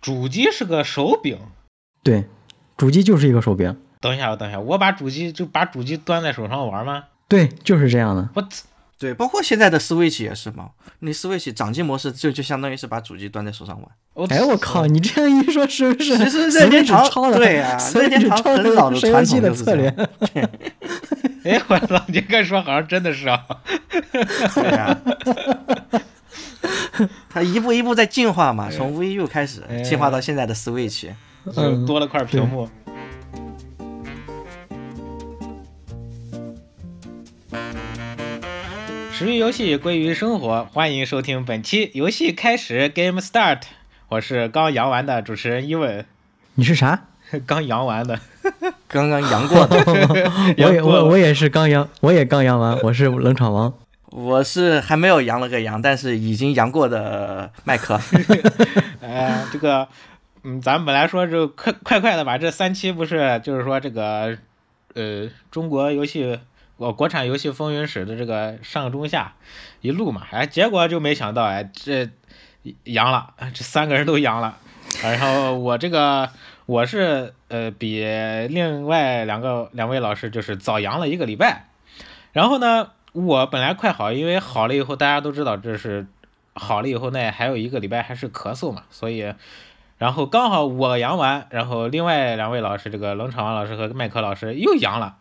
主机是个手柄。对，主机就是一个手柄。等一下，等一下，我把主机就把主机端在手上玩吗？对，就是这样的。我对，包括现在的 Switch 也是嘛，你 Switch 掌机模式就就相当于是把主机端在手上玩。我哎，我靠！你这样一说，是不是？其实任天堂超了，对啊所以任天堂超了很老的神游传戏统的就是策这略样。 哎，我操！你这说好像真的是啊。对呀、它一步一步在进化嘛，从 VU 开始哎进化到现在的 Switch。嗯就多了块屏幕。食育游戏归于生活，欢迎收听本期游戏开始 Game Start，我是刚阳完的主持人伊文， 你是 啥？刚阳完的，刚刚阳过的，我阳也过了我我也是刚阳，我也刚阳完，我是冷场王。我是还没有阳了个阳，但是已经阳过的麦克。哎，这个，嗯，咱们本来说就快快快的把这三期不是就是说这个，呃，中国游戏我、国产游戏风云史的这个上中下一录嘛，哎，结果就没想到哎这阳了，这三个人都阳了，然后我这个我是呃比另外两个两位老师就是早阳了一个礼拜，然后呢。我本来快好，因为好了以后，大家都知道这是好了以后呢，还有一个礼拜还是咳嗽嘛，所以，然后刚好我阳完，然后另外两位老师，这个冷场王老师和麦克老师又阳了，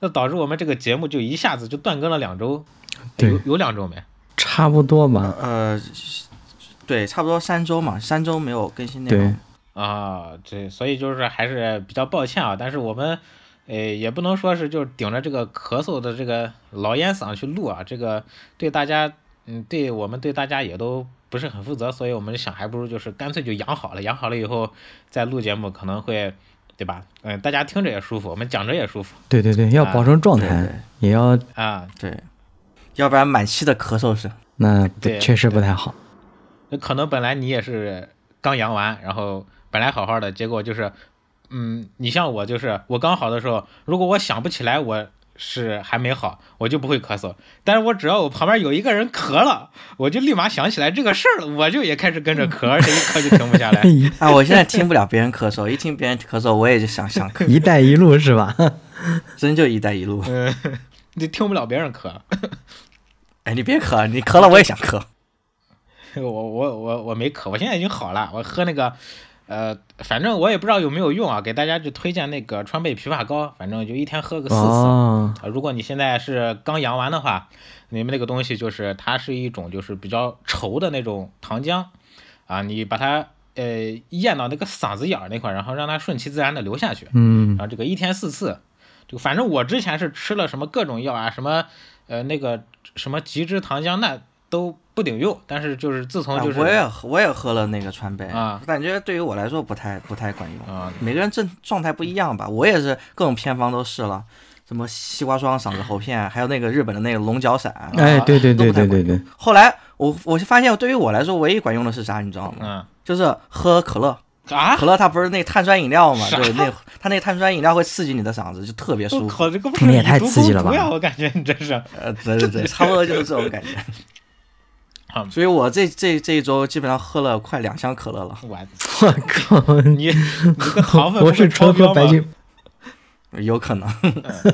那导致我们这个节目就一下子就断更了两周，对有有两周没？差不多吧。呃，对，差不多三周嘛，三周没有更新内容。啊，对，所以就是还是比较抱歉啊，但是我们，呃，也不能说是就是顶着这个咳嗽的这个老烟嗓去录啊，这个对大家，嗯，对我们对大家也都不是很负责，所以我们想还不如就是干脆就养好了，养好了以后再录节目可能会，对吧？嗯、大家听着也舒服，我们讲着也舒服对对对，要保证状态，对也要啊。对，要不然满期的咳嗽声。那不对确实不太好。那可能本来你也是刚阳完，然后本来好好的，结果就是，嗯，你像我就是我刚好的时候，如果我想不起来我是还没好，我就不会咳嗽。但是我只要我旁边有一个人咳了，我就立马想起来这个事儿了，我就也开始跟着咳，而且一咳就停不下 来。 啊，我现在听不了别人咳嗽，一听别人咳嗽，我也就想想咳，一带一路是吧？真就一带一路。嗯，你听不了别人咳。 哎，你别咳，你咳了我也想咳。我我我我没咳，我现在已经好了。我喝那个，呃，反正我也不知道有没有用啊，给大家就推荐那个川贝枇杷膏，反正就一天喝个四次。 哦，啊，如果你现在是刚阳完的话，你们那个东西就是它是一种就是比较稠的那种糖浆，啊，你把它呃咽到那个嗓子眼儿那块儿，然后让它顺其自然的流下去。嗯然，后这个一天四次，这个反正我之前是吃了什么各种药啊，什么呃那个什么极致糖浆那都不顶用，但是就是自从啊就是我也喝我也喝了那个川贝啊感觉对于我来说不太不太管用。啊每个人症状态不一样吧，我也是各种偏方都试了，什么西瓜霜、嗓子喉片，还有那个日本的那个龙角散。嗯哎，对对对啊都对不太对对，后来我我就发现，对于我来说唯一管用的是啥，你知道吗？嗯就是喝可乐。啊，可乐它不是那碳酸饮料嘛？啥对，那它那碳酸饮料会刺激你的嗓子，就特别我舒服。靠，这个不你是也以太毒刺攻激了毒吧呀！我感觉你这是。呃，对对对，差不多就是这种感 觉好。所以我这这这一周基本上喝了快两箱可乐了，我我靠！ 你你个糖分我不是超纯标喝白吗？酒，有可能。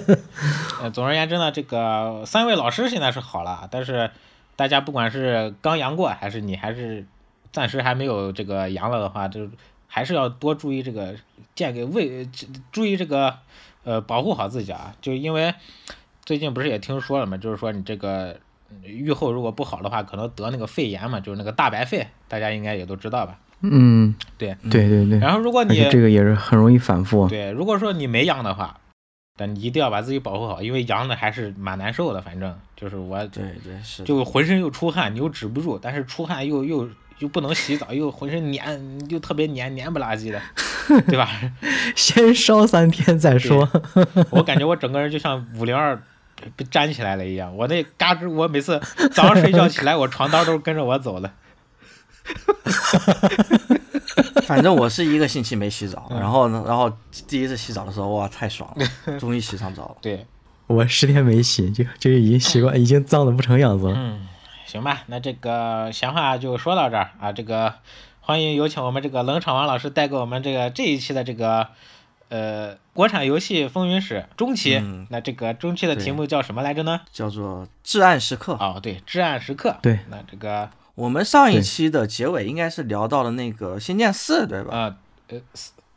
呃，总而言之呢，这个三位老师现在是好了，啊但是大家不管是刚阳过，还是你还是暂时还没有这个阳了的话，就还是要多注意这个健给卫，注意这个呃保护好自己啊，就因为最近不是也听说了嘛，就是说你这个愈后如果不好的话，可能得那个肺炎嘛，就是那个大白肺，大家应该也都知道吧？嗯，对对对对，然后如果而你且哎这个也是很容易反复。对，如果说你没阳的话，但你一定要把自己保护好，因为阳的还是蛮难受的。反正就是我对对是的。就浑身又出汗，你又止不住，但是出汗又又又不能洗澡，又浑身黏，又特别黏黏不拉几的，对吧？ 先烧三天再说。我感觉我整个人就像五零二被粘起来了一样，我那嘎吱，我每次早上睡觉起来，我床单都是跟着我走的。反正我是一个星期没洗澡，嗯然后呢，然后第一次洗澡的时候，哇，太爽了，终于洗上澡了。对，我十天没洗，就就已经习惯，已经嗯脏的不成样子了。行吧，那这个闲话就说到这儿啊。这个欢迎有请我们这个冷场王老师带给我们这个这一期的这个呃国产游戏风云史中期。嗯那这个中期的对题目叫什么来着呢？叫做《至暗时刻》。哦，对，至暗时刻。对，那这个我们上一啊对期的结尾应该是聊到了那个《仙剑四》，对吧？呃，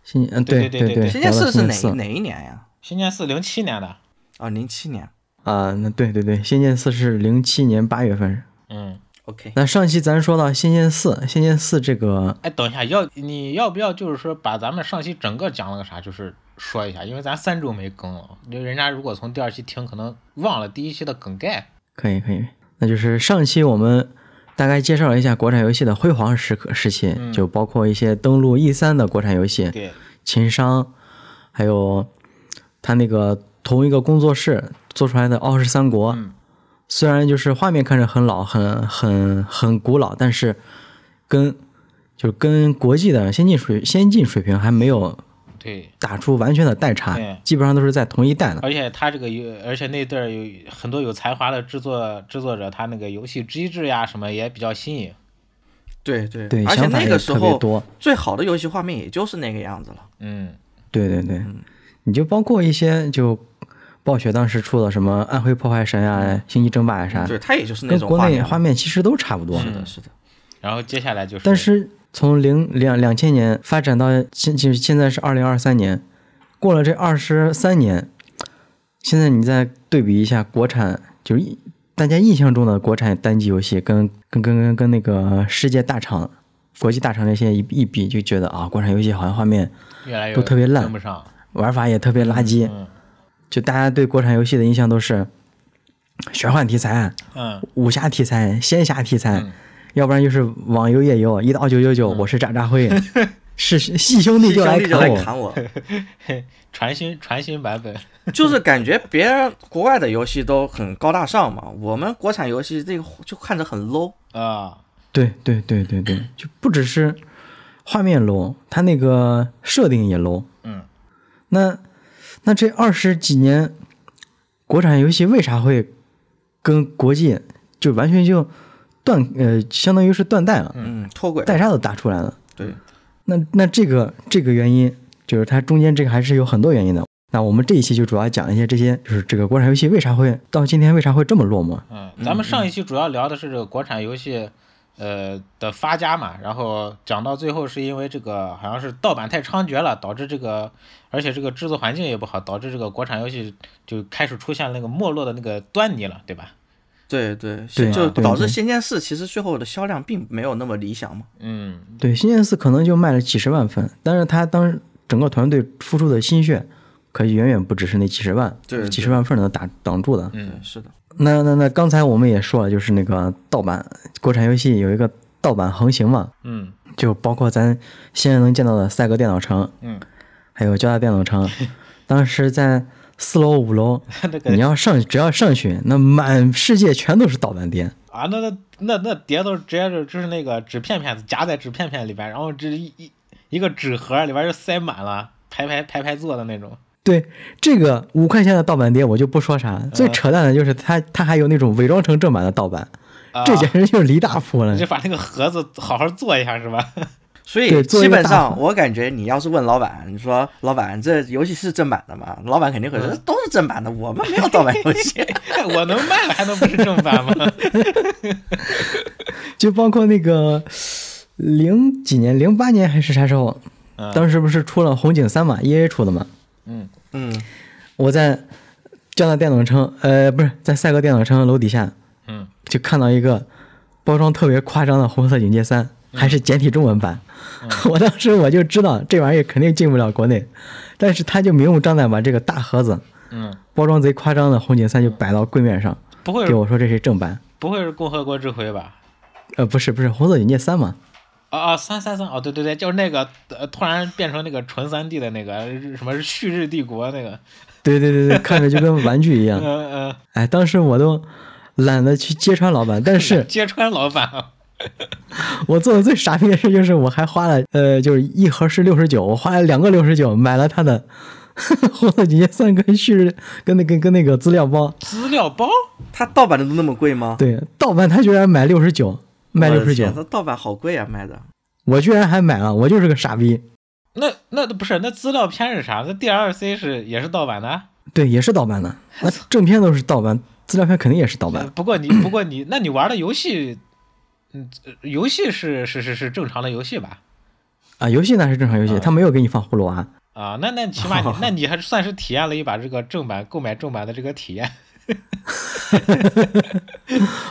新嗯对对对对对啊对，仙剑聊到四》是仙剑哪四哪一年呀？仙剑四零七年的，哦，零七年。啊？那对对对，仙剑四是零七年八月份。嗯， OK，那上期咱说到仙剑四，仙剑四这个哎，等一下，要你要不要就是说把咱们上期整个讲了个啥，就是说一下，因为咱三周没更了，就人家如果从第二期听，可能忘了第一期的梗概。可以可以，那就是上期我们大概介绍了一下国产游戏的辉煌时刻时期，嗯就包括一些登陆 E 三的国产游戏，对，秦商，还有他那个同一个工作室做出来的《傲视三国》嗯虽然就是画面看着很老、很很很古老，但是跟就是跟国际的先进水先进水平还没有对，打出完全的代差对，基本上都是在同一代的。而且他这个有，而且那对儿有很多有才华的制作制作者，他那个游戏机制呀什么也比较新颖。对 对对，而且想法那也个时特别候多。最好的游戏画面也就是那个样子了。嗯，对对对，你就包括一些就暴雪当时出的什么《暗黑破坏神》啊、《星际争霸》啊啥，对，它也就是那跟种国内画画面嗯其实都差不多。面。是的，是的。然后接下来就是，但是从零两两千年发展到现就是现在是二零二三年，过了这二十三年，现在你再对比一下国产，就是一大家印象中的国产单机游戏跟，跟跟跟跟那个世界大厂、国际大厂那些一一比，就觉得啊，国产游戏好像画面越来越都特别烂跟不上。玩法也特别垃圾，嗯就大家对国产游戏的印象都是玄幻题材、嗯，武侠题材、仙侠题材，嗯要不然就是网游夜游，一到九九九，我是渣渣辉，是细兄弟弟就来就来砍我。砍我， 传新传新版本。就是感觉别人国外的游戏都很高大上嘛，我们国产游戏这个就看着很 low。啊，对对对对对，就不只是画面 low，它那个设定也 low。嗯，那那这二十几年，国产游戏为啥会跟国际就完全就断呃，相当于是断代了，嗯，脱轨。代差都打出来了。对，那那这个这个原因，就是它中间这个还是有很多原因的。那我们这一期就主要讲一些这些，就是这个国产游戏为啥会到今天为啥会这么落寞？嗯，咱们上一期主要聊的是这个国产游戏，呃的发家嘛，然后讲到最后是因为这个好像是盗版太猖獗了，导致这个，而且这个制作环境也不好，导致这个国产游戏就开始出现那个没落的那个端倪了，对吧？对对，对啊就对导致对《仙剑四》其实最后的销量并没有那么理想嘛。嗯，对，《仙剑四》可能就卖了几十万份，但是它当整个团队付出的心血，可以远远不只是那几十万，对对几十万份能打挡住的。嗯对，是的，那那那刚才我们也说了，就是那个盗版，国产游戏有一个盗版横行嘛，嗯就包括咱现在能见到的赛格电脑城，嗯，还有交大电脑 城，当时在四楼五楼， 那个你要上只要上去，那满世界全都是盗版碟。啊，那那那那碟都是直接就就是那个纸片片子夹在纸片片里边，然后这一一一个纸盒里边就塞满了，排排排排坐的那种。对这个五块钱的盗版碟，我就不说啥。最扯淡的就是它，它还有那种伪装成正版的盗版，啊、这简直就是离大谱了你。就把那个盒子好好做一下是吧？所对以做基一个本大上法我感觉你要是问老板，你说老板这游戏是正版的吗？老板肯定会嗯说都是正版的，我们没有盗哎版游 戏。 我能卖了还能不是正版吗？ 就包括那个零几年，零八年还是啥时候，嗯当时不是出了《红警三》嘛，E A 出的嘛。嗯嗯，我在交大电脑城，呃，不是在赛格电脑城楼底下，嗯就看到一个包装特别夸张的《红色警戒三》，还是简体中文版。 我当时我就知道这玩意儿肯定进不了国内，但是他就明目张胆把这个大盒子嗯，包装贼夸张的《红警三》就摆到柜面上，不会给我说这是正版。不会是共和国之辉吧？呃，不是不是，《红色警戒三》嘛，哦哦，三三三哦，对对对，就是那个呃，突然变成那个纯三 D 的那个日什么旭日帝国那个，对对对对，看着就跟玩具嗯一样。嗯，哎，当时我都懒得去揭穿老板，但是揭穿老板，我做的最傻逼的事就是我还花了呃，就是一盒是六十九，我花了两个六十九买了他的《红色警戒三》跟旭日跟那跟跟那个资料包。资料包，它盗版的都那么贵吗？对，盗版他居然买六十九，卖我六的十天九，它盗版好贵啊，卖的。我居然还买了，我就是个傻逼。那那不是那资料片是啥？那 DLC 是也是盗版的。对，也是盗版的，那正片都是盗版，资料片肯定也是盗版。不过你不过你那你玩的游戏，嗯，呃游戏是是是是正常的游戏吧？啊，游戏那是正常游戏，啊他没有给你放葫芦娃。啊，那那起码你那你还算是体验了一把这个正版购买正版的这个体验。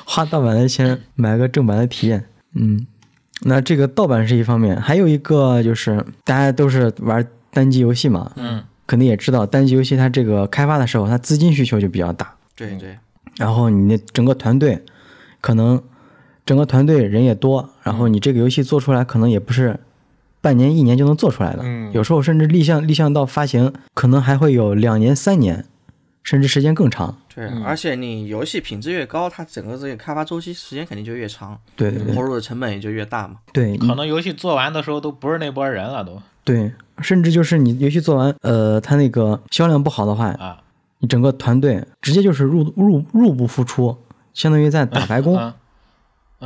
花盗版的钱买个正版的体验。嗯，那这个盗版是一方面，还有一个就是大家都是玩单机游戏嘛，嗯，肯定也知道单机游戏它这个开发的时候，它资金需求就比较大，对对，然后你的整个团队可能整个团队人也多，然后你这个游戏做出来可能也不是。半年一年就能做出来的，嗯有时候甚至立项立项到发行，可能还会有两年、三年，甚至时间更长。对，而且你游戏品质越高，它整个这个开发周期时间肯定就越长，对对对投入的成本也就越大嘛。对，可能游戏做完的时候都不是那波人了都对，甚至就是你游戏做完，呃，它那个销量不好的话，啊。你整个团队直接就是入入入不敷出，相当于在打白工。嗯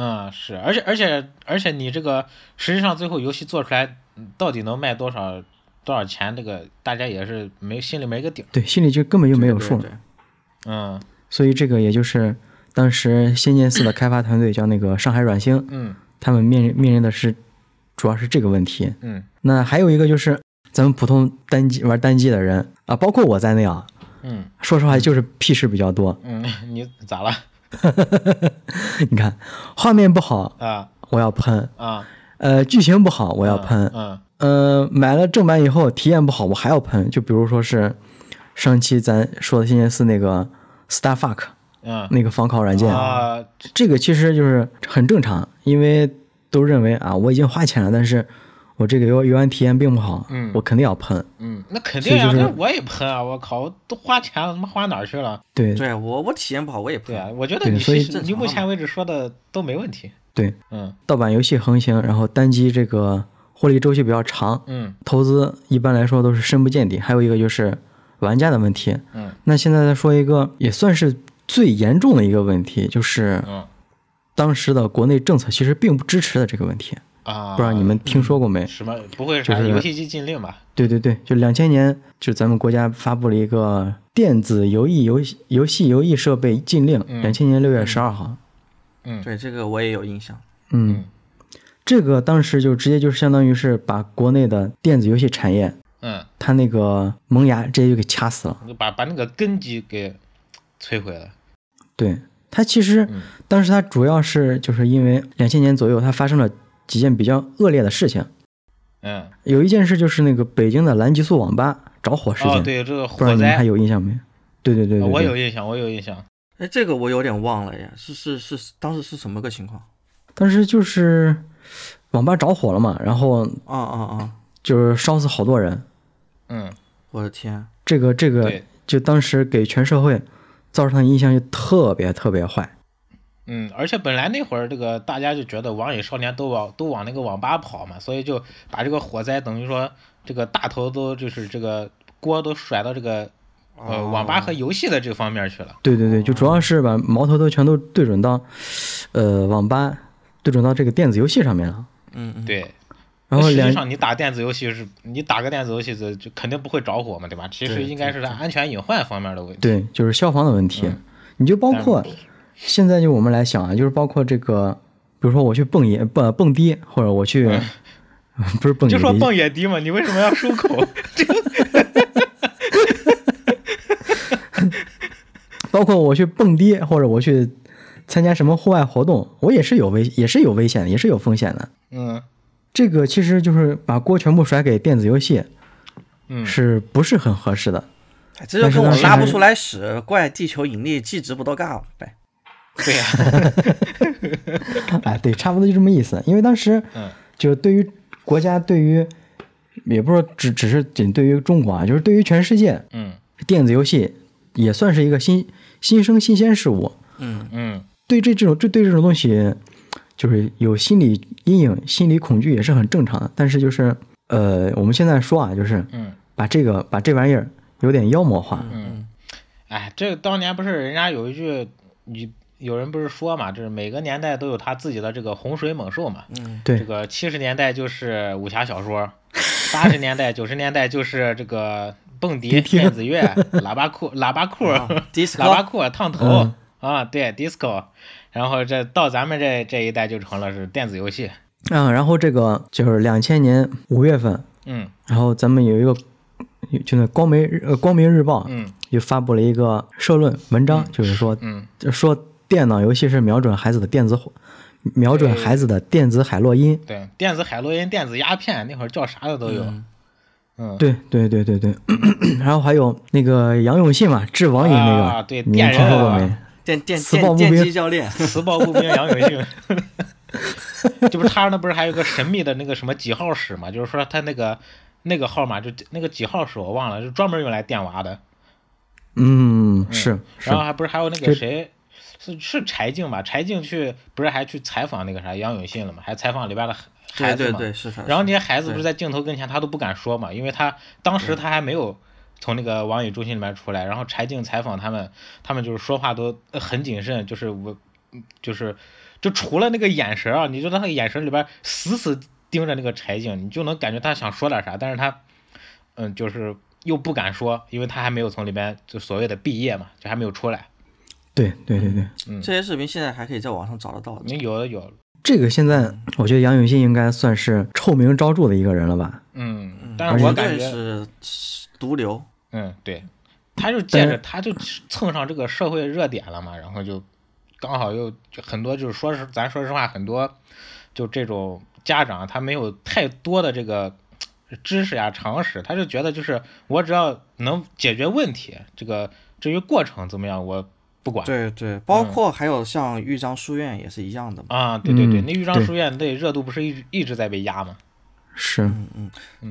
嗯，是，而且而且而且你这个实际上最后游戏做出来嗯到底能卖多少多少钱，这个大家也是没心里没个底儿。对，心里就根本就没有数。对对嗯所以这个也就是当时《仙剑四》的开发团队叫那个上海软星，嗯他们面面临的是主要是这个问题。嗯那还有一个就是咱们普通单机玩单机的人啊，包括我在内啊，嗯说实话就是屁事比较多。嗯， 你咋了你看，画面不好啊我要喷，啊？呃，剧情不好我要嗯喷。嗯呃，买了正版以后体验不好，我还要喷。就比如说是上期咱说的《仙剑四》那个 Starfuck 嗯那个仿考软件，啊，这个其实就是很正常，因为都认为啊我已经花钱了，但是我这个游游玩体验并不好，嗯我肯定要喷。嗯，那肯所以定呀、就是那我也喷啊！我靠，我都花钱了，他妈花哪儿去了？对对我我体验不好我也不对啊，我觉得对你所以是你目前为止说的都没问题。对，嗯盗版游戏横行，然后单机这个获利周期比较长，嗯投资一般来说都是深不见底。还有一个就是玩家的问题。嗯那现在再说一个也算是最严重的一个问题，就是嗯当时的国内政策其实并不支持的这个问题，啊，嗯不知道你们听说过没？什么不会是啥就是嗯游戏机禁令吧？对对对，就两千年，就咱们国家发布了一个电子游艺游戏游戏游艺设备禁令，嗯两千年六月十二号。嗯对这个我也有印象。嗯，嗯这个当时就直接就是相当于是把国内的电子游戏产业，嗯，它那个萌芽直接就给掐死了。你把把那个根基给摧毁了。对，它其实嗯当时它主要是就是因为两千年左右它发生了几件比较恶劣的事情，嗯，有一件事就是那个北京的蓝极速网吧着火事件。哦，对，这个不知道火你们还灾，哦有印象没？对对对对对，我有印象，我有印象。哎，这个我有点忘了呀，是是是，当时是什么个情况？当时就是网吧着火了嘛，然后啊啊啊！就是烧死好多人，嗯，我的天，这个这个对，就当时给全社会造成的印象就特别特别坏。嗯，而且本来那会儿这个大家就觉得网瘾少年都往都往那个网吧跑嘛，所以就把这个火灾等于说这个大头都就是这个锅都甩到这个呃哦网吧和游戏的这方面去了。对对对，就主要是把矛头都全都对准到，呃，网吧对准到这个电子游戏上面了。嗯嗯，对，然后实际两上你打电子游戏是，你打个电子游戏就就肯定不会着火嘛，对吧？其实对应该是在安全隐患方面的问题。对就是消防的问题，嗯你就包括但是现在就我们来想啊，就是包括这个，比如说我去蹦野蹦蹦迪，或者我去、不是蹦嗯就野说迪，蹦野迪嘛，你为什么要漱口？包括我去蹦迪或者我去参加什么户外活动，我也是有危，也是有危险的，也是有风险的。嗯这个其实就是把锅全部甩给电子游戏，嗯是不是很合适的？哎这就但是跟我当时拉还不是出来屎，怪地球引力即值不到尬呗。对呀、哎，对，差不多就这么意思。因为当时嗯就对于国家，对于也不是说只只是仅对于中国啊，就是对于全世界，嗯电子游戏也算是一个新新生新鲜事物。嗯，嗯对这这种这对这种东西，就是有心理阴影、心理恐惧也是很正常的。但是就是呃，我们现在说啊，就是嗯，把这个把这玩意儿有点妖魔化。哎，这个当年不是人家有一句你有人不是说嘛，就是每个年代都有他自己的这个洪水猛兽嘛。嗯，这对，个七十年代就是武侠小说，八十年代、九十年代就是这个蹦迪、电子乐、喇叭裤、喇叭裤、 啊 disco 喇叭裤、烫头、嗯啊，对，disco。然后这到咱们这这一代就成了是电子游戏。啊，然后这个就是两千年五月份，嗯然后咱们有一个，有就那光明日呃光明日报嗯就发布了一个社论文章，就是说嗯，就说电脑游戏是瞄准孩子的电子瞄准对孩子的电子海洛因。对，电子海洛因、电子鸦片，那会儿叫啥的都有。嗯嗯，对对对对对， 然后还有那个杨永信嘛，治网瘾那个，啊对你电们听说人过啊没？电电磁暴电步电击兵教练，磁暴步兵杨永信，这不是他那不是还有个神秘的那个什么几号室嘛？就是说他那个那个号码就那个几号室我忘了，就专门用来电娃的。嗯，是是然，后还不是还有那个这谁，是是柴静吧？柴静去不是还去采访那个啥杨永信了吗？还采访里边的孩对孩子对嘛。对，是他。然后那是些孩子啊对不是在镜头跟前，他都不敢说嘛，因为他当时他还没有从那个网瘾中心里面出来。然后柴静采访他们，他们就是说话都呃很谨慎，就是我，嗯就是就除了那个眼神啊，你就他那个眼神里边死死盯着那个柴静，你就能感觉他想说点啥，但是他嗯就是又不敢说，因为他还没有从里边就所谓的毕业嘛，就还没有出来。对对对对，这些视频现在还可以在网上找得到的。你有的有，这个现在我觉得杨永信应该算是臭名昭著的一个人了吧？嗯，但而且是我绝感对觉是是毒瘤，嗯，对，他就借着但他就蹭上这个社会热点了嘛，然后就刚好又就很多就是说是咱说实话，很多就这种家长他没有太多的这个知识呀、常识，他就觉得就是我只要能解决问题，这个至于过程怎么样我不管。对对，包括还有像豫章书院也是一样的嘛。嗯啊，对对对，嗯那豫章对书院那热度不是一直一直在被压吗？是，嗯嗯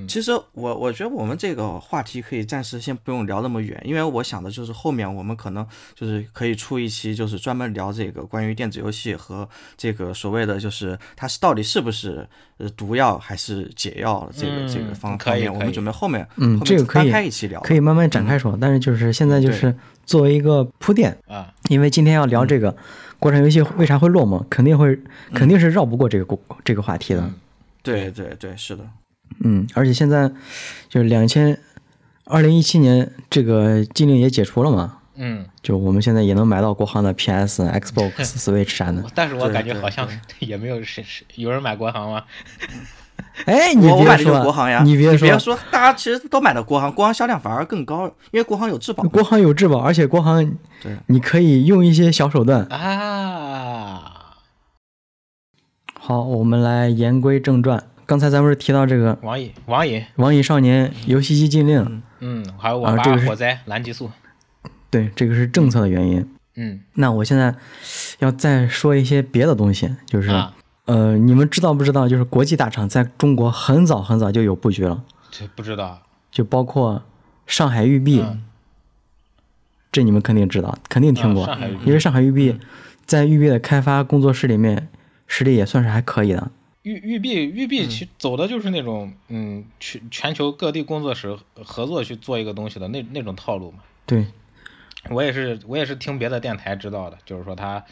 其实我我觉得我们这个话题可以暂时先不用聊那么远，因为我想的就是后面我们可能就是可以出一期，就是专门聊这个关于电子游戏和这个所谓的就是它是到底是不是呃毒药还是解药的这个、这个嗯方可方以面，我可们以准备后面嗯后这面个可以单开一期聊。可以慢慢展开说，但是就是现在就是嗯作为一个铺垫，啊，因为今天要聊这嗯个国产游戏为啥会落嘛，肯定会肯定是绕不过嗯这个过这个话题的，对对对，是的，嗯，而且现在就是两千二零一七年这个禁令也解除了嘛，嗯，就我们现在也能买到国行的 PS、Xbox、Switch 啥的。但是我对感觉对好像也没有谁谁有人买国行吗？哎，你我我买别的就是说，国行呀，你别说，说，啊大家其实都买的国行，国行销量反而更高，因为国行有质保。国行有质保，而且国行对你可以用一些小手段。啊，好，我们来言归正传。刚才咱不是提到这个《网瘾，网瘾，网瘾少年游戏机禁令》嗯，还有啊网吧这个是火灾、蓝激素，对，这个是政策的原因。嗯那我现在要再说一些别的东西，就是、啊，呃，你们知道不知道？就是国际大厂在中国很早很早就有布局了，这不知道，就包括上海育碧，嗯这你们肯定知道，肯定听过，啊上海育碧因为上海育碧在育碧的开发工作室里面实力也算是还可以的。育育碧育碧其走的就是那种嗯全全球各地工作室合作去做一个东西的那那种套路嘛。对，我也是我也是听别的电台知道的，就是说他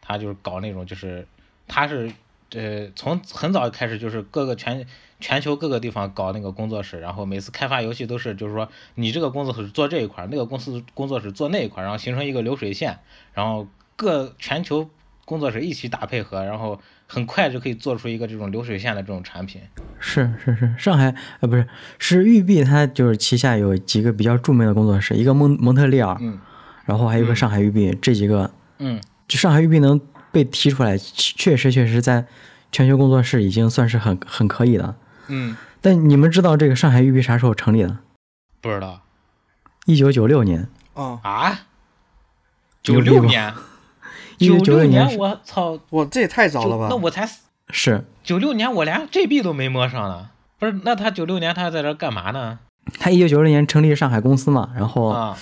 他就是搞那种就是他是呃从很早开始就是各个全全球各个地方搞那个工作室，然后每次开发游戏都是就是说你这个工作室做这一块儿，那个公司工作室做那一块儿，然后形成一个流水线，然后各全球工作室一起打配合，然后很快就可以做出一个这种流水线的这种产品。是是是，上海呃不是是育碧，它就是旗下有几个比较著名的工作室，一个蒙蒙特利尔，嗯然后还有一个上海育碧，这几个嗯就上海育碧能被提出来，确确实确实在全球工作室已经算是很很可以的。嗯，但你们知道这个上海育碧啥时候成立的？不知道一九九六年，嗯，啊，九牛逼吧六年，一九九六六年是我操！我这也太早就了吧？那我才是九六年，我连 GB 都没摸上呢。不是，那他九六年他在这儿干嘛呢？他一九九六年成立上海公司嘛，然后啊，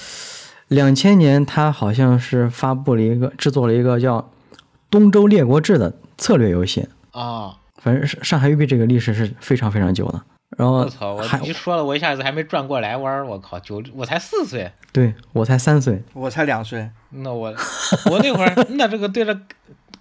两千年他好像是发布了一个制作了一个叫《东周列国志》的策略游戏。啊反正上海育碧这个历史是非常非常久的。然后我操！我还一说了，我一下子还没转过来弯儿，我靠，九我才四岁，对我才三岁，我才两岁，那我我那会儿那这个对这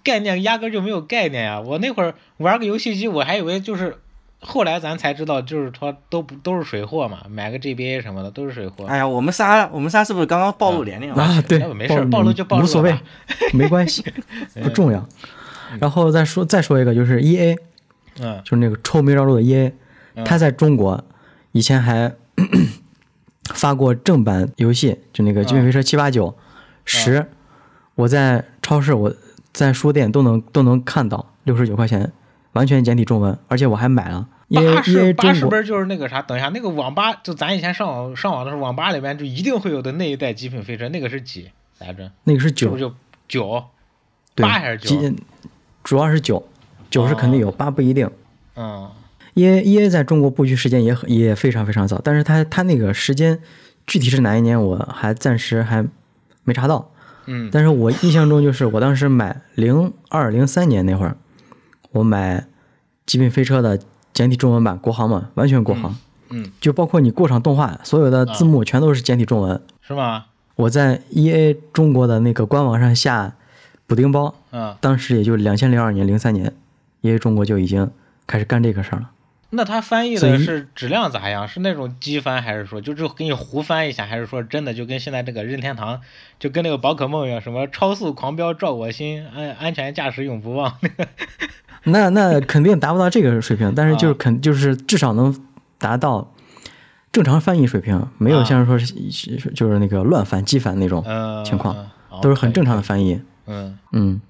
概念压根儿就没有概念呀、我那会儿玩个游戏机，我还以为就是后来咱才知道，就是说都不都是水货嘛，买个 GBA 什么的都是水货。哎呀，我们仨我们仨是不是刚刚暴露年龄了？啊，对要不，没事儿露暴露你就暴露无所谓吧，没 关系，不重要。然后再说再说一个，就是 E A，嗯就是那个臭名昭著的 E A，嗯它在中国以前还咳咳发过正版游戏，就那个《嗯极品飞车七八九十》，我在超市、我在书店都能都能看到，六十九块钱，完全简体中文，而且我还买了 E A 八 E 十 A 八十中国分就是那个啥，等一下，那个网吧就咱以前上网上网的时候，网吧里面就一定会有的那一代极品飞车，那个是几来着？那个是是九不是就九？对八还是九？啊哦极嗯主要是九，九是肯定有，八不一定。嗯 E A E A 在中国布局时间也很也非常非常早，但是它它那个时间具体是哪一年，我还暂时还没查到。嗯但是我印象中就是我当时买零二零三年那会儿，我买《极品飞车》的简体中文版，国行嘛，完全国行，嗯，啊就包括你过场动画，所有的字幕全都是简体中文。是吗？我在 E A 中国的那个官网上下补丁包，嗯，当时也就两千零二年、零三年，E A 中国就已经开始干这个事儿了。那它翻译所的以是质量咋样？是那种机翻，还是说就就给你胡翻一下，还是说真的就跟现在这个任天堂，就跟那个宝可梦一样，什么超速狂飙照我心，安安全驾驶永不忘那个？那那肯定达不到这个水平，但是啊就是肯就是至少能达到正常翻译水平，没有啊像说是就是那个乱翻、机翻那 种，嗯，情况嗯都是很正。常哦的翻译。可以嗯嗯，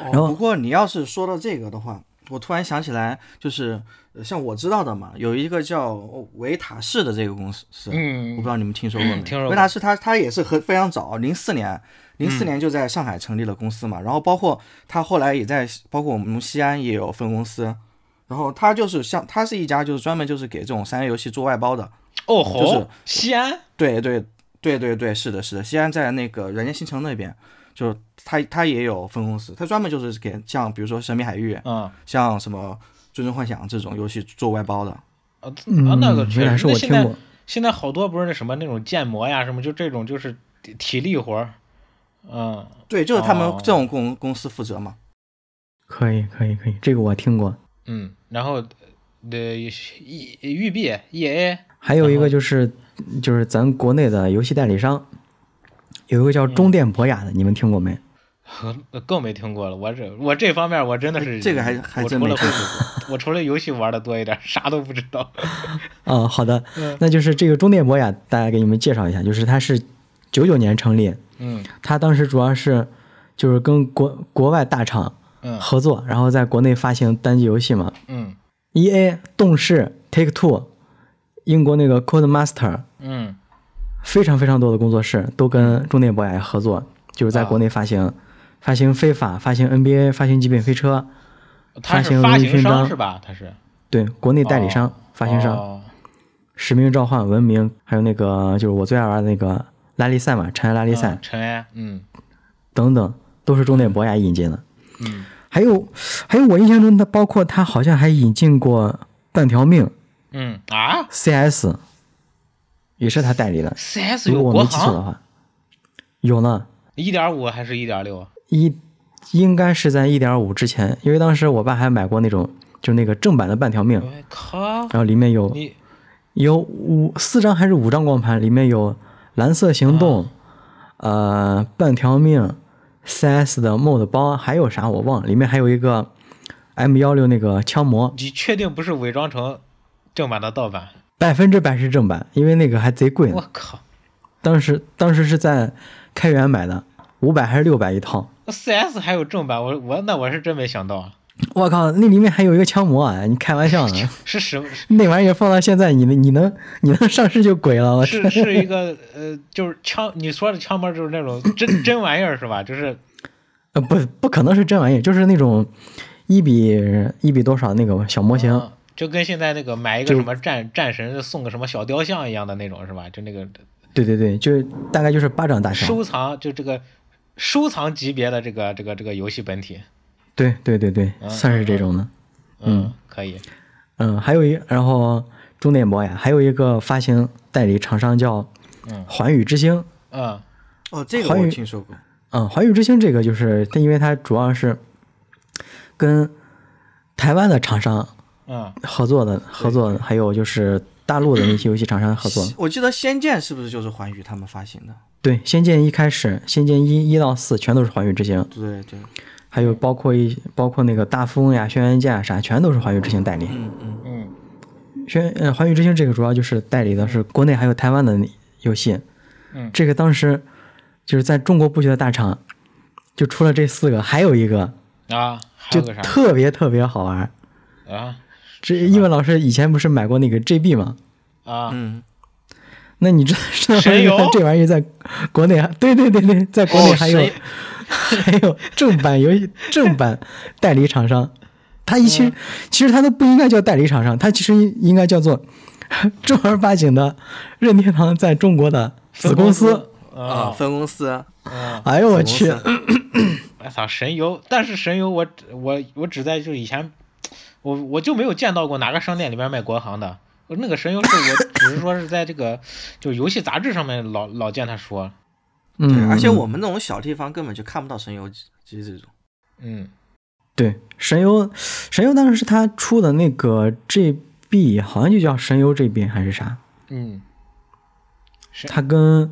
哦然后不过你要是说到这个的话，我突然想起来，就是呃像我知道的嘛，有一个叫维塔士的这个公司，我不嗯知道你们听说过没？听说过嗯维塔士它它也是很非常早，零四年，零四年就在上海成立了公司嘛，然后包括它后来也在，包括我们西安也有分公司。然后它就是像，它是一家就是专门就是给这种三 A 游戏做外包的，哦就是吼，西安对对对对对，是的，是的，西安在那个软件新城那边，就是它它也有分公司，它专门就是给像比如说《神秘海域》嗯啊像什么《最终幻想》这种游戏做外包的。啊啊那个原确来实，是我那听现在过，现在好多不是那什么那种建模呀什么，就这种就是体体力活儿，嗯。对，就是他们哦这种公、公司负责嘛。可以可以可以，这个我听过。嗯，然后的育育碧 E A 还有一然后个就是就是咱国内的游戏代理商，有一个叫中电博雅的，你们听过没？呃更没听过了，我这我这方面我真的是这个还还我真除没了听会我除了游戏玩的多一点，啥都不知道。啊、好的嗯，那就是这个中电博雅，大概给你们介绍一下，就是它是九九年成立，嗯他当时主要是就是跟国国外大厂嗯合作，然后在国内发行单机游戏嘛。嗯 E A、动视、Take Two、英国那个 Codemaster，嗯非常非常多的工作室都跟中电博雅合作，就是在国内发行，发行非法，发行 NBA，发行极品飞车，他发是行发文艺行勋商章是吧？他是对，国内代理商、发行商，哦使命召唤、文明，还有那个就是我最爱玩的那个拉力赛嘛，尘埃拉力赛、嗯尘埃，嗯等等，都是中电博雅引进的。嗯还有还有，我印象中它包括它好像还引进过半条命嗯啊 CS，也是它代理的， ，C S 如有果我国没记错的行话，有呢，一点五还是一点六？啊一应该是在一点五之前，因为当时我爸还买过那种就那个正版的半条命，我靠，然后里面有你有五四张还是五张光盘，里面有蓝色行动，呃，半条命，CS 的 mod 包，还有啥我忘了，里面还有一个 M 幺六那个枪模。你确定不是伪装成正版的盗版？百分之百是正版，因为那个还贼贵我呢。靠！当时当时是在开源买的，五百还是六百一套。那 CS 还有正版，我我那我是真没想到，啊，我靠，那里面还有一个枪模啊！你开玩笑 呢？是什么？那玩意儿放到现在，你能你能你能上市就鬼了！我是是一个呃，就是枪，你说的枪模就是那种真真玩意儿是吧？就是呃不不可能是真玩意儿，就是那种一比一比多少那个小模型。嗯就跟现在那个买一个就什么战战神送个什么小雕像一样的那种是吧？就那个对对对，就大概就是啊巴掌大小。收藏，就这个收藏级别的这个这个这个游戏本体，对对对对，算是这种的。嗯，可以，嗯，还有一，然后中电博雅还有一个发行代理厂商叫嗯环宇之星。嗯哦，这个环我宇听说过。嗯，环宇之星这个就是它，因为它主要是跟台湾的厂商嗯合作的，合作的，还有就是大陆的那些游戏厂商合作的。我记得《仙剑》是不是就是环宇他们发行的？对，《仙剑》一开始，《仙剑一》一到四全都是环宇之星，对对，还有包括一包括那个大富翁呀、轩辕剑啊啥，全都是环宇之星代理。嗯嗯，嗯轩呃，环宇之星这个主要就是代理的是国内还有台湾的游戏。嗯这个当时就是在中国布局的大厂，就出了这四个，还有一个啊，还就有个啥特别特别好玩儿。啊这英文老师以前不是买过那个 GB 吗？啊嗯，那你知知道神游这玩意儿在国内还对对对对，在国内哦还有、神游 还有正版游戏正版代理厂商，他一其嗯实、其实他都不应该叫代理厂商，他其实应该叫做 正儿八经的任天堂在中国的子公司。啊，啊分公司，嗯，哎哦呦我去子！公司啊我操哎神游，但是神游我只我我只在就是以前，我我就没有见到过哪个商店里边卖国行的。我那个神游是我只是说是在这个就是游戏杂志上面老老见他说，对，嗯，而且我们那种小地方根本就看不到神游机这种。嗯对神游神游当时是他出的那个 GB，好像就叫神游 GB 还是啥？嗯对它跟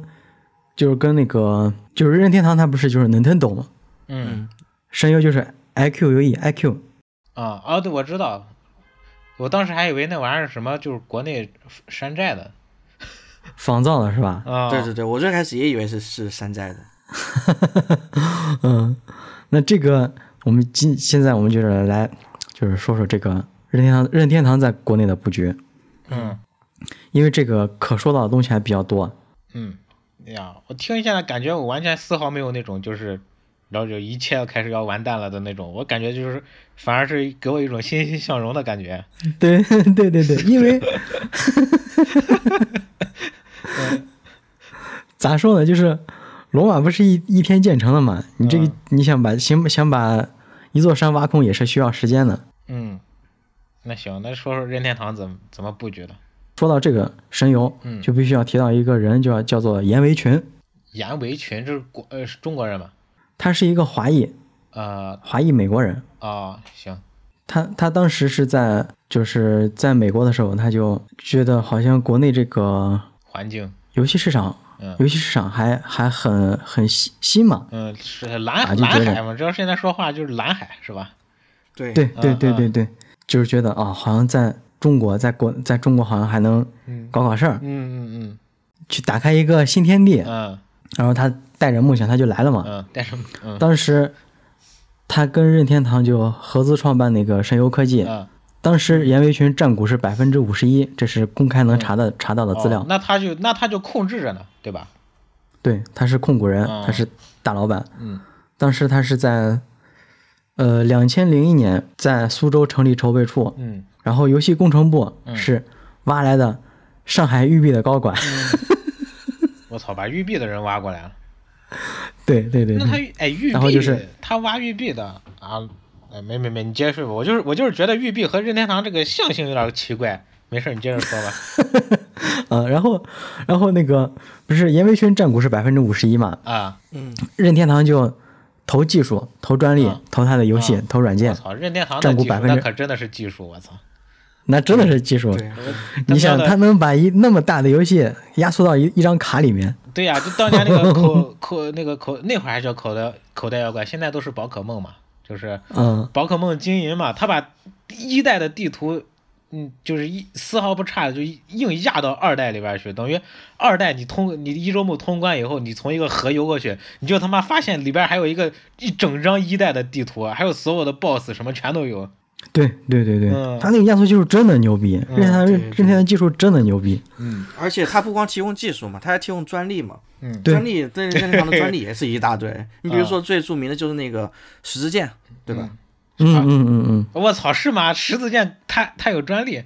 就是跟那个就是任天堂，它不是就是 Nintendo 吗？嗯嗯，声优就是 IQUE IQ，啊哦对我知道，我当时还以为那玩意儿是什么就是国内山寨的仿造的是吧？啊，嗯对对对，我最开始也以为是是山寨的。嗯，那这个我们今现在我们就是来就是说说这个任天堂任天堂在国内的布局，嗯因为这个可说到的东西还比较多。嗯呀，我听一下感觉我完全丝毫没有那种就是。然后就一切开始要完蛋了的那种，我感觉就是反而是给我一种欣欣向荣的感觉。对对对对，因为 咋说呢，就是罗马不是一一天建成的嘛？你这个、嗯你想把想想把一座山挖空也是需要时间的。嗯，那行，那说说任天堂怎么怎么布局的？说到这个神游，嗯就必须要提到一个人，就要叫做阎维群，严维群这是国呃是中国人嘛？他是一个华裔呃华裔美国人。哦行，他他当时是在就是在美国的时候，他就觉得好像国内这个环境游戏市场，嗯游戏市场还还很很新新嘛。嗯是蓝啊就蓝觉得海嘛，知道现在说话就是蓝海是吧？对对对嗯对嗯对对，就是觉得啊、好像在中国，在国在中国好像还能嗯搞搞事儿，嗯嗯去打开一个新天地嗯。嗯然后他带着梦想，他就来了嘛。嗯，但是嗯当时他跟任天堂就合资创办那个神游科技，嗯当时严维群占股是百分之五十一，这是公开能查的、查到的资料。嗯哦那他就那他就控制着呢，对吧？对，他是控股人，嗯他是大老板。嗯当时他是在呃两千零一年在苏州成立筹备处，嗯然后游戏工程部嗯是挖来的上海育碧的高管。嗯我操，把育碧的人挖过来了。 对对对那他对，育哎玉然后碧，就是他挖玉碧的啊，哎没没没，你接着说吧。我就是我就是觉得玉碧和任天堂这个象性有点奇怪。没事，你接着说吧。嗯，然后然后那个不是严维群占股是百分之五十一嘛，啊，嗯，任天堂就投技术、投专利、嗯投他的游戏、嗯投软我件，操，任天堂的占股技术百分之那可真的是技术，我操。那真的是技术。对，你想，当他年的能把一那么大的游戏压缩到一一张卡里面，对呀、就当年那个 口口那个口那会儿还叫口袋口袋妖怪，现在都是宝可梦嘛，就是嗯，宝可梦金银嘛，他把一代的地图，嗯，就是一丝毫不差的，就硬压到二代里边去。等于二代你通你一周目通关以后，你从一个河游过去，你就他妈发现里边还有一个一整张一代的地图，还有所有的 BOSS 什么全都有。对对对对，嗯他那个压缩技术真的牛逼，任天堂对任对任天堂技术真的牛逼，嗯而且他不光提供技术嘛，他还提供专利嘛。嗯对专利任任天堂的 专利也是一大堆。你比如说最著名的就是那个十字剑，对吧？嗯嗯嗯嗯，我操，是吗？十字剑它它有专利。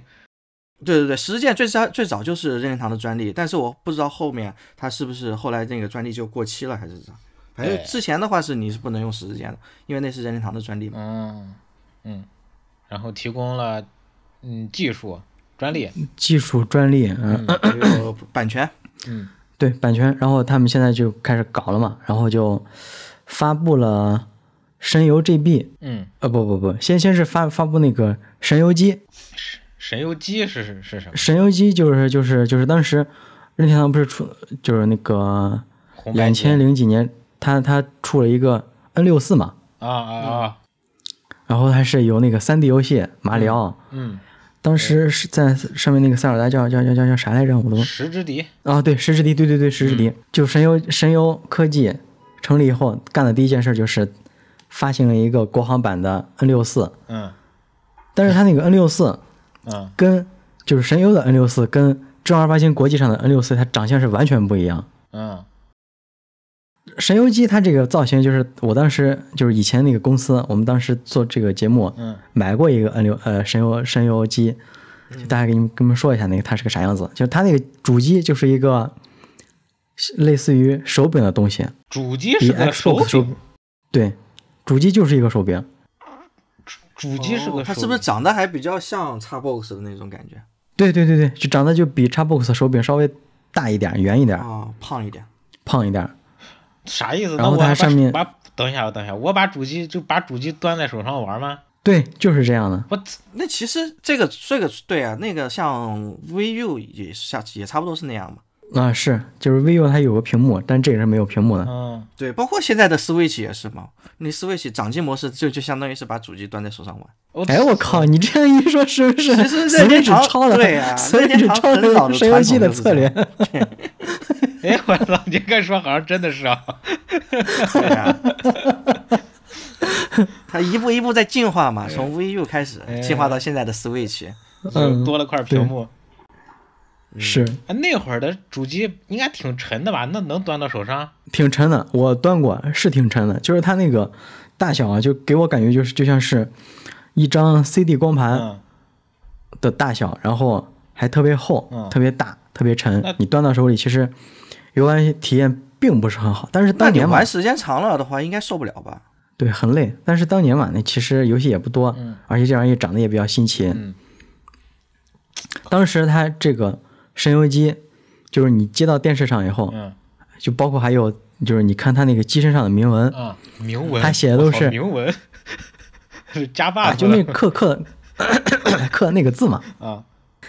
对对对，十字剑最早最早就是任天堂的专利，但是我不知道后面它是不是后来那个专利就过期了还是咋。反正对之前的话是你是不能用十嗯字剑的，因为那是任天堂的专利嘛。嗯嗯，然后提供了嗯技术专利，技术专利，嗯，还有版权，嗯对版权。然后他们现在就开始搞了嘛，然后就发布了神游 GB，嗯，呃，不不不，先先是发发布那个神游机，神游机是是是什么？神游机就是就是就是当时任天堂不是出就是那个红白两机千零几年，他他出了一个 N 六四嘛，啊啊啊，然后还是有那个三 D 游戏马里奥，嗯，当时是在上面那个塞尔达叫叫叫叫叫啥来着？我都十之敌，啊，对，石之敌，对对对，石之敌，就神游神游科技成立以后干的第一件事就是发行了一个国行版的 N 六四，嗯但是它那个 N 六四嗯跟就是神游的 N 六四跟正儿八经国际上的 N 六四它长相是完全不一样。嗯神游机它这个造型就是我当时就是以前那个公司，我们当时做这个节目嗯买过一个 N 六呃神游神游机，嗯就大概给你们跟你们说一下那个它是个啥样子，就是它那个主机就是一个类似于手柄的东西，主机比是个手 Xbox 手柄，对，主机就是一个手柄，主机是哦个它手是不是柄长得还比较像 Xbox 的那种感觉对对对对，就长得就比 Xbox 手柄稍微大一点、圆一点、啊？胖一点，胖一点。啥意思？然那后我它把上面把等一下，等一下，我把主机就把主机端在手上玩吗？对，就是这样的。我操那其实这个这个对啊，那个像 VU 也像也差不多是那样嘛。啊，是，就是 vivo 它有个屏幕，但这个是没有屏幕啊的。嗯对，包括现在的 Switch 也是嘛，你 Switch 掌机模式就就相当于是把主机端在手上玩。我哎，我靠！你这样一说，是不是哦其实任天 Switch 堂超了？对啊 Switch 任天堂超很老了的神游机的传统就是策略。哎我操！你这说好像真的是啊。对啊， 它一步一步在进化嘛，从 VU 开始哎进化到现在的 Switch。嗯就多了块屏幕。嗯是哎那会儿的主机应该挺沉的吧？那能端到手上？挺沉的，我端过，是挺沉的。就是它那个大小啊，就给我感觉就是就像是一张 CD 光盘嗯，的大小，然后还特别厚、嗯特别大、特别沉那。你端到手里，其实游玩体验并不是很好。但是那当你年嘛玩，时间长了的话，应该受不了吧？对，很累。但是当年嘛，那其实游戏也不多，嗯而且这玩意长得也比较新奇。嗯当时它这个神游机，就是你接到电视上以后，嗯就包括还有就是你看它那个机身上的铭文，啊，铭文，他写的都我操是铭文，是 加 bug 啊，的就那刻刻刻那个字嘛，啊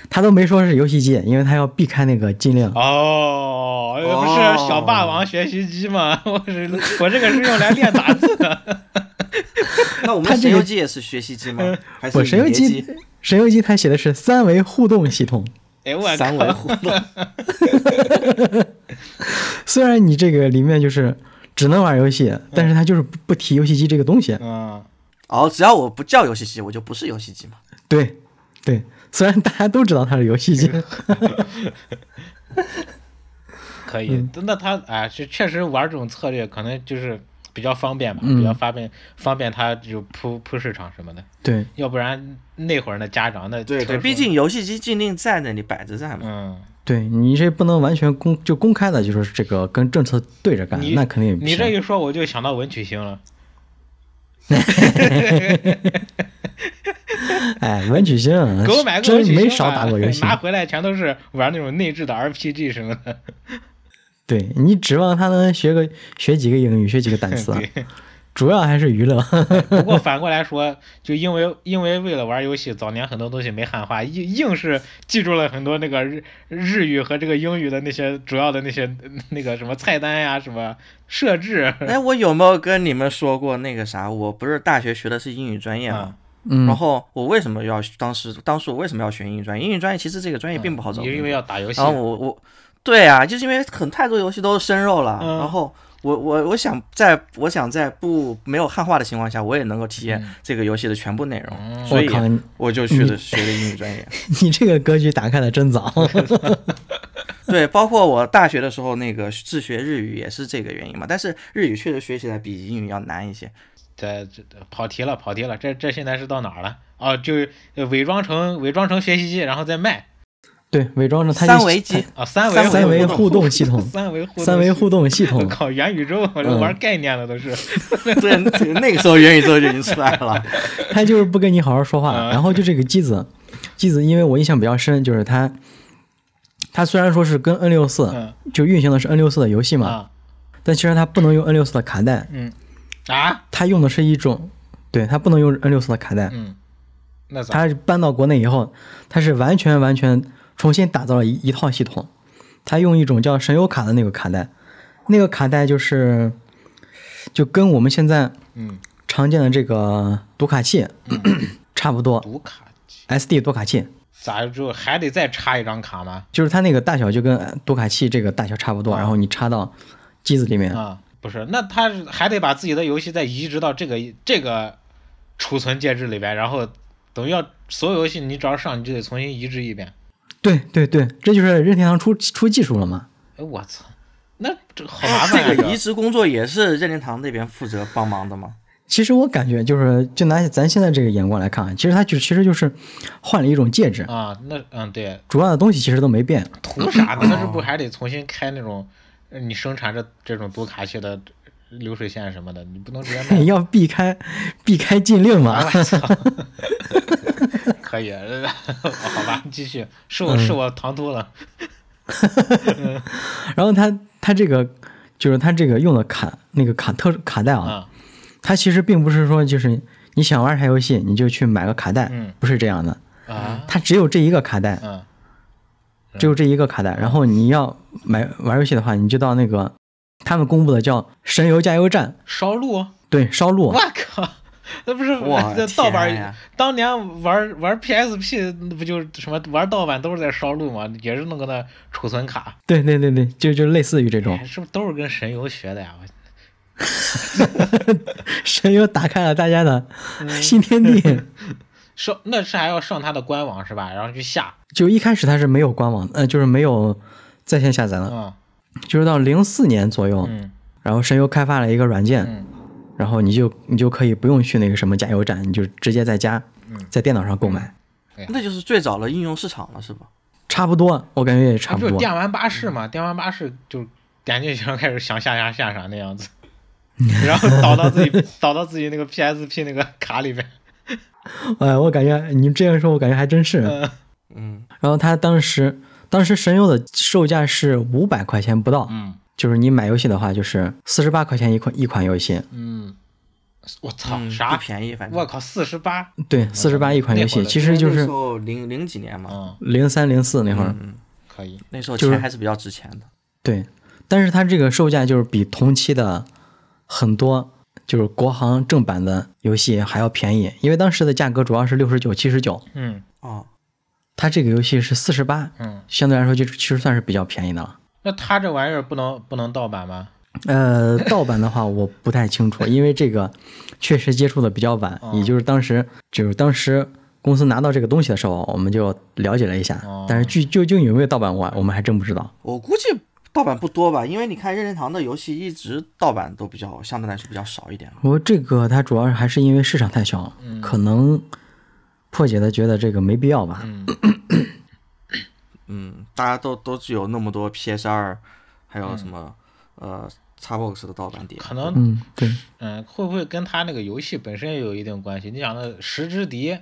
他都没说是游戏机，因为他要避开那个禁令。哦，哎不是小霸王学习机吗？ 我是我这个是用来练打字的。 那我它们这神个游机也是学习机吗？还我是神游野机，神游机他写的是三维互动系统。哎我三维互动？虽然你这个里面就是只能玩游戏，但是他就是不不提游戏机这个东西。嗯哦，只要我不叫游戏机，我就不是游戏机嘛。对，对，虽然大家都知道它是游戏机， 嗯可以，嗯那他啊，是确实玩这种策略可能就是比较方便吧，比嗯较方便方便他就铺铺市场什么的，对，要不然那会儿那家长那对对，成熟毕竟游戏机禁令在那里摆着在嘛。嗯。对你这不能完全公就公开的，就是这个跟政策对着干你，啊那肯定也不你这行。一说，我就想到文曲星了。哎，文曲星啊给我买个文曲真星吧，哎没少打过游戏。拿回来全都是玩那种内置的 RPG 什么的。对你指望他能学个学几个英语，学几个单词啊，对，主要还是娱乐。不过反过来说，就因为因为为了玩游戏，早年很多东西没汉化，硬硬是记住了很多那个日日语和这个英语的那些主要的那些那个什么菜单呀、什么设置。 哎，我有没有跟你们说过那个啥？我不是大学学的是英语专业嘛啊，，嗯然，后我为什么要当时当时我为什么要学英语专业？英语专业其实这个专业并不好找因工为啊作，因为要打游戏然，后我我，对啊，就是因为很太多游戏都是生肉了，嗯然后我我我想在我想在不没有汉化的情况下，我也能够体嗯验这个游戏的全部内容，所哦我以啊靠，你我就去了学的英语专 业。你这个格局打开的真早。对，包括我大学的时候那个自学日语也是这个原因嘛，但是日语确实学起来比英语要难一些。这这这跑题了，跑题了。这这现在是到哪儿了？哦，就是呃伪装成伪装成学习机，然后再卖对，伪装着他就三维机，啊，三维三三维维，互动系 统三维互动 三维互动嗯系我统，靠，元宇宙，我这玩概念了都是。 对，那个时候元宇宙就已经出来了。 他就是不跟你好好说话，然后就这个机子，机子，因为我印象比较深，就是它，它虽然说是跟 N 六四嗯就运行的是 N 六四的游嗯戏嘛，啊但其实它不能用 N 六四的卡带，嗯啊它用的是一种，对，它不能用 N 六四的卡带，嗯，那咋？它搬到国内以后，它是完全完全重新打造了一一套系统，它用一种叫神游卡的那个卡带，那个卡带就是就跟我们现在嗯，常见的这个读卡器、差不多读卡器，SD 读卡器。咋就还得再插一张卡吗？就是它那个大小就跟读卡器这个大小差不多，然后你插到机子里嗯面，啊，不是，那他是还得把自己的游戏再移植到这个这个储存介质里边，然后等于要所有游戏你只要上，你就得重新移植一遍。对对对，这就是任天堂出出技术了嘛。哎，我操，那这好麻 烦呀、这个移这植工作也是任天堂那边负责帮忙 的吗？其实我感觉就是，就拿咱现在这个眼光来看啊，其实它就其实就是换了一种介质，啊，那嗯对，主要的东西其实都没变。图 啥哦呢？那这不还得重新开那种呃你生产这这种读卡器的流水线什么的，你不能直接卖你。 要避开避开禁令嘛，我操， 可以， 呃好吧，继续，是嗯我是我唐突了，然后它它这个就是它这个用的卡那个卡特卡带啊，啊，它其实并不是说就是你想玩啥游戏你就去买个卡带，嗯不是这样的，啊，它只有这一个卡带，嗯，只有这一个卡带。然后你要买玩游戏的话，你就到那个他们公布的叫“神游加油站烧录。”，对，烧录我。靠，那不是哇这盗嗯天呀版？当年玩玩 PSP 那不就是什么玩盗版都是在烧录嘛，也是弄个那储存卡，对对对对，就就类似于这种哎是不是都是跟神游学的呀？我 神游打开了大家的嗯新 天地。上那是还要上它的官网是吧？然后去下，就一开始它是没有官网，呃，就是没有在线下载的，嗯就是到零四年左右，嗯然后神游开发了一个软件，嗯然后你就你就可以不用去那个什么加油站，你就直接在家嗯在电脑上购买，那就是最早的应用市场了，是吧？差不多，我感觉也差它不不啊是多。电玩巴士嘛？电玩巴士就点进去然后开始想下啥下啥那样子，然后导到自己导到自己那个 PSP 那个卡里边，哎，我感觉你这样说，我感觉还真是。嗯嗯，然后他当时当时神游的售价是五百块钱不到，嗯就是你买游戏的话，就是四十八块钱一款一款游戏，嗯，我操嗯啥不？便宜，反正我靠，四十八，对，四十八一款游嗯那戏，会儿的其实就那是时候零零几年嘛，嗯，零三零四那会嗯儿，可以。那时候就是钱还是比较值钱的。对。但是它这个售价就是比同期的很多就是国行正版的游戏还要便宜，因为当时的价格主要是六十九、七十九，嗯哦，它这个游戏是四十八，嗯，相对来说就其实算是比较便宜的了。那他这玩意儿不能不能盗版吗？呃，盗版的话我不太清楚，因为这个确实接触的比较晚，也就是当时就是当时公司拿到这个东西的时候，我们就了解了一下，但是具究竟有没有盗版我我们还真不知道。我估计盗版不多吧，因为你看任天堂的游戏一直盗版都比较相对来说比较少一点。我这个它主要还是因为市场太小，嗯可能破解的觉得这个没必要吧。嗯，大家都都只有那么多 PS 二，还有什么、呃 Xbox 的盗版碟。可能，嗯，对，嗯，会不会跟他那个游戏本身也有一定关系？你想那十之敌，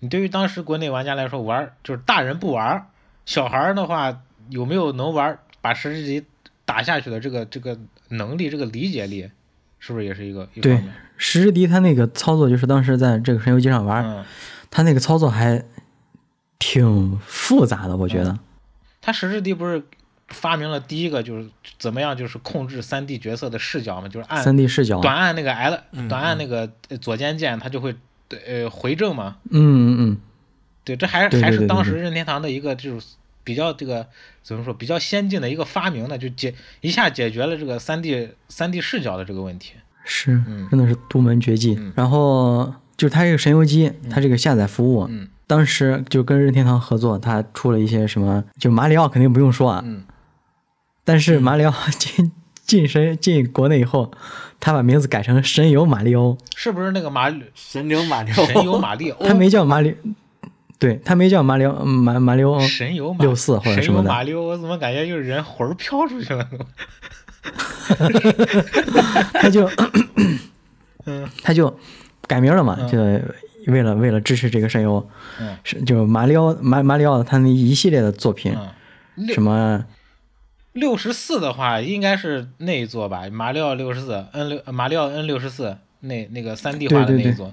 你对于当时国内玩家来说，玩儿就是大人不玩儿，小孩儿的话有没有能玩儿把十之敌打下去的这个这个能力、这个理解力，是不是也是一个一方对面？石之笛它那个操作就是当时在这个神游机上玩，嗯，它那个操作还挺复杂的，我觉嗯得。他十之敌不是发明了第一个就是怎么样就是控制三 D 角色的视角嘛，就是按三 D 嗯视角，哎短按那个 L，短按那个呃左肩键，它就会呃回正嘛。嗯嗯嗯，对，这还对还对是对当对时任天堂的一个就是比较这个怎么说比较先进的一个发明呢，就解一下解决了这个三 D 三 D 视角的这个问题。是，嗯真的是独门绝技。然后就是它这个神游机，它这个下载服务，嗯当时就跟任天堂合作，它出了一些什么，就马里奥肯定不用说啊，嗯但是马里奥 进进神进国内以后，他把名字改成神游马里欧，是不是那个马里神牛马里奥，神游马里他欧？没叫马里，对他没叫马里奥嗯马马里欧，神游马64或者神什么游的马里欧，我怎么感觉就是人魂儿飘出去了？ 嗯他就他就改名了嘛，就为了为了支持这个声优，嗯是就是马里奥马马里奥他那一系列的作品，嗯，六什么六十四的话，应该是那一座吧，马里奥六十四 N 六马里奥 N 六十四那那个三 D 对化的对那对一座，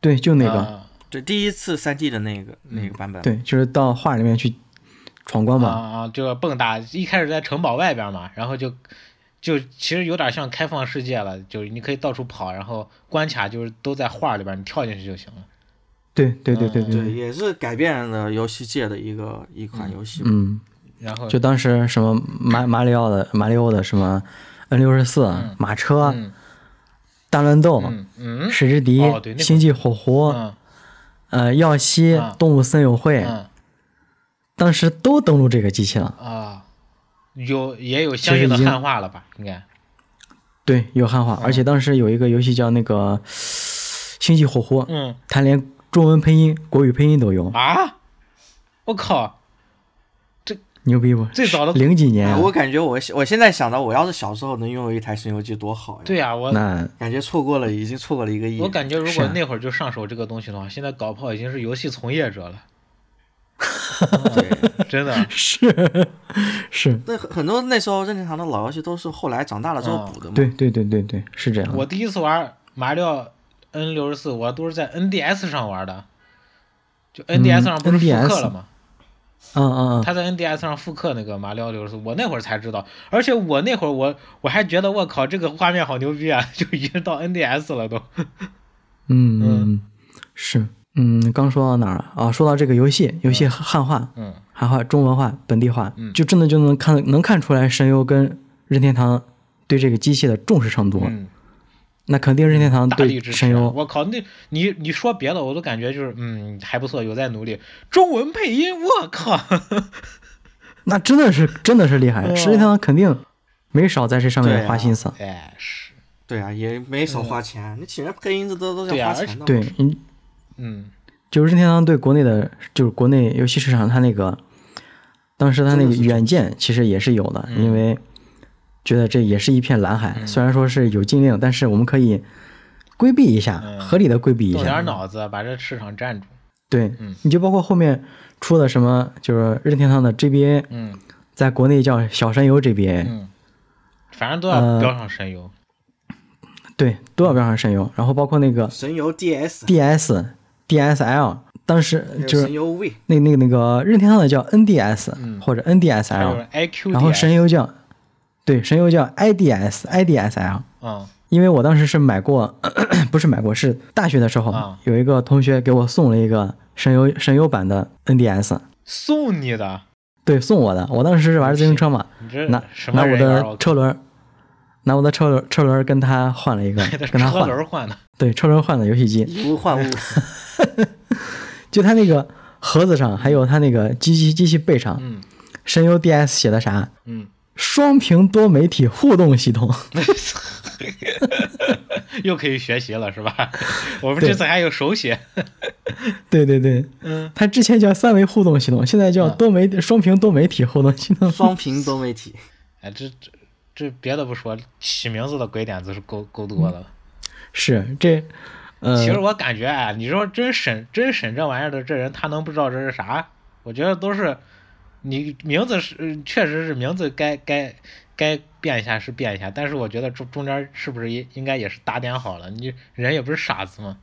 对，就那个、啊对，第一次三 D 的那个那个版本，对，就是到画里面去闯关啊嘛，啊，就蹦跶，一开始在城堡外边嘛，然后就就其实有点像开放世界了，就是你可以到处跑，然后关卡就是都在画里边，你跳进去就行了。对对对对啊对，也是改变了游戏界的一个一款游戏。嗯，然后就当时什么马马里奥的马里奥的什么 N 六十四马车、嗯大乱斗、嗯嗯石之笛、哦对那会儿星际火狐、嗯呃耀西、啊动物森友会，嗯当时都登录这个机器了。啊，有也有相应其实的已经汉化了吧？应该对，有汉嗯化，而且当时有一个游戏叫那个《星际火狐》，嗯它连中文配音、国语配音都有，啊，我靠，牛逼不？最早的零几年哎啊，我感觉我我现在想到，我要是小时候能拥有一台神游机多好呀！，对啊，我那 感觉错过了，已经错过了一个亿我。感觉如是果啊那会儿就上手这个东西的话，现在搞不好已经是游戏从业者 了，嗯真的。是是，那很很多那时候任天堂的老游戏都是后来长大了之后补的嘛。对对对对对，是这样的。我第一次玩马里奥 N 六十四，我都是在 NDS 上玩的，就 NDS 上不是复刻了吗？嗯嗯嗯，他在 NDS 上复刻那个马里奥六十四，我那会儿才知道，而且我那会儿我我还觉得我靠这个画面好牛逼啊，就已经到 NDS 了都。嗯嗯嗯，是。嗯，刚说到哪儿了啊？说到这个游戏，游戏汉化，嗯，汉化中文化、本地化，嗯就真的就能看能看出来神游跟任天堂对这个机器的重视程度。嗯，那肯定任天堂大力嗯对支神持。啊游，我靠，那你你说别的我都感觉就是嗯还不错，有在努力。中文配音，我 靠，那真的是真的是厉害，嗯任天堂肯定没少在这上面花心思。哎是，对啊，也没少花钱。你请人配音这都都是对要啊花钱的嘛。对，嗯，嗯就是任天堂对国内的，就是国内游戏市场，它那个当时它那个远见其实也是有的，嗯因为觉得这也是一片蓝海，虽然说是有禁令，但是我们可以规避一下，合理的规避一动下。嗯点脑子把这市场占住。对嗯，你就包括后面出的什么，就是任天堂的 GBA，嗯在国内叫小神游 GBA，嗯，反正都呃要标上神游。对，都要标上神游。然后包括那个神游 DS， DS、DSL，当时还有就神是游 V，那那个那个任天堂的叫 NDS 或者嗯还有 NDSL， IQ 哎然后神点，游叫对神游叫 IDS、IDSL。嗯因为我当时是买过， 不是买过，是大学的时候啊，有一个同学给我送了一个神游神游版的 NDS，送你的，对，送我的。我当时是玩自行车嘛，你这拿什拿么我人啊，的车轮儿，拿我的车轮车轮儿跟他换了一个 给他跟他车换轮儿换的，对车轮儿换的游戏机，以物换物。就他那个盒子上，还有他那个机器机器背上，嗯神游 DS 写的啥？嗯，双屏多媒体互动系统， 又可以学习了是 吧？我们对这次还有手写，对对对，嗯，它之前叫三维互动系统，现在叫嗯多媒、双屏多媒体互动系统。双屏多媒体，哎，这这这别的不说，起名字的鬼点子是够够多的了。 是这，呃，其实我感觉啊，你说真审真审这玩意儿的这人，他能不知道这是啥？我觉得都是你名字是，呃确实是名字该该该变一下是变一下，但是我觉得中中间是不是也应该也是打点好了？你人也不是傻子嘛，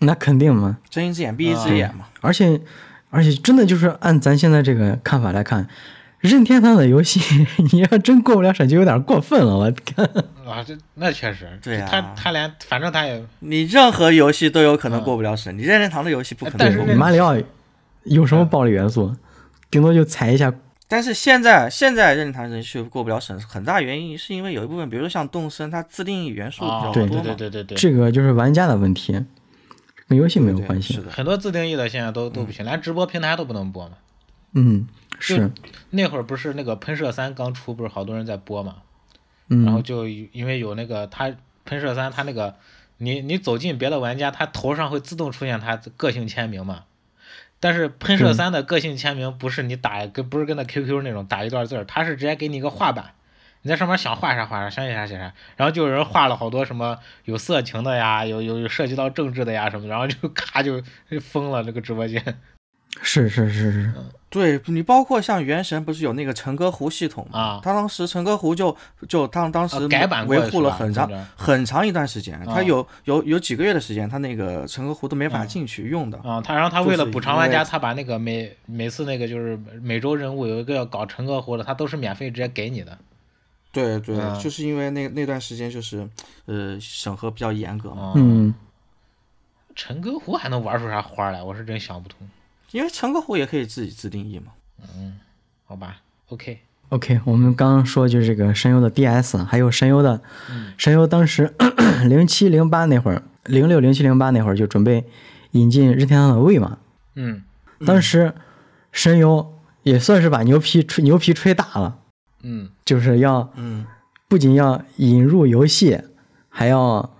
那肯定嘛，睁一只眼闭一只眼嘛。而且而且真的就是按咱现在这个看法来看，任天堂的游戏 你要真过不了审就有点过分了，我看。啊，这那确实，对呀他他连反正他也你任何游戏都有可能过不了审，你任天堂的游戏不可但能是过不那了。马里奥有什么暴力元素？顶多就踩一下，但是现在现在任天堂人去过不了审，很大原因是因为有一部分，比如说像动森，它自定义元素比啊，较对多对嘛。对对对对，这个就是玩家的问题，跟游戏没有对关系是。的，很多自定义的现在都都不行，连直播平台都不能播嘛。嗯，是，那会儿不是那个喷射三刚出，不是好多人在播嘛，然后嗯，就有因为有那个它喷射三，它那个你你走近别的玩家，他头上会自动出现他个性签名嘛。但是喷射对三的个性签名不是你打跟不是跟那 QQ 那种打一段字儿，它是直接给你一个画板，你在上面想画啥画啥，想写啥写啥。然后就有人画了好多什么有色情的呀，有有有涉及到政治的呀什么的，然后就 咔就就封了这个直播间是是是是，对你包括像《原神》不是有那个陈歌湖系统嘛？啊。他当时陈歌湖就就当当时呃改版过维的护是了吧很长中间很长一段时间，啊他有有有几个月的时间，他那个陈歌湖都没法进去用的。啊、他然后他就为了是补因偿玩家，为他把那个每每次那个就是每周任务有一个要搞陈歌湖的，他都是免费直接给你的。对对嗯，就是因为那那段时间就是呃审核比较严格嘛，啊、嗯，陈歌湖还能玩出啥花儿来？我是真想不通。因为陈歌湖也可以自己自定义嘛。好吧，OK， OK，我们刚刚说就是这个神游的 DS，还有神游的，神游当时 零七零八那会儿，零六零七零八那会儿就准备引进任天堂的 w 嘛，嗯当时神游也算是把牛皮吹牛皮吹大了，嗯就是要 嗯，不仅要引入游戏，还要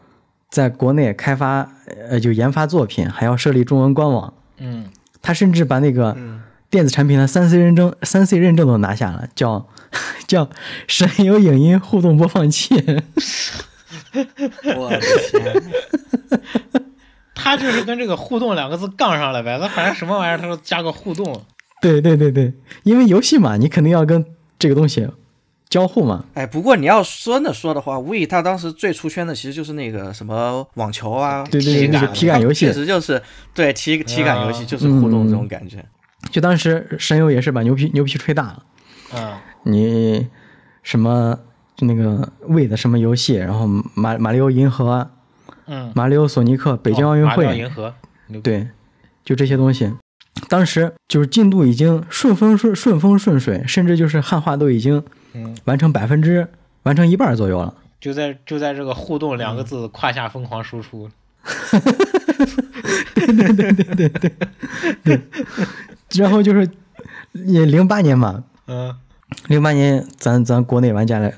在国内开发呃就研发作品，还要设立中文官网。嗯，他甚至把那个电子产品的三 C 认证三 C 认证都拿下了，叫 叫神游影音互动播放器。 我的天，他就是跟这个互动两个字杠上了呗。他反正什么玩意儿，他都加个互动。对对对对，因为游戏嘛，你肯定要跟这个东西交互嘛。哎，不过你要真的说的话，We 他当时最出圈的其实就是那个什么网球啊，对对体对，那个感体感游戏确，实就是对体体感游戏啊就是互动这种感觉。就当时神游也是把牛皮牛皮吹大了。嗯你什么就那个为的什么游戏，然后马马里奥银河、嗯，马里奥索尼克、北京奥运哦马里奥会，银河，牛逼对，就这些东西。当时就是进度已经顺风顺顺风顺水，甚至就是汉化都已经嗯，完成百分之完成一半左右了。就在就在这个互动两嗯个字胯下疯狂输出。然后就是也零八年嘛，嗯零八年咱咱国内玩家来，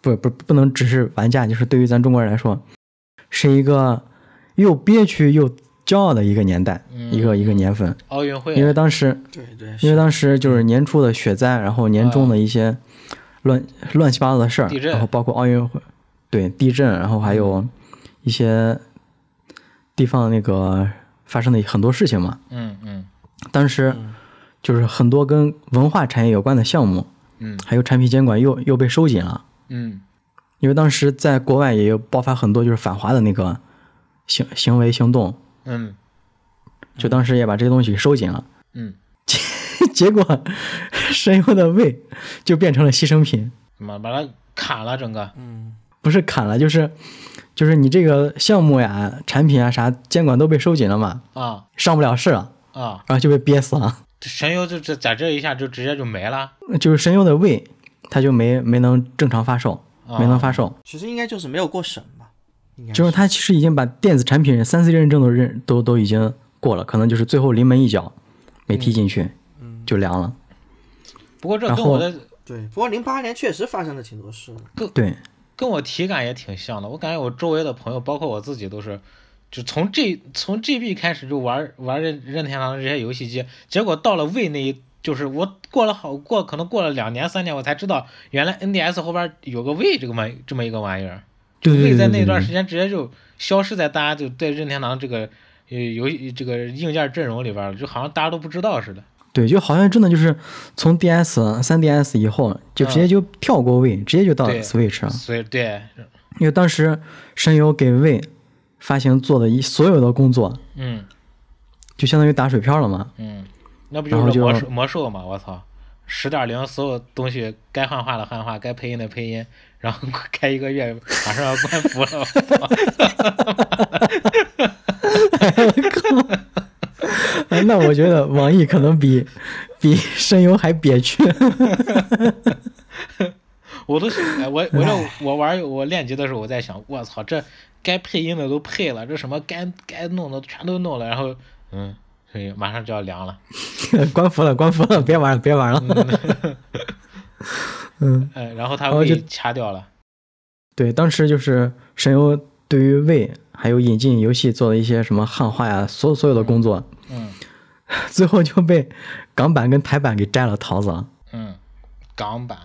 不不不能只是玩家，就是对于咱中国人来说，是一个又憋屈又骄傲的一个年代，嗯一个一个年份。奥运会，因为当时，对对，嗯因为当时就是年初的雪灾，然后年终的一些乱、乱七八糟的事儿，地震然后包括奥运会，对地震，然后还有一些地方那个发生的很多事情嘛。嗯嗯当时嗯就是很多跟文化产业有关的项目，嗯还有产品监管又又被收紧了，嗯因为当时在国外也有爆发很多就是反华的那个行行为行动，嗯就当时也把这些东西给收紧了， 嗯，结果 神游的胃就变成了牺牲品，妈把它砍了整个。嗯，不是砍了就是就是你这个项目呀、产品啊啥监管都被收紧了嘛，啊上不了市了，啊，然后就被憋死了，这神游就这在这一下就直接就没了。就是神游的胃它就没没能正常发售，啊没能发售。其实应该就是没有过审吧，应该就是它其实已经把电子产品三 C 认证都认都都已经过了，可能就是最后临门一脚没踢进嗯去，就凉了。不过这然跟我后的对。不过零八年确实发生了挺多事的，对，跟我体感也挺像的。我感觉我周围的朋友，包括我自己，都是就从 G 从 GB 开始就玩玩任任天堂的这些游戏机，结果到了 V 那一，就是我过了好过可能过了两年三年，我才知道原来 NDS 后边有个 V 这个玩这么一个玩意儿。对对 V 对在对那对段对时间直接就消失在大家就对任天堂这个呃游戏这个硬件阵容里边了，就好像大家都不知道似的。对，就好像真的就是从 DS、3DS 以后就直接就跳过位，直接就到嗯对 Switch 了。所以对，因为当时神游给位发行做的一所有的工作，嗯就相当于打水漂了嘛。 嗯，那不然后就是魔就兽魔兽嘛？我操，十点零所有东西该汉化的汉化，该配音的配音，然后 开一个月马上要关服了。 哎那我觉得网易可能比比神游还憋屈。 我都哎我我这我玩我练级的时候，我在想，我操，这该配音的都配了，这什么该该弄的全都弄了，然后嗯，所以马上就要凉了。关服了，关服了，别玩了，别玩了。嗯，嗯，然后他然后会就掐掉了。对，当时就是神游对于魏还有引进游戏做的一些什么汉化呀，所所有的工 作，嗯啊最后就被港版跟台版给摘了桃子了。嗯，港版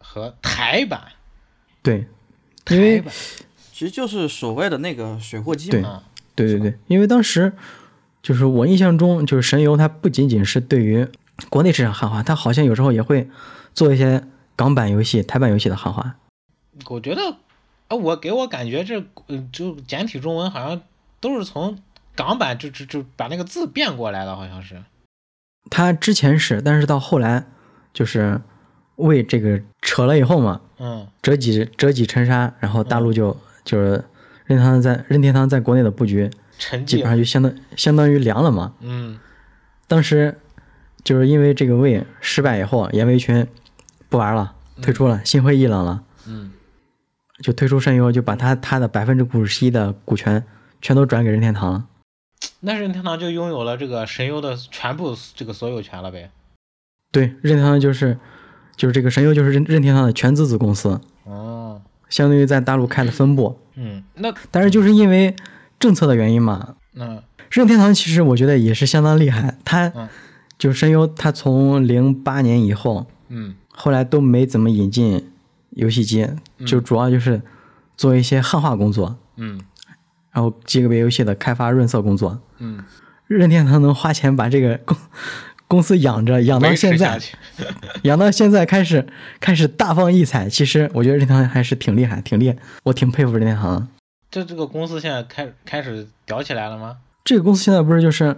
和台版，对，因台为版其实就是所谓的那个水货机对嘛。啊，对对对，因为当时就是我印象中，就是神游它不仅仅是对于国内市场汉化，它好像有时候也会做一些港版游戏、台版游戏的汉化。我觉得，啊，我给我感觉这，嗯，就简体中文好像都是从港版就就就把那个字变过来的，好像是。它之前是，但是到后来就是为这个扯了以后嘛，嗯折戟折戟沉沙，然后大陆就、就是任天堂在任天堂在国内的布局，，沉基寂本。上就相当相当于凉了嘛。嗯当时就是因为这个位失败以后，啊严维群不玩了，退出了，心灰意冷了，嗯就退出神游，就把他他的百分之五十七的股权全都转给任天堂了。那任天堂就拥有了这个神游的全部这个所有权了呗。对，任天堂就是就是这个神游就是任任天堂的全资子公司，哦，相当于在大陆开了分部。嗯，那但是就是因为政策的原因嘛，那任天堂其实我觉得也是相当厉害，它嗯就声优，它从零八年以后，嗯后来都没怎么引进游戏机，就主要就是做一些汉化工作，嗯然后这个别游戏的开发润色工作。嗯，任天堂能花钱把这个公 公司养着，养到维持现下在，去。 养到现在开始开始大放异彩。其实我觉得任天堂还是挺厉害，挺厉害，我挺佩服任天堂的。这这个公司现在开开始屌起来了吗？这个公司现在不是就是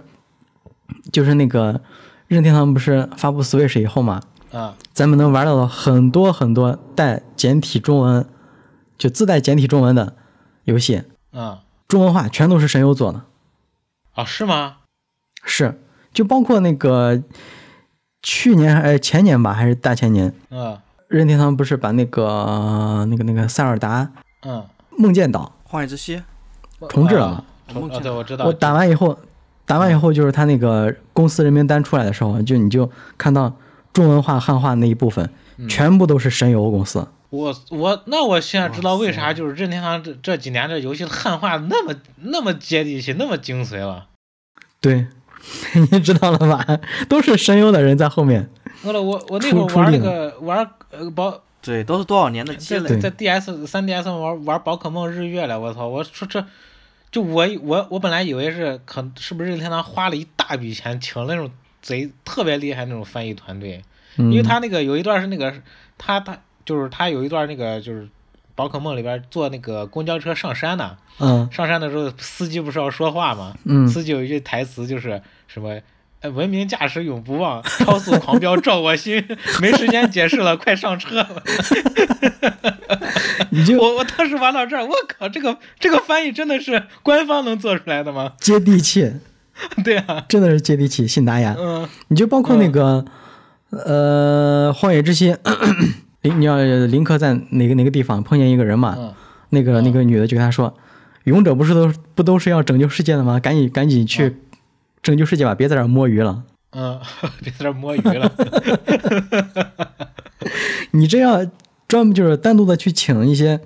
就是那个任天堂不是发布 Switch 以后嘛，啊，咱们能玩到很多很多带简体中文，就自带简体中文的游戏，嗯，中文化全都是神游做的，啊，是吗？是就包括那个去年还是前年吧，还是大前年，嗯任天堂不是把那个那个那个塞尔达嗯，梦见岛荒野之息，重置了吗？重梦啊，见对，我知道。我打完以后，打完以后就是他那个公司人名单出来的时候，就你就看到中文化汉化那一部分，全部都是神游公司。我我那我现在知道为啥就是任天堂这这几年这游戏的汉化那么那么接地气，那么精髓了。对， 你知道了吧？都是神游的人在后面。饿了，我我那出会儿出玩那力个玩呃宝对，都是多少年的积在累。对在 DS 三 DS 上玩玩宝可梦日月了，我操！我说这，就我我我本来以为是可是不是任天堂花了一大笔钱请了那种贼特别厉害那种翻译团队，嗯、因为他那个有一段是那个他他就是他有一段那个就是宝可梦里边坐那个公交车上山呢、嗯上山的时候司机不是要说话吗？嗯司机有一句台词就是什么？呃，文明驾驶永不忘，超速狂飙照我心。 没时间解释了，快上车吧。嗯你就我我当时玩到这儿，我靠，这个这个翻译真的是官方能做出来的吗？ 接地气，对啊，真的是接地气，信达雅。嗯你就包括那个、呃，荒野之息。林，你要林克在哪个哪个地方碰见一个人嘛？嗯那个那个女的就跟他说：“勇者不是都不都是要拯救世界的吗？赶紧赶紧去拯救世界吧，别在这儿摸鱼了。嗯， 别在这儿摸鱼了。你这样专门就是单独的去请一些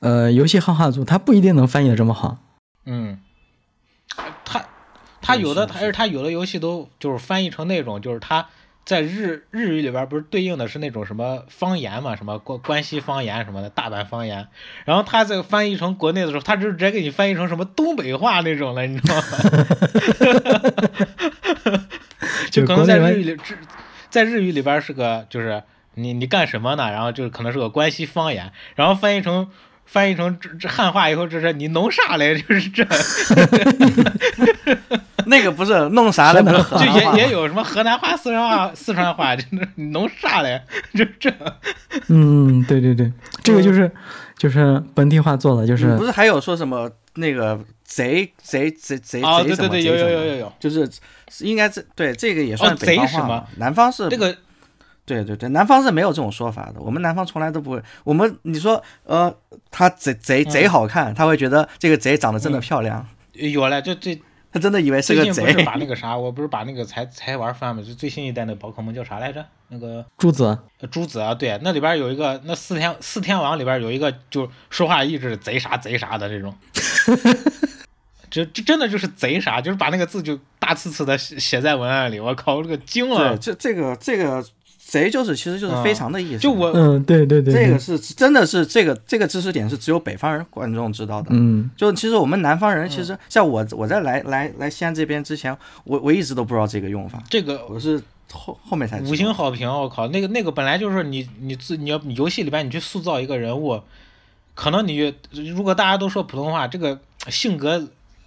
呃游戏汉化组，他不一定能翻译的这么好。嗯，他他有的，是而且他有的游戏都就是翻译成那种，就是他在日日语里边不是对应的是那种什么方言嘛，什么关关西方言什么的，大阪方言。然后他在翻译成国内的时候，他就直接给你翻译成什么东北话那种了，你知道 吗？就可能在日语里，日在日语里边是个就是你你干什么呢？然后就是可能是个关西方言，然后翻译成。翻译成这这汉话以后，就是你弄啥嘞？ 就是这，那个不是弄啥的，不是河 就南啊话吗 也也有什么河南话、四川话、 四川话，就是你弄啥嘞？就 这，嗯，对对对，这个就是就是本地化做的，就你是嗯不是还有说什么那个贼贼贼贼哦，贼对什对么对，贼有什有么有有有，就是应该这对这个也哦算北贼方什话么嘛，南方是这个对对对，南方是没有这种说法的。我们南方从来都不会，我们你说呃，他贼贼贼嗯好看，他会觉得这个贼长得真的漂亮，有了，就最他真的以为是嗯最个近不是贼。把那个啥，我不是把那个才才玩翻嘛，就最新一代那宝可梦叫啥来着？那个朱子，呃朱子啊，对，那里边有一个那四天四天王里边有一个就说话一直是贼啥贼啥的这种， 这这真的就是贼啥，就是把那个字就大刺刺的写写在文案里，我靠，我这个惊对，了，这这个这个贼就是其实就是非常的意思。就我嗯，对对对，这对个是真的是这个这个知识点是只有北方人观众知道的。嗯就其实我们南方人，其实嗯像我我在来来来西安这边之前，我我一直都不知道这个用法，这个我是后后面才知道。五星好评，我靠，那个那个本来就是你你自你要你游戏里边你去塑造一个人物，可能你如果大家都说普通话，这个性格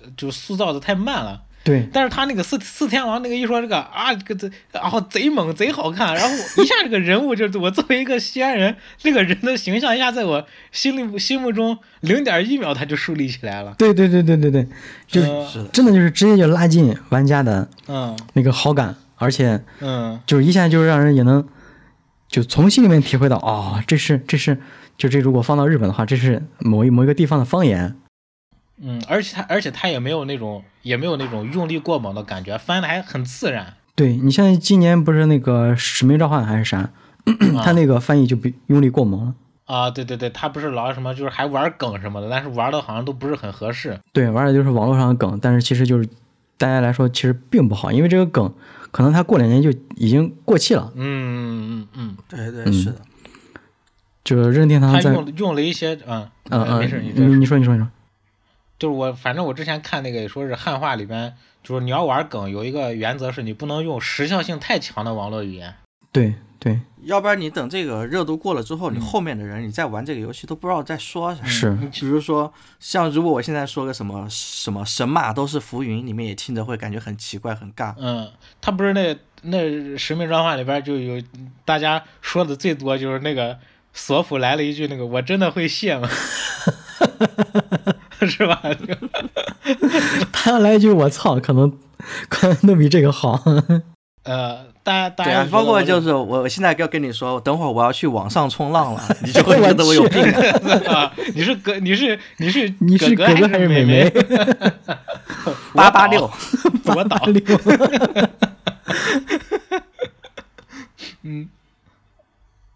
呃就塑造的太慢了。对，但是他那个四四天王那个一说这个啊，这个这然后贼猛贼好看，然后我一下这个人物就是我作为一个西安人，这个人的形象一下在我心里心目中零点一秒他就树立起来了，对对对对对对，就是呃是的，真的就是直接就拉近玩家的嗯那个好感，而且嗯就是一下就是让人也能就从心里面体会到，哦，这是这是就这如果放到日本的话，这是某一某一个地方的方言。嗯，而且他而且他也没有那种也没有那种用力过猛的感觉，翻的还很自然，对你像今年不是那个《使命召唤》还是啥， 他那个翻译就比用力过猛了。啊对对对，他不是老什么就是还玩梗什么的，但是玩的好像都不是很合适，对，玩的就是网络上的梗，但是其实就是大家来说其实并不好，因为这个梗可能他过两年就已经过气了。嗯嗯嗯对对嗯是的，就是任嗯，天堂他在，用用了一些嗯嗯没事嗯，你这你你说你说你说，就是我，反正我之前看那个也说是汉化里边，就是你要玩梗，有一个原则是你不能用时效性太强的网络语言。对 对要不然你等这个热度过了之后，你后面的人你再玩这个游戏都不知道在说啥。嗯是，比如说，像如果我现在说个什么什么神马都是浮云，你们也听着会感觉很奇怪很尬。嗯，他不是那那《使命召唤》里边就有大家说的最多就是那个索普来了一句那个我真的会谢吗？ 是吧？他要来一句我操，可能可能都比这个好。 呃，大家大对家啊觉，得包括我这就是我我现在要跟你说，等会儿我要去网上冲 浪了，你就会觉得我有病。啊， 你是格你是你是你是哥哥哥还还是妹妹妹？我八倒 八六， 我 倒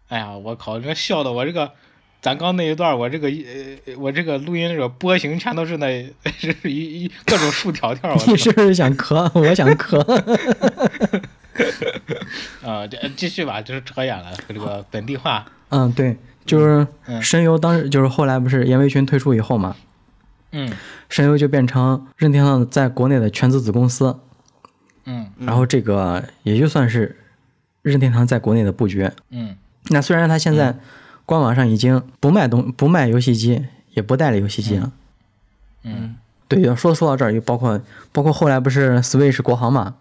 哎呀，我靠！这笑的我这个，咱刚那一段，我这个呃，我这个录音这个波形全都是那 是一一各种竖条条，我你操！是不是想咳？我想咳。啊，这继续吧，就是扯远了，这个本地化， 嗯，对，就是嗯神游当时就是后来不是岩维群退出以后嘛，嗯神游就变成任天堂在国内的全资子公司，嗯然后这个也就算是任天堂在国内的布局。嗯那虽然它现在官网上已经不卖东不卖游戏机，也不代理游戏机了。嗯对，要说说到这儿，又包括包括后来不是 Switch 国行嘛，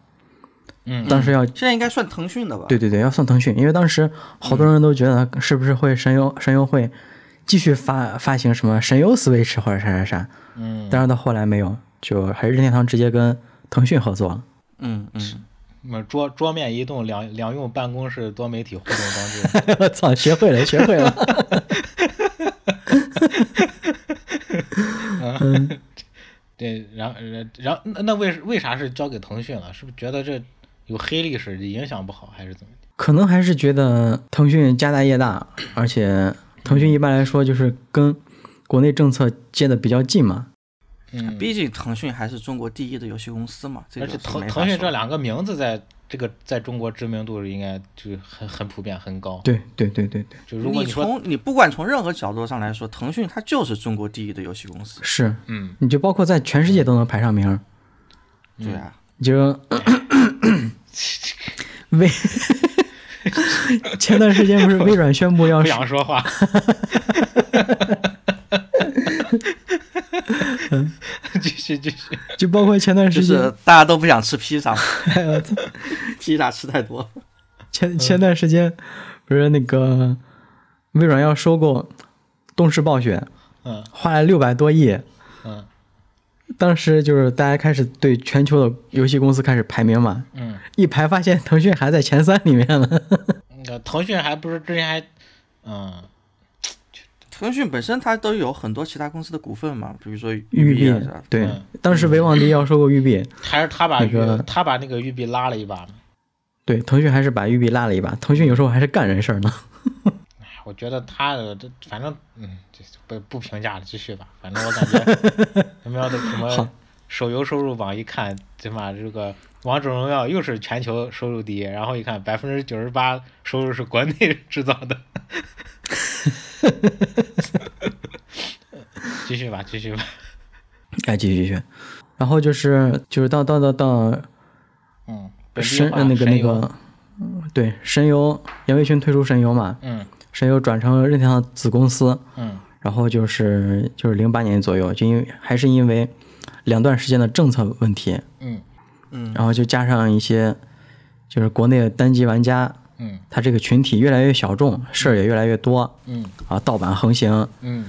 嗯，当时要现在应该算腾讯的吧？对对对，要算腾讯，因为当时好多人都觉得是不是会神游神游会继续发发行什么神游 Switch 或者啥啥啥，嗯，但是到后来没有，就还是任天堂直接跟腾讯合作了。 嗯嗯，那么桌桌面移动两两用办公室多媒体互动装置，我操，学会了，学会了。 对，然后然然后那那为为啥是交给腾讯了？是不是觉得这有黑历史，影响不好，还是怎么？可能还是觉得腾讯家大业大，而且腾讯一般来说就是跟国内政策接的比较近嘛。嗯，毕竟腾讯还是中国第一的游戏公司嘛，这而个且是腾没法腾讯说这两个名字在这个在中国知名度应该就是很很普遍很高。对对对对对，就如果你说从你不管从任何角度上来说，腾讯它就是中国第一的游戏公司，是，嗯，你就包括在全世界都能排上名儿，嗯对啊，就 微前段时间不是微软宣布要不想说话，继续继续，就包括前段就时是间，大家都不想吃 披萨嘛， 哎我操披萨吃太多，前前段时间不是那个微软要收购动视暴雪，嗯花了六百多亿。嗯当时就是大家开始对全球的游戏公司开始排名嘛，嗯，一排发现腾讯还在前三里面呢。那个腾讯还不是之前还嗯腾讯本身它都有很多其他公司的股份嘛，比如说育碧碧啊啥的，对嗯，当时维旺迪要收购育碧，还是他把那玉个他把那个玉碧拉了一把嘛。对，腾讯还是把育碧拉了一把。腾讯有时候还是干人事儿呢。 哎我觉得他的这 反正嗯，这不不评价了，继续吧。反正我感觉也没有什么好手游收入榜一看，他妈这个王者荣耀又是全球收入第一，然后一看百分之九十八收入是国内制造的。继续吧，继续吧。哎，继续继续。然后就是就是到到到到嗯，本地神化呃那个那，神游个，嗯对神游严维群退出神游嘛，嗯神游转成任天堂子公司，嗯然后就是就是零八年左右，就因为还是因为两段时间的政策问题，嗯嗯然后就加上一些就是国内的单机玩家，嗯他这个群体越来越小众，事儿也越来越多嗯啊，盗版横行，嗯，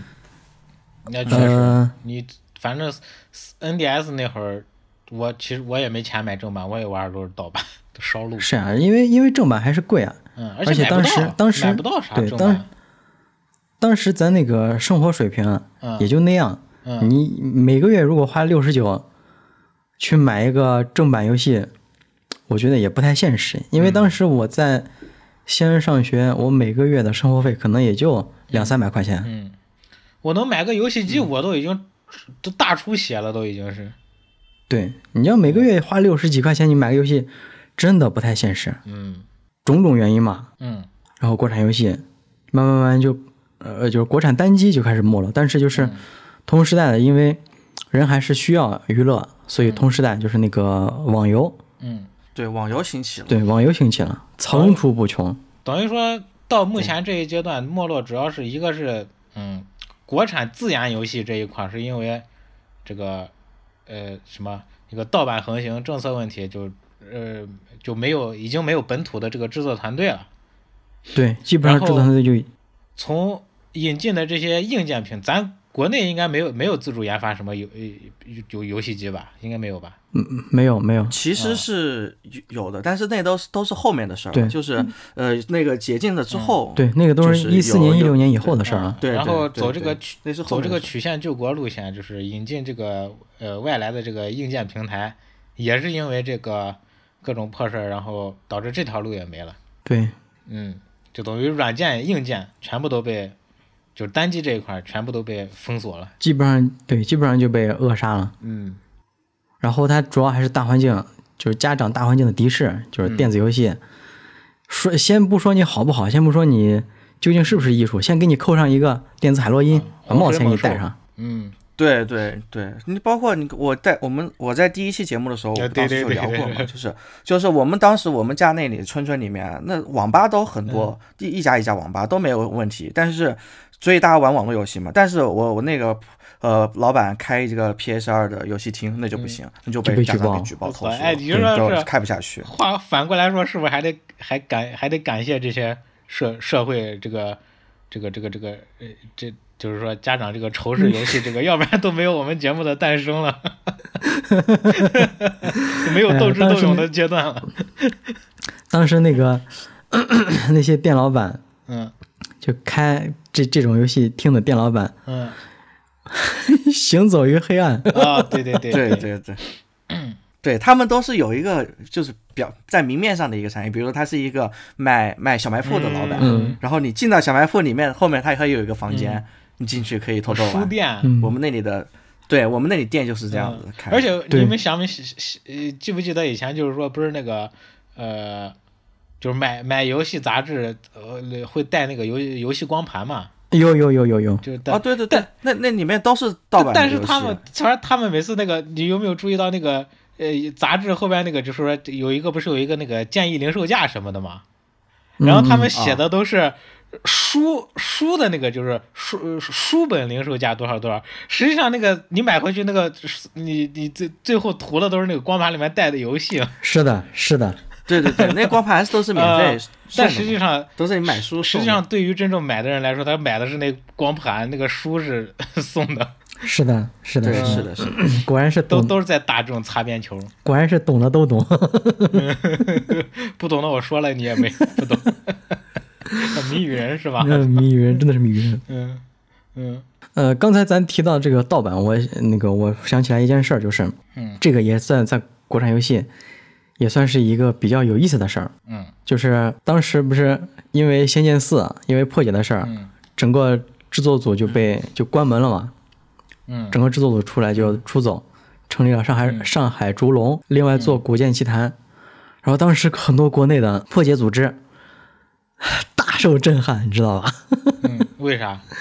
那确实。呃，你反正 S- NDS 那会儿，我其实我也没钱买正版，我也玩的都是盗版，都烧录。是啊，因为因为正版还是贵啊，嗯，而而且买当不时到，当时买不到啥对正当版。当时咱那个生活水平啊嗯也就那样，嗯你每个月如果花六十九去买一个正版游戏，我觉得也不太现实，因为嗯当时我在西安上学，我每个月的生活费可能也就两三百块钱。嗯，我能买个游戏嗯机，我都已经都大出血了，都已经是。对，你要每个月花六十几块钱，你买个游戏，真的不太现实，嗯种种原因嘛。嗯然后国产游戏慢慢慢慢就，呃，就是国产单机就开始没了，但是就是嗯同时代的，因为人还是需要娱乐，所以同时代就是那个网游。嗯，对，网游兴起了。对，网游兴起了，层出不穷。等于说到目前这一阶段没落，主要是一个是嗯，国产自研游戏这一块儿是因为这个呃什么一个盗版横行政策问题就。呃，就没有，已经没有本土的这个制作团队了。对，基本上然制后作团队就从引进的这些硬件品，咱国内应该没有没有自主研发什么游游游游戏机吧？应该没有吧？嗯没有没有，其实是有有的，但是那都是都是后面的事儿啊对嗯了，就是呃那个解禁了之后，对，那个都就是是一四有嗯年、一有六年以后的事儿了。对嗯然对后对走这个对曲那是后走面这的个事曲线救国路线，就是引进这个呃外来的这个硬件平台，也是因为这个各种破事儿，然后导致这条路也没了。对嗯，就等于软件、硬件全部都被，就是单机这一块儿全部都被封锁了。基本上对基本上就被扼杀了。嗯然后它主要还是大环境，就是家长大环境的敌视，嗯就是电子游戏。说先不说你好不好，先不说你究竟是不是艺术，先给你扣上一个电子海洛因，把洪帽水子先给猛你戴兽上。嗯对对对，你包括你我在我们我在第一期节目的时候，我啊们对当时就对对 聊过嘛，对就是就是我们当时我们家那里村村里面啊那网吧都很多，嗯一一家一家网吧都没有问题，但是所以大家玩网络游戏嘛，但是我我那个。呃，老板开这个 PS 二的游戏厅，那就嗯不行，那就就被被家举长报给举报投诉了，哎你说对是就开不下去。话反过来说，是不是还得还感还得感谢这些社社会这个这个这个这个呃这就是说家长这个仇视游戏这个，要不然都没有我们节目的诞生了， 就没有斗智斗勇的阶段了。当时那个 那些店老板嗯就开这这种游戏厅的店老板，嗯行走于黑暗。啊，对对对对对对， 对他们都是有一个就是表在明面上的一个产业，比如说他是一个卖卖小卖铺的老板，嗯然后你进到小卖铺里面，后面他还有一个房间，你进去可以偷偷书玩。店。嗯嗯我们那里的，对我们那里店就是这样子开的，而且对你们想没呃记不记得以前就是说不是那个呃，就是买买游戏杂志呃会带那个游游戏光盘嘛，有有有有有，就是带啊，对对对，那那里面都是盗版的但是游戏他们，反正他们每次那个，你有没有注意到那个呃杂志后边那个，就是说有一个不是有一个那个建议零售价什么的嘛？嗯然嗯后啊他们写的都是书、书的那个，就是书呃书本零售价多少多少。实际上那个你买回去那个，你你最最后涂的都是那个光盘里面带的游戏，是的，是的，对对对，那光盘都是免费呃送的嘛，但实际上。都是你买书实送的，际上，对于真正买的人来说，他买的是那光盘，那个书是 送的，是的，是的，对的是的是的。果然是都懂，都是在打这种擦边球。果然是懂的 都懂。不懂的我说了你也没 不懂，谜语人是吧？嗯，谜语人真的是谜语人。嗯嗯呃，刚才咱提到这个盗版，我那个我想起来一件事儿，就是嗯这个也算在国产游戏也算是一个比较有意思的事儿，嗯就是当时不是因为《仙剑四》啊因为破解的事儿，嗯整个制作组就被就关门了嘛，嗯嗯整个制作组出来就出走，成立了上海、上海烛龙，另外做《古剑奇谭》然后当时很多国内的破解组织大受震撼，你知道吧？嗯，为啥？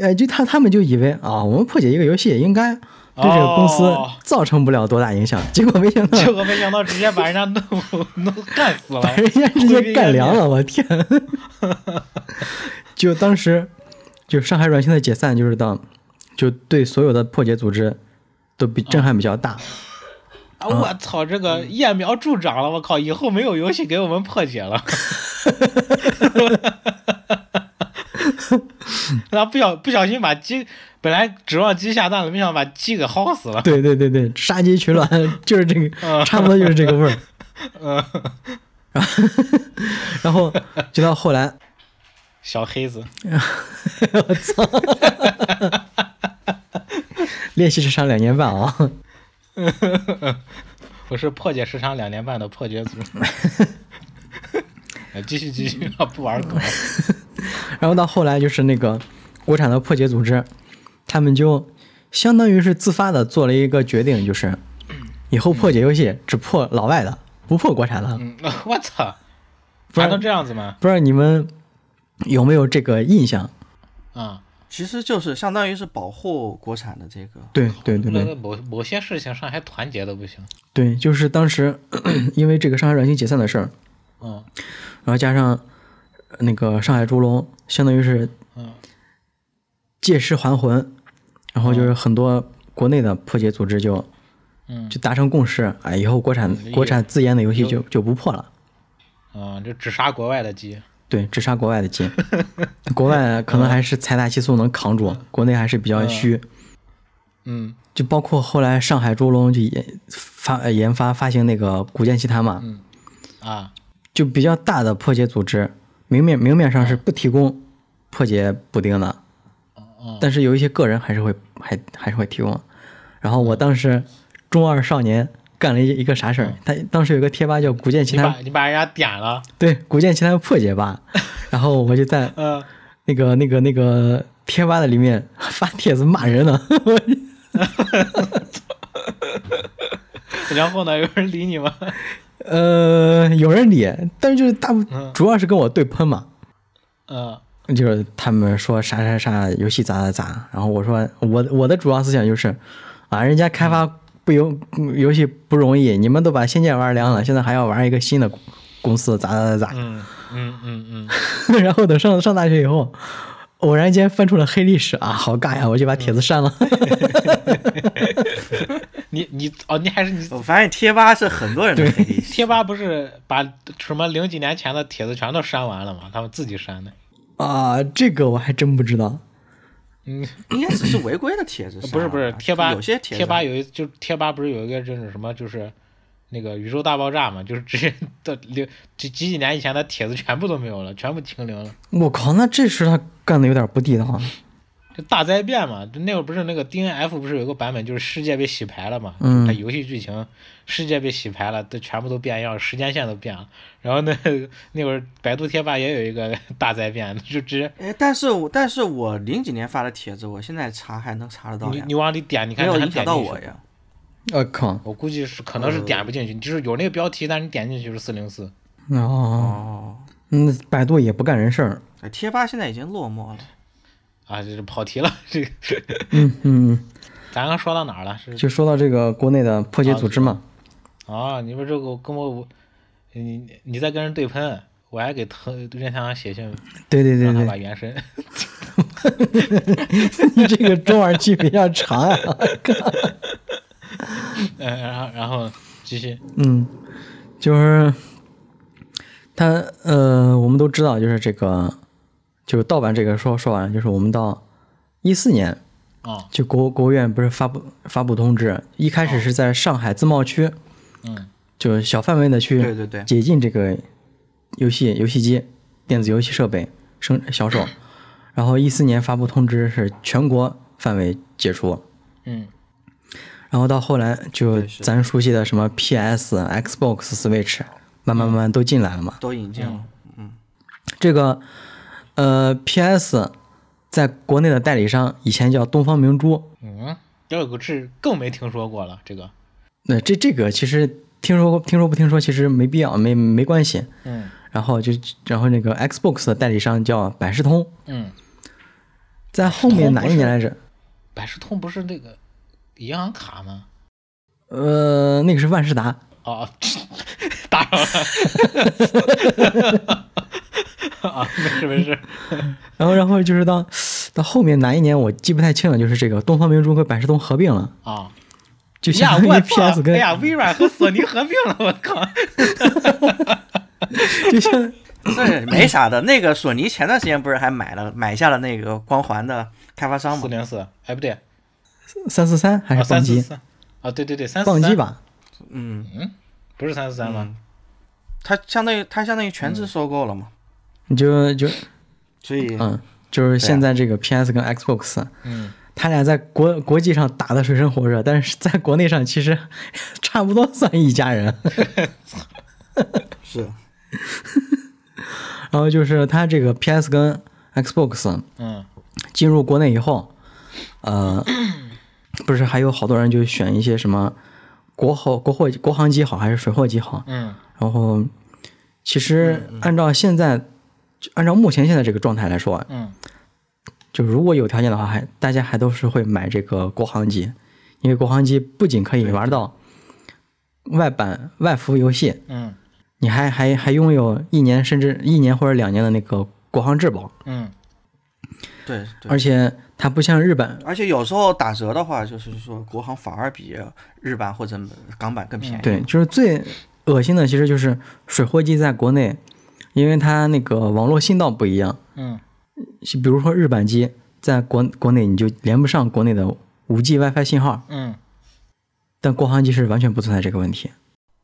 哎，就他他们就以为啊，我们破解一个游戏应该对这个公司哦造成不了多大影响，结果没 想到结果没想到直接把人家弄弄干死了把，人家直接干凉了，我天！就当时就上海软星的解散，就是当就对所有的破解组织都比震撼比较大。啊！我操，这个揠苗助长了，我靠，以后没有游戏给我们破解了。然后不小不小心把鸡，本来指望鸡下蛋了，没想到把鸡给薅死了。对对对对，杀鸡取卵就是这个，差不多就是这个味儿。然后，然后直到后来，小黑子，我操！练习时长两年半啊，我是破解时长两年半的破解组。 哎继续继续，不玩了。然后到后来就是那个国产的破解组织，他们就相当于是自发的做了一个决定，就是以后破解游戏只破老外的，不破国产的。嗯，我操，不还然能这样子吗？不知道你们有没有这个印象？啊、其实就是相当于是保护国产的这个，对对对那对个某某些事情上还团结的不行。对，就是当时 因为这个上海软星解散的事儿，嗯然后加上呃那个上海猪龙，相当于是嗯借尸还魂，然后就是很多国内的破解组织就哦嗯就达成共识，哎，以后国产嗯国产自研的游戏就就不破了。嗯，这只杀国外的鸡。对，只杀国外的鸡， 国外可能还是财大气粗能扛住，国内还是比较虚。嗯就包括后来上海猪龙就也发呃研发发行那个《古剑奇谭》嗯嘛，啊就比较大的破解组织，明面明面上是不提供破解补丁的，但是有一些个人还是会还还是会提供。然后我当时中二少年干了一一个啥事儿？他当时有个贴吧叫《古剑奇你谭把》，你把人家点了。对，《古剑奇谭》破解吧。然后我就在嗯，那个那个那个贴吧的里面发帖子骂人呢。 然后呢？有人理你吗？ 呃，有人理，但是就是大部嗯主要是跟我对喷嘛，嗯就是他们说啥啥啥游戏咋咋咋，然后我说我我的主要思想就是啊，人家开发不游游戏不容易，你们都把《仙剑》玩凉了，现在还要玩一个新的公司咋咋咋嗯嗯嗯嗯咋， 然后等上上大学以后。偶然间翻出了黑历史啊，好尬呀！我就把帖子 删了。你你哦，你还是你我发现呃贴吧是很多人的黑历史。贴吧不是把什么零几年前的帖子全都删完了吗？他们自己删的。啊，这个我还真不知道。嗯，应该只是违规的帖子删了吧，呃不是不是，贴吧有些帖贴子吧有一就贴吧不是有一个就是什么就是那个宇宙大爆炸嘛，就是直接的零几几几年以前的帖子全部都没有了，全部清零了。我靠，那这事他干的有点不地道啊。就大灾变嘛，就那会儿不是那个 D N F 不是有个版本就是世界被洗牌了嘛，嗯它游戏剧情世界被洗牌了，都全部都变样，时间线都变了。然后那那会儿百度贴吧也有一个 大灾变，就直接哎，但是我但是我零几年发的帖子，我现在查还能查得到你呀，你往里点，你没看有能影点响到进去我。呀。呃我靠，我估计是可能是点不进去，就是有那个标题，但是你点进去是四零四。哦，哦，嗯，百度也不干人事儿。哎贴吧现在已经落寞了。啊，这是跑题了，这个嗯嗯，咱刚说到哪儿了？是嗯就说到这个国内的破解组织嘛，啊，你们这个跟我我，你你在跟人对喷，我还给腾任天堂写信，啊对对对让他对，把原神。你 这个中耳期比较长啊。嗯， 然后然后继续，嗯，就是他呃，我们都知道，就是这个，就是盗版这个说说完，就是我们到一四年，啊，就国国务院不是发布发布通知，一开始是在上海自贸区，嗯就是小范围的去对对对，解禁这个游戏游戏机、电子游戏设备生销售，然后一四年发布通知是全国范围解除，嗯然后到后来就对是的咱熟悉的什么 PS、Xbox、Switch，慢慢慢慢都进来了嘛。都引进嗯了。这个呃 PS 在国内的代理商以前叫东方明珠，嗯，摇滚是更没听说过了。这个，那这这个其实听说过，听说不听说其实没必要，没没关系。嗯然后就然后那个 Xbox 的代理商叫百事通，嗯，在后哦面哪一年来着？百事通不是那个银行卡吗？呃，那个是万事达。哦， 打扰了。 啊，没事没事。然后然后就是到到后面哪一年我记不太清了，就是这个东方明珠和百事通合并了，啊，就呀，相当我于操 PS！哎跟呀，微软和索尼合并了，我靠！就像这没啥的。那个索尼前段时间不是还买了买下了那个光环的开发商四吗？零四，哎不对，啊三四三还是三棒四机？三，啊对对对，三棒四机三，吧？嗯，不是三四三吗？它相当于它相当于全资收购了嗯嘛，你就就所以嗯，就是现在这个 PS 跟 Xbox，啊嗯，它俩在国国际上打得水深火热，但是在国内上其实 差不多算一家人。 是然后就是它这个 PS 跟 Xbox 嗯进入国内以后，呃，不是还有好多人就选一些什么国货国货国行机好还是水货机好？嗯然后其实按照现在，就按照目前现在这个状态来说，啊嗯就如果有条件的话，还大家还都是会买这个国行机，因为国行机不仅可以玩到外版外服游戏，嗯你还还还拥有一年甚至一年或者两年的那个国行质保，嗯对对。而且它不像日本，而且有时候打折的话，就是说国行反而比日版或者港版更便宜。对，就是最恶心的其实就是水货机在国内，因为它那个网络信道不一样，嗯比如说日版机在国国内你就连不上国内的五 G WiFi 信号，嗯但国行机是完全不存在这个问题。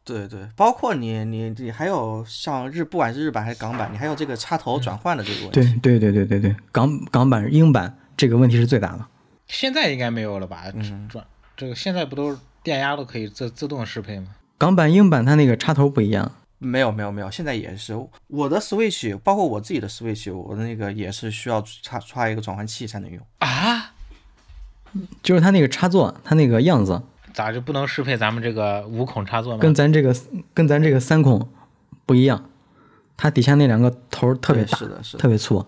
对对，包括你你你还有像日不管是日版还是港版，你还有这个插头转换的这个问题。对对对对对对，港港版、英版这个问题是最大的。现在应该没有了吧？嗯转这个现在不都是电压都可以自自动适配吗？港版、英版它那个插头不一样，没有没有没有，现在也是我的 Switch，包括我自己的 Switch，我的那个也是需要插插一个转换器才能用。啊，就是它那个插座，它那个样子咋就不能适配咱们这个五孔插座吗？跟咱这个跟咱这个三孔不一样，它底下那两个头儿特别对大，是的，是的。特别粗，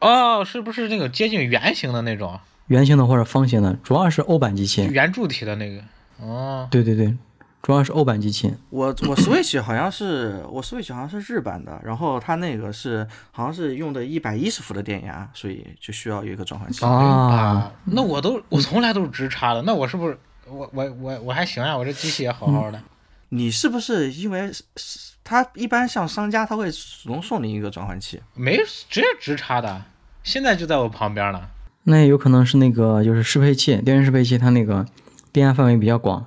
哦，是不是那种接近圆形的那种圆形的或者方形的，主要是欧版机器。圆柱体的那个？哦，对对对，主要是欧版机器。我我 Switch 好像是我 Switch 好像是日版的，然后它那个是好像是用的一百一十伏的电压，所以就需要有一个转换器。啊，，那我都我从来都是直插的，那我是不是我我我我还行啊？我这机器也好好的。你是不是因为是是它一般像商家他会主动送你一个转换器？没直接直插的，现在就在我旁边了。那也有可能是那个就是适配器，电源适配器它那个电压范围比较广，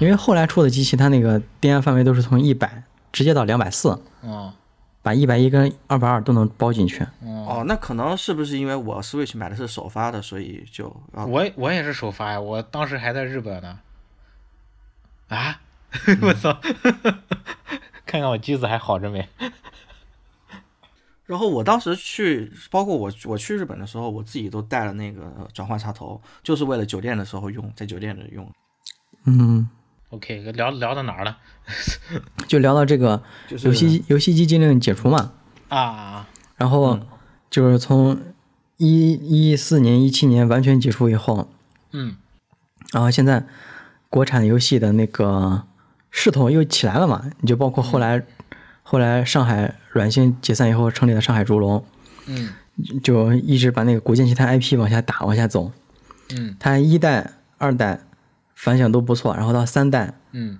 因为后来出的机器它那个电压范围都是从一百直接到两百四，嗯把一百一跟二百二都能包进去。嗯，哦，那可能是不是因为我 Switch 买的是首发的，所以就啊，我我也是首发呀，我当时还在日本呢。啊，嗯 我操！看看我机子还好着没？然后我当时去，包括我我去日本的时候，我自己都带了那个呃转换插头，就是为了酒店的时候用，在酒店里用。嗯， OK，聊聊到哪儿了？就聊到这个就是游戏游戏机禁令解除嘛，啊，然后就是从一一四年一七年完全解除以后，嗯然后现在国产游戏的那个势头又起来了嘛，你就包括后来、后来上海软星解散以后成立的上海竹龙，嗯就一直把那个古剑奇谭 IP 往下打往下走。嗯它一代、二代反响都不错，然后到三代嗯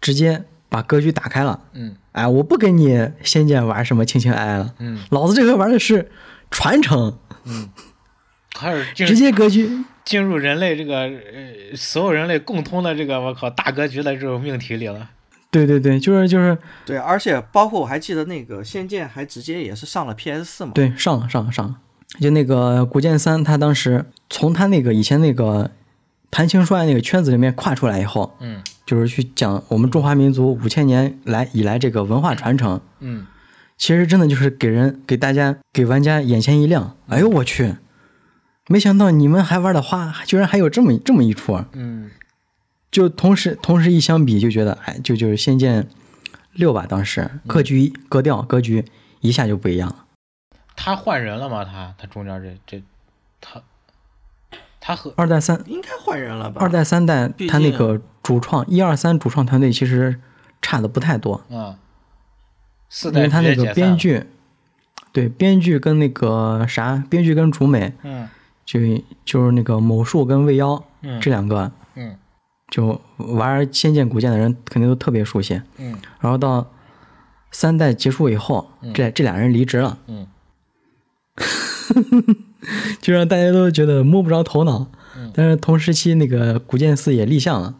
直接把格局打开了。嗯哎，我不跟你仙剑玩什么情情爱爱了，嗯，老子这回玩的是传承，开始进直接格局进入人类这个呃所有人类共通的这个我靠大格局的这种命题里了。对对对，就是就是对，而且包括我还记得那个《仙剑》还直接也是上了 PS 四嘛。对，上了上了上了，就那个古剑三，他当时从他那个以前那个谈情说爱那个圈子里面跨出来以后，嗯就是去讲我们中华民族五千年来以来这个文化传承，嗯其实真的就是给人给大家给玩家眼前一亮，哎呦我去，没想到你们还玩的花，居然还有这么这么一出啊儿。嗯就同时同时一相比，就觉得哎，就就是《仙剑六》吧，当时格局格调格局一下就不一样了。，他换人了吗？他他中间这这，他他和二代三应该换人了吧？二代三代毕，他那竟个主创一二三主创团队其实差的不太多，嗯四因代为他那直接解散个编了，剧，对编剧跟那个啥编剧跟竹美，嗯就就是那个某树跟未央嗯这两个，嗯就玩《仙剑》古剑的人肯定都特别熟悉。嗯然后到三代结束以后，这这俩人离职了，嗯就让大家都觉得摸不着头脑。但是同时期那个古剑四也立项了，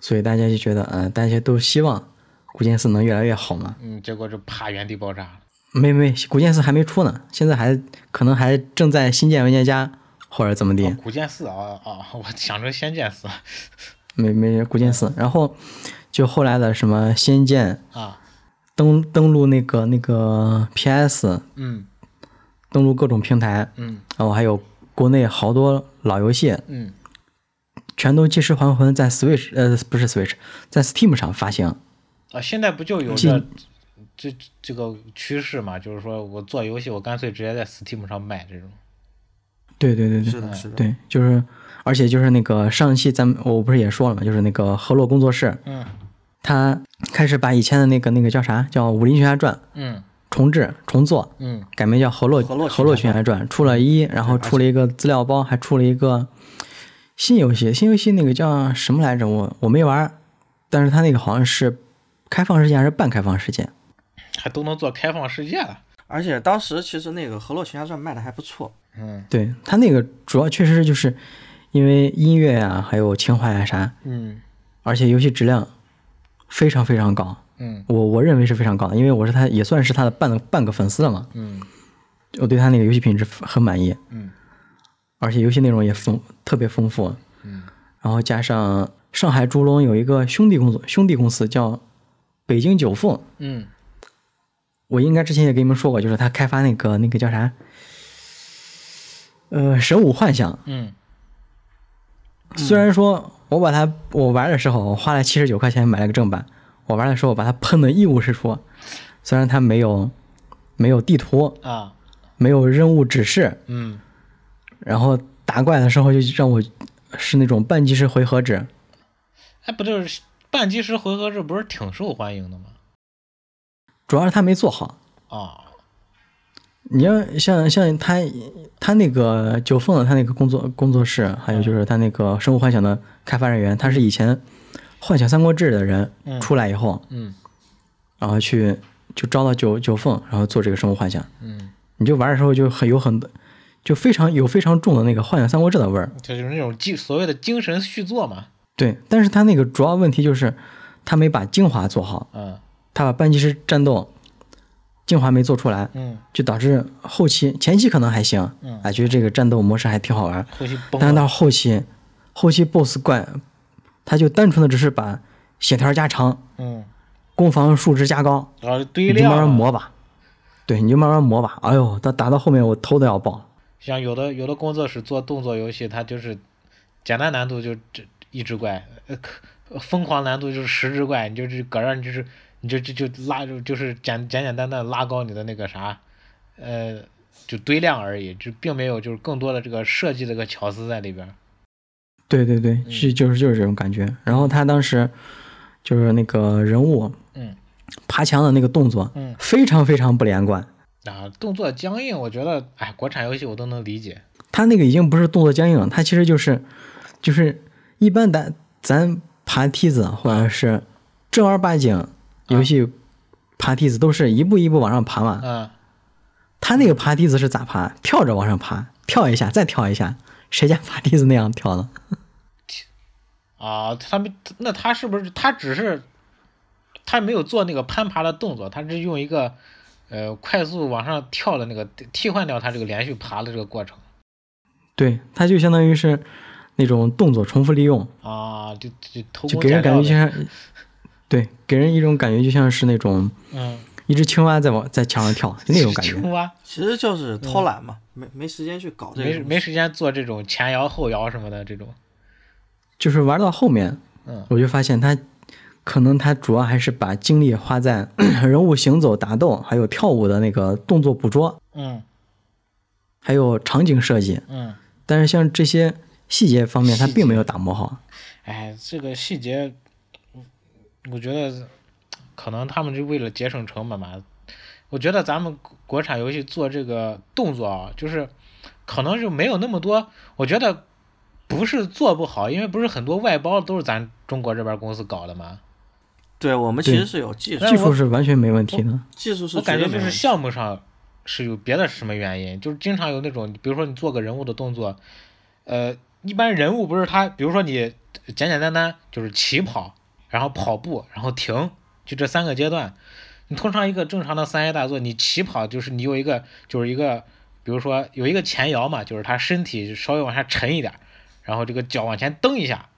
所以大家就觉得，嗯、大家都希望古剑四能越来越好嘛。嗯，结果就啪原地爆炸了。没没，古剑四还没出呢，现在还可能还正在新建文件夹或者怎么地。哦古剑四啊啊，我想成仙剑四没没古剑四，然后就后来的什么仙剑啊，登登录那个那个 PS，嗯登录各种平台，嗯然后还有国内好多老游戏，嗯全都《借尸还魂》在 Switch 呃不是 Switch，在 Steam 上发行。啊，现在不就有进这这这个趋势嘛？就是说我做游戏，我干脆直接在 Steam 上卖这种。对对对是对的，是的，对，就是而且就是那个上一期咱们我不是也说了嘛，就是那个河洛工作室，嗯他开始把以前的那个那个叫啥叫《武林群侠传》嗯重制重做，嗯改名叫《河洛河洛河洛群群侠传》，出了一，然后出了一个资料包，还出了一个新游戏，新游戏那个叫什么来着？我我没玩儿，但是它那个好像是开放世界还是半开放世界？还都能做开放世界了。而且当时其实那个《河洛群侠传》卖的还不错，嗯对，它那个主要确实就是因为音乐呀、还有情怀呀、啥，嗯而且游戏质量非常非常高，嗯我我认为是非常高的，因为我是他也算是他的半个半个粉丝了嘛，嗯我对他那个游戏品质很满意。嗯而且游戏内容也丰特别丰富。啊嗯，然后加上上海猪笼有一个兄弟公司，兄弟公司叫北京九凤，嗯我应该之前也给你们说过，就是他开发那个那个叫啥，呃，神武幻想。嗯虽然说我把它我玩的时候我花了七十九块钱买了个正版，我玩的时候我把它喷的一无是处。虽然它没有没有地图，啊没有任务指示，嗯然后打怪的时候就让我是那种半即时回合制，哎，不就是半即时回合制不是挺受欢迎的吗？主要是他没做好。啊，你要像像他他那个九凤的他那个工作工作室，还有就是他那个生物幻想的开发人员，他是以前《幻想三国志》的人嗯出来以后，嗯然后去就招到九九凤，然后做这个生物幻想。嗯，你就玩的时候就很有很就非常有非常重的那个《幻想三国志》的味儿。就是那种精所谓的精神续作嘛。对，但是他那个主要问题就是他没把精华做好，嗯他把半即时战斗精华没做出来，嗯，就导致后期前期可能还行，嗯啊，觉得这个战斗模式还挺好玩，后期崩但是了。到后期，后期 BOSS 怪，他就单纯的只是把血条加长，嗯，攻防数值加高，然后堆你就料慢慢了磨吧，对，你就慢慢磨吧。哎呦，到打到后面我头都要爆了。像有的有的工作室做动作游戏，它就是简单难度就这一只怪，呃，可疯狂难度就是十只怪，你就是搁这儿你就是你就就就拉就就是简简简单单地拉高你的那个啥，呃，就堆量而已，就并没有就是更多的这个设计的个巧思在里边儿。对对对，嗯是就是就是这种感觉。然后他当时就是那个人物，嗯，爬墙的那个动作，嗯非常非常不连贯。啊，动作僵硬，我觉得哎，国产游戏我都能理解。他那个已经不是动作僵硬了，他其实就是就是一般咱咱爬梯子或者是正儿八经嗯游戏爬梯子都是一步一步往上爬嘛。嗯，他那个爬梯子是咋爬？跳着往上爬，跳一下再跳一下，谁家爬梯子那样跳呢？啊，他们那他是不是他只是他没有做那个攀爬的动作，他是用一个呃快速往上跳的那个替换掉他这个连续爬的这个过程对，他就相当于是那种动作重复利用，啊，就就偷就工给减人感料觉就呗。像，对，给人一种感觉就像是那种嗯一只青蛙在往在墙上跳，就那种 感觉。青蛙其实就是偷懒嘛，没没时间去搞这个没东西。没时间做这种前摇后摇什么的这种。就是玩到后面，嗯我就发现他可能他主要还是把精力花在人物行走、打斗，还有跳舞的那个动作捕捉，嗯还有场景设计。嗯，但是像这些细节方面，他细节并没有打磨好。哎，这个细节，我觉得可能他们是为了节省成本吧。我觉得咱们国国产游戏做这个动作啊，就是可能就没有那么多。我觉得不是做不好，因为不是很多外包都是咱中国这边公司搞的嘛。对我们其实对是有技术那，技术是完全没问题的。技术是我感觉绝就对没是问题项目上是有别的什么原因，就是经常有那种，比如说你做个人物的动作，呃，一般人物不是他，比如说你简简单单就是起跑，然后跑步，然后停，就这三个阶段。你通常一个正常的三 A 大作，你起跑就是你有一个就是一个，比如说有一个前摇嘛，就是他身体稍微往下沉一点，然后这个脚往前蹬一下，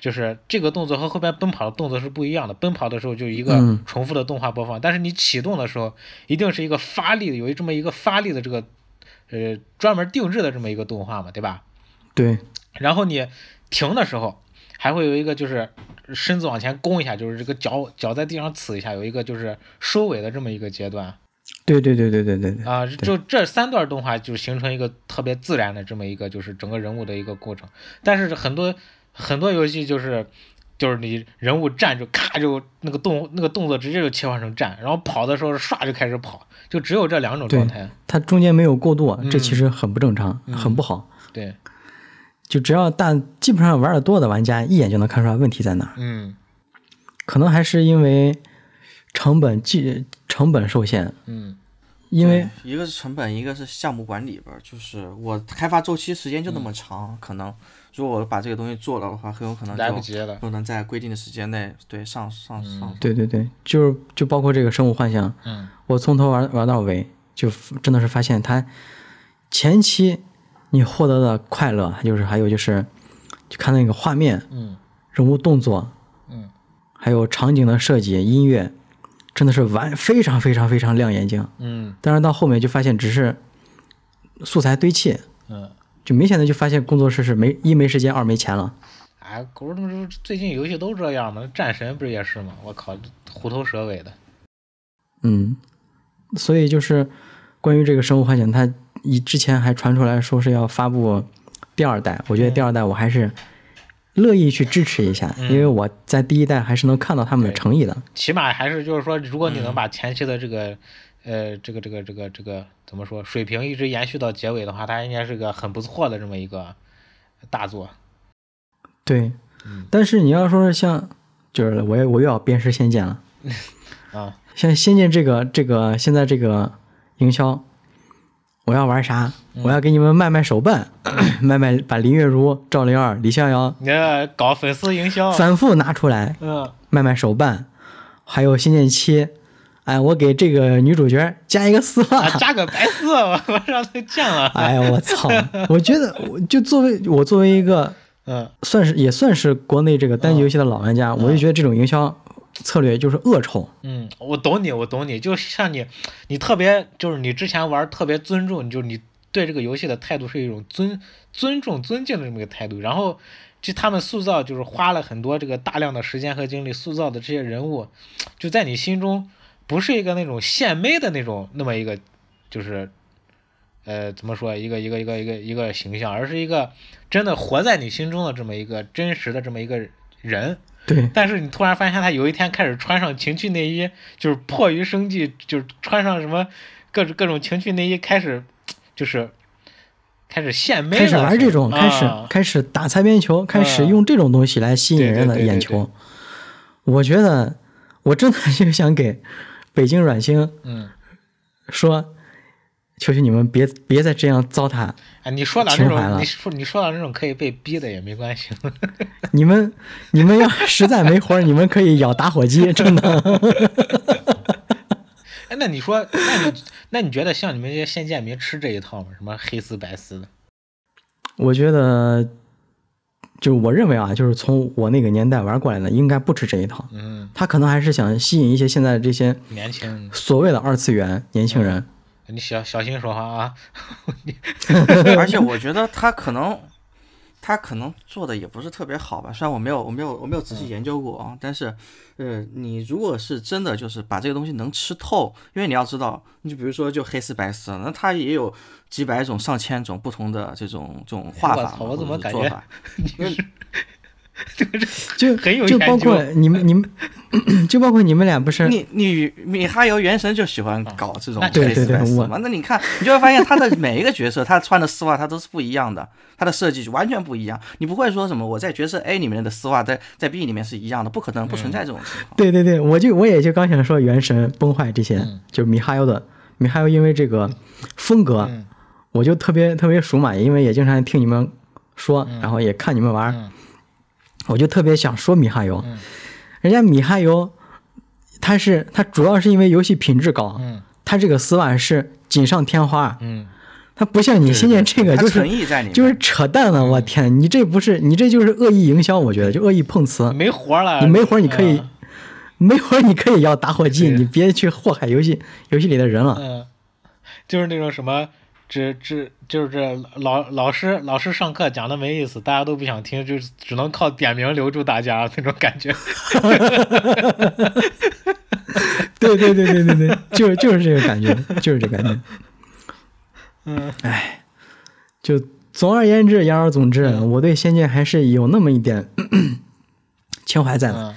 就是这个动作和后边奔跑的动作是不一样的。奔跑的时候就一个嗯重复的动画播放，但是你启动的时候一定是一个发力的，有一这么一个发力的这个呃专门定制的这么一个动画嘛，对吧？对，然后你停的时候还会有一个就是身子往前弓一下，就是这个脚脚在地上刺一下，有一个就是收尾的这么一个阶段对对对对对对对。啊、就这三段动画就形成一个特别自然的这么一个就是整个人物的一个过程。但是很多很多游戏就是就是你人物站就咔就那个动那个动作直接就切换成站，然后跑的时候唰就开始跑，就只有这两种状态。它中间没有过渡，嗯这其实很不正常，很不好。对，就只要大基本上玩的多的玩家，一眼就能看出来问题在哪儿。嗯可能还是因为成本计成本受限，嗯因为对一个是成本，一个是项目管理吧。就是我开发周期时间就那么长，可能如果我把这个东西做了的话，很有可能来不就及了。不能在规定的时间内对上上上。对对对，就是就包括这个《生物幻想》，嗯我从头玩玩到尾，就真的是发现它前期你获得的快乐，就是还有就是就看那个画面、嗯人物动作，嗯，还有场景的设计、音乐，真的是完非常非常非常亮眼睛。嗯但是到后面就发现只是素材堆砌，嗯，就明显的就发现工作室是没一没时间，二没钱了。哎，狗日他妈最近游戏都这样嘛？战神不是也是吗？我靠，虎头蛇尾的。嗯，所以就是关于这个《生物幻想》，它以之前还传出来说是要发布第二代，我觉得第二代我还是乐意去支持一下，因为我在第一代还是能看到他们的诚意的。起码还是就是说，如果你能把前期的这个，呃，这个这个这个这个怎么说水平一直延续到结尾的话，它应该是个很不错的这么一个大作。对嗯，但是你要说是像，就是我又我又要鞭尸《仙剑》了， 啊，像《仙剑》这个这个现在这个营销，我要玩啥？嗯我要给你们卖卖手办， 卖卖把林月如、赵灵儿、李逍遥你这搞粉丝营销，反复拿出来，嗯卖卖手办，还有《仙剑七》，哎，我给这个女主角加一个丝啊袜。， 加个白色，我我让他降了。哎呀，我操！我觉得，我就作为我作为一个嗯算是也算是国内这个单机游戏的老玩家，我就觉得这种营销策略就是恶臭。嗯，我懂你，我懂你，就像你，你特别就是你之前玩特别尊重，你就是你对这个游戏的态度是一种尊尊重、尊敬的这么一个态度。然后，就他们塑造就是花了很多这个大量的时间和精力塑造的这些人物，就在你心中不是一个那种献媚的那种那么一个就是。呃，怎么说？一个一个一个一个一个形象，而是一个真的活在你心中的这么一个真实的这么一个人。对，但是你突然发现他有一天开始穿上情趣内衣，就是迫于生计，就是穿上什么各种各种情趣内衣，开始就是开始献媚了，开始玩这种，是吧开始啊嗯开始打擦边球，开始用这种东西来吸引人的对对对眼球。我觉得，我真的 就想给北京软星嗯，说，求求你们别别再这样糟蹋哎，你说到那情怀了种，你说你说到那种可以被逼的也没关系， 你们 你们要实在没活儿，你们可以咬打火机，真的。 哎，那你说，那你那你觉得像你们这些仙剑迷吃这一套吗？什么黑丝白丝的，我觉得就是我认为啊，就是从我那个年代玩过来的，应该不吃这一套。嗯，他可能还是想吸引一些现在这些年轻人，所谓的二次元年轻人。你小小心说话啊！而且我觉得他可能，他可能做的也不是特别好吧。虽然我没有，我没有，我没有仔细研究过啊、但是，呃，你如果是真的就是把这个东西能吃透，因为你要知道，你就比如说就黑丝白丝，那它也有几百种、上千种不同的这种这种画我法操嘛我怎么或者感是做觉法。就很有就研包究括 你们你们，就包括你们俩不是你你米哈游原神就喜欢嗯搞这种那黑对对丝对白丝我嘛？那你看，你就会发现他的每一个角色，他穿的丝袜他都是不一样的，他的设计完全不一样。你不会说什么我在角色 A 里面的丝袜在在 B 里面是一样的，不可能，不存嗯在这种情况。对对对，我就我也就刚想说《原神》崩坏这些，嗯就米哈游的米哈游，因为这个风格，嗯我就特别特别属马，因为也经常听你们说，然后也看你们玩儿，嗯我就特别想说米哈游。嗯人家米哈游，它是它主要是因为游戏品质高，嗯它这个丝袜是锦上添花，嗯，它不像你现在这个他就诚是。意在里面，就是扯淡了，我天！你这不是你这就是恶意营销，我觉得就恶意碰瓷。没活儿了，你没活儿你可以嗯没活儿你可以要打火机，对你别去祸害游戏游戏里的人了。嗯，就是那种什么，只只就是这老老师老师上课讲的没意思，大家都不想听，就只能靠点名留住大家那种感觉。对对对对对对， 就是就是这个感觉，就是这感觉。嗯，就总而言之，言而总之，我对《仙剑》还是有那么一点 咳咳情怀在的。嗯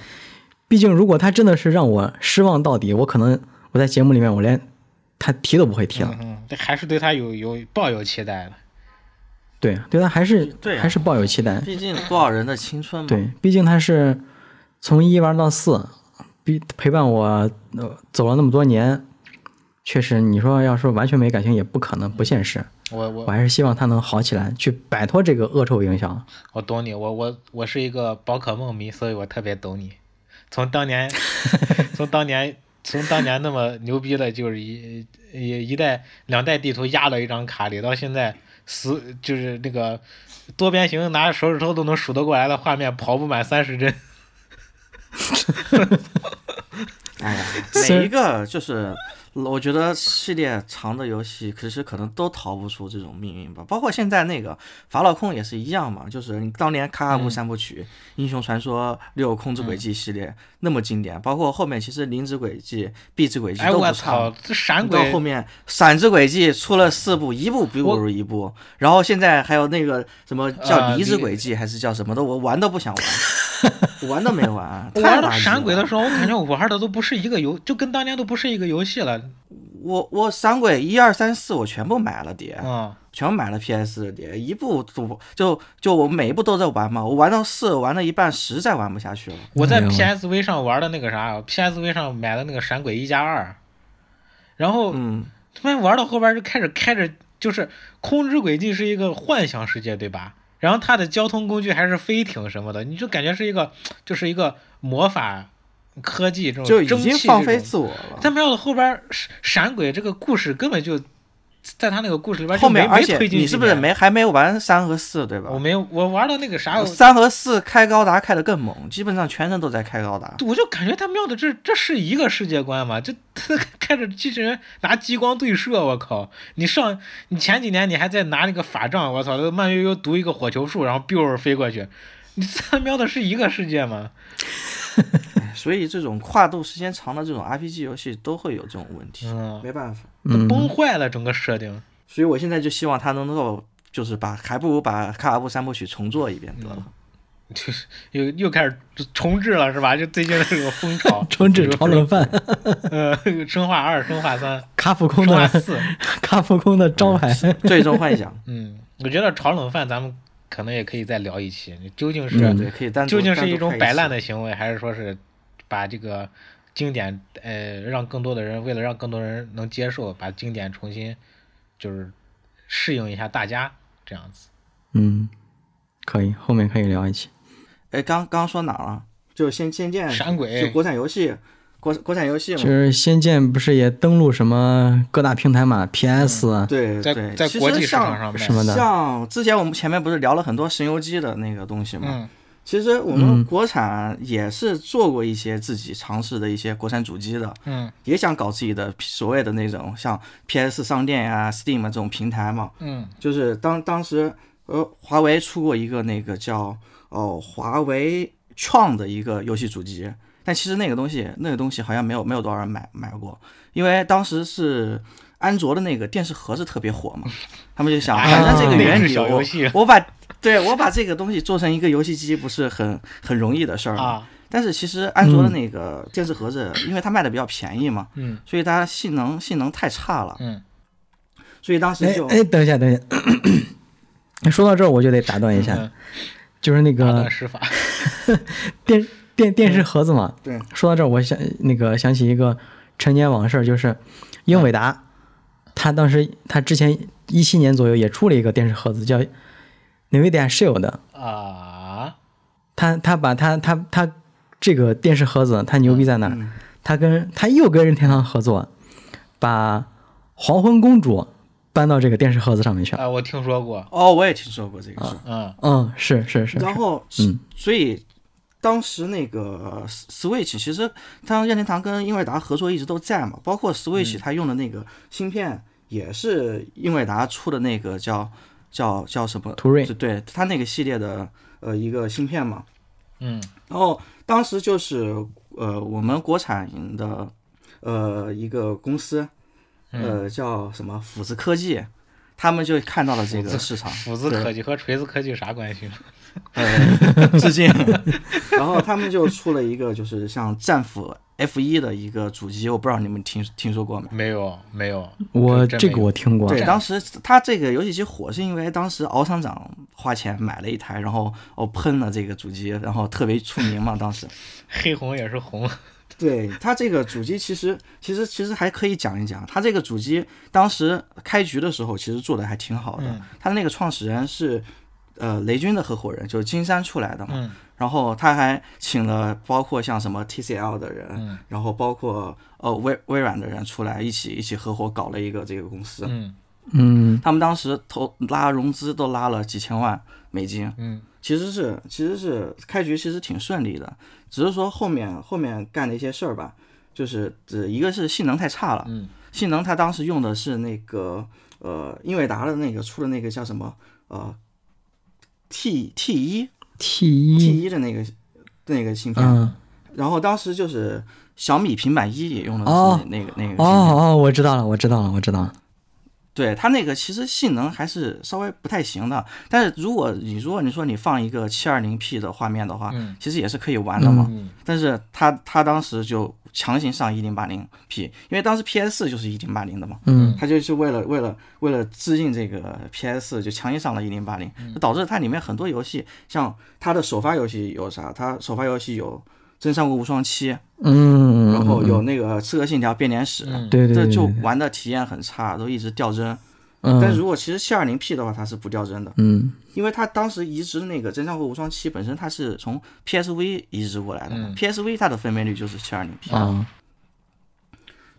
毕竟，如果他真的是让我失望到底，我可能我在节目里面我连他提都不会提了。嗯嗯，这还是对他有有抱有期待的。对，对他还是对啊啊还是抱有期待。毕竟多少人的青春嘛。对，毕竟他是从一玩到四，毕陪伴我、呃、走了那么多年，确实你说要说完全没感情也不可能，不现实。我我我还是希望他能好起来，去摆脱这个恶臭影响。我懂你，我我我是一个宝可梦迷，所以我特别懂你。从当年，从当年，从当年那么牛逼的，就是一一一代两代地图压到一张卡里，到现在十就是那个多边形拿手指头都能数得过来的画面，跑不满三十帧。哎呀，虽每一个就是，我觉得系列长的游戏，其实可能都逃不出这种命运吧。包括现在那个《法老控》也是一样嘛，就是你当年《卡卡嗯布三部曲》英雄传说六》《空之轨迹》系列、那么经典，包括后面其实《零之轨迹》《壁之轨迹哎，》都不我差。操，这闪到鬼后面《闪之轨迹》出了四部，一部比不如一部，然后现在还有那个什么叫呃《离之离轨迹》还是叫什么的，我玩都不想玩， 我玩都没玩。我太玩到垃圾闪鬼了的时候，我感觉我玩的都不是一个游，就跟当年都不是一个游戏了。我我闪鬼一二三四我全部买了碟，嗯，全部买了 PS 的碟，一部都不就就我每一部都在玩嘛，我玩到四玩到一半实在玩不下去了，我在哎呦 PSV 上玩的那个啥，PSV 上买的那个《闪鬼一加二》，然后嗯，突然玩到后边就开始开着，就是空之轨迹是一个幻想世界，对吧？然后它的交通工具还是飞艇什么的，你就感觉是一个，就是一个魔法科技这种就已蒸经汽放这飞种自我了。但没想到后边闪闪鬼这个故事根本就在他那个故事里边就后面没而没且推进你几是不是年？没还没玩三和四对吧我？没有我玩到那个啥，我三和四开高达开的更猛，基本上全程都在开高达。我就感觉他妙的这这是一个世界观嘛，就他开着机器人拿激光对射，我靠！你上你前几年你还在拿那个法杖，我操，慢悠悠读一个火球术，然后 biu 飞过去，你他喵的是一个世界吗？哎所以这种跨度时间长的这种 RPG 游戏都会有这种问题，嗯，没办法。嗯，，崩坏了整个设定。所以我现在就希望他能够就是把还不如把卡卡布三部曲重做一遍得了。嗯又又开始重置了是吧？就最近的这个风潮 重置炒冷 冷，饭，呃，生化二、生化 三、卡普空生化的四，卡普空的招牌。最终幻想，嗯，我觉得炒冷饭咱们可能也可以再聊一期，究竟嗯是、对，可以单嗯独究竟单是独一种开摆烂期的行为，还是说是把这个经典呃让更多的人为了让更多人能接受，把经典重新就是适应一下大家这样子？ 嗯，可以，后面可以聊一期。哎，刚刚说哪儿了？就仙仙剑，闪鬼就国产游戏，国国产游戏就嘛，是《仙剑》不是也登陆什么各大平台嘛，PS、啊对在对，在其国实际市像场上卖什么的像之前我们前面不是聊了很多神游机的那个东西嘛，嗯其实我们国产也是做过一些自己尝试的一些国产主机的，嗯也想搞自己的所谓的那种像 PS 商店呀、Steam 啊这种平台嘛。嗯就是当当时呃，华为出过一个那个叫哦华为创的一个游戏主机，但其实那个东西那个东西好像没有没有多少人买买过，因为当时是安卓的那个电视盒子特别火嘛，他们就想哎反正这个那原是理小游我戏我把对我把这个东西做成一个游戏机不是很很容易的事儿吗？啊但是其实安嗯卓的那个电视盒子，因为它卖的比较便宜嘛，嗯所以它性能性能太差了，嗯所以当时就哎哎，等一下，等一下， 说到这儿我就得打断一下，嗯就是那打个断施法电电电视盒子嘛。对，说到这儿，我想那个想起一个陈年往事，就是英伟达，他当时他之前一七年左右也出了一个电视盒子，叫 NVIDIA Shield，啊他他把他他他这个电视盒子，他牛逼在哪儿？他跟他又跟任天堂合作，把《黄昏公主》搬到这个电视盒子上面去了。啊，我听说过，哦，我也听说过这个事儿。嗯嗯，是是是，然后，嗯所以当时那个 Switch 其实，当任天堂跟英伟达合作一直都在嘛，包括 Switch 它用的那个芯片也是英伟达出的那个叫叫叫什么途锐就对它那个系列的呃一个芯片嘛。嗯然后当时就是呃我们国产的呃一个公司，嗯呃叫什么斧子科技。他们就看到了这个市场，斧子对科技和锤子科技啥关系？呃， 致敬。然后他们就出了一个，就是像战斧 F 1的一个主机，我不知道你们听听说过没？没有没有，我真这没个有我听过，对，当时他这个游戏机火是因为当时敖厂长花钱买了一台，然后哦喷了这个主机，然后特别出名嘛。当时，黑红也是红，对他这个主机其实其实其实还可以讲一讲，他这个主机当时开局的时候其实做的还挺好的嗯，他那个创始人是呃雷军的合伙人，就是金山出来的嘛。嗯然后他还请了包括像什么 TCL 的人，嗯然后包括呃微微软的人出来一起一起合伙搞了一个这个公司。嗯嗯，他们当时投拉融资都拉了几千万美金，嗯其实是其实是开局其实挺顺利的，只是说后面后面干的一些事儿吧，就是只一个是性能太差了，嗯性能它当时用的是那个呃英伟达的那个出的那个叫什么呃 T T 一 T T 一，一的那个那个芯片，嗯，然后当时就是小米平板一也用的是那、哦那个那个哦芯片，哦，我知道了，我知道了，我知道了，对它那个其实性能还是稍微不太行的。但是如果你如果你说你放一个7 2 0 P 的画面的话，嗯其实也是可以玩的嘛。嗯但是它它当时就强行上1 0 8 0 P，因为当时 PS 4就是1 0 8 0的嘛。嗯，它就是为了为了为了致敬这个 PS，就强行上了一零八零，嗯导致它里面很多游戏，像它的首发游戏有啥？它首发游戏有《真三国无双七》，嗯，然后有那个《刺客信条：编年史》嗯对对这对，就对玩的体验很差，都一直掉帧。嗯但如果其实7 2 0 P 的话，它是不掉帧的，嗯因为它当时移植那个《真相国无双七》本身它是从 PSV 移植过来的、嗯 p s v 它的分辨率就是7 2 0 P，、啊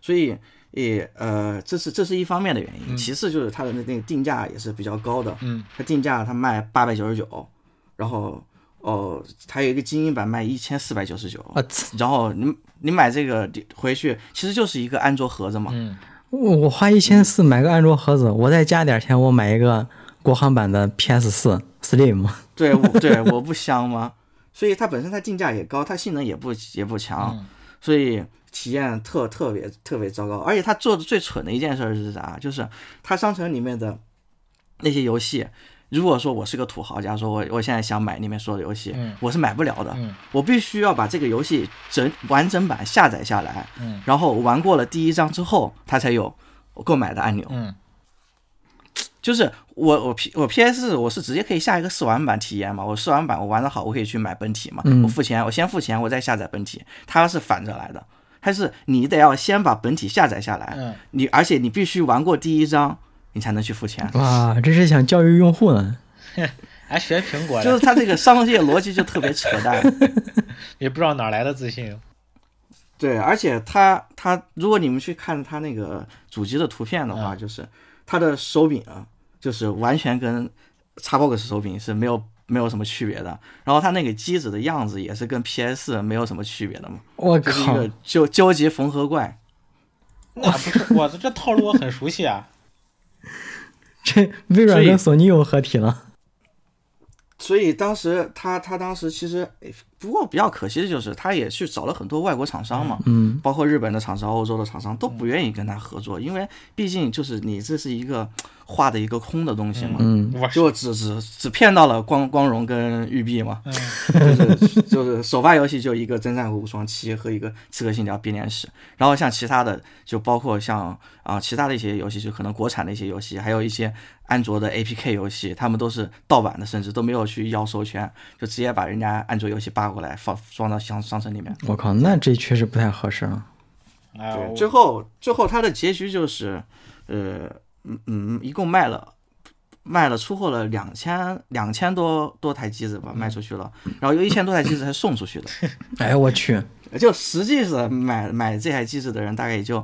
所以也呃，这是这是一方面的原因，其次就是它的那那个定价也是比较高的，嗯它定价它卖八百九十九，然后哦，它有一个精英版卖一千四百九十九，啊，呲然后你你买这个你回去其实就是一个安卓盒子嘛，嗯我我花一千四买个安卓盒子，我再加点钱，我买一个国行版的 PS 四 Slim，对，我对，我不香吗？ 所以它本身它定价也高，它性能也不也不强，嗯所以体验特特别特别糟糕。而且它做的最蠢的一件事儿是啥？就是它商城里面的那些游戏，如果说我是个土豪，假如说我我现在想买里面所有的游戏，嗯我是买不了的，嗯我必须要把这个游戏整完整版下载下来，嗯然后玩过了第一章之后，它才有购买的按钮。嗯就是我我 P 我 PS 我是直接可以下一个试玩版体验嘛，我试玩版我玩的好，我可以去买本体嘛，我付钱，我先付钱，我再下载本体，它是反着来的，它是你得要先把本体下载下来，嗯，你而且你必须玩过第一章，你才能去付嗯钱，哇，这是想教育用户呢。还哎学苹果就的，是它这个商业逻辑就特别扯淡，也不知道哪来的自信。对，而且它它，如果你们去看它那个主机的图片的话，就是它的手柄啊，就是完全跟 Xbox 手柄是没有没有什么区别的。然后它那个机子的样子也是跟 PS 没有什么区别的嘛，我就是一靠，个究究极缝合怪。那啊不是我这套路我很熟悉啊。这微软所以跟索尼又合体了。所以当时他他当时其实，哎不过比较可惜的就是，他也去找了很多外国厂商嘛，嗯，包括日本的厂商、欧洲的厂商都不愿意跟他合作，因为毕竟就是你这是一个画的一个空的东西嘛，嗯我是就只只只骗到了光光荣跟育碧嘛，嗯就是就是手办游戏就一个《真战无双七》和一个《刺客信条：编年史》，然后像其他的就包括像啊、其他的一些游戏，就可能国产的一些游戏，还有一些安卓的 APK 游戏，他们都是盗版的，甚至都没有去要授权，就直接把人家安卓游戏扒过来放装到商商城里面。我靠，那这确实不太合适啊。啊，对，我最后最后它的结局就是，呃，嗯嗯，一共卖了。卖了出货了两千两千多多台机子吧，卖出去了，然后有一千多台机子还送出去的，哎呦我去，就实际是买买这台机子的人大概也就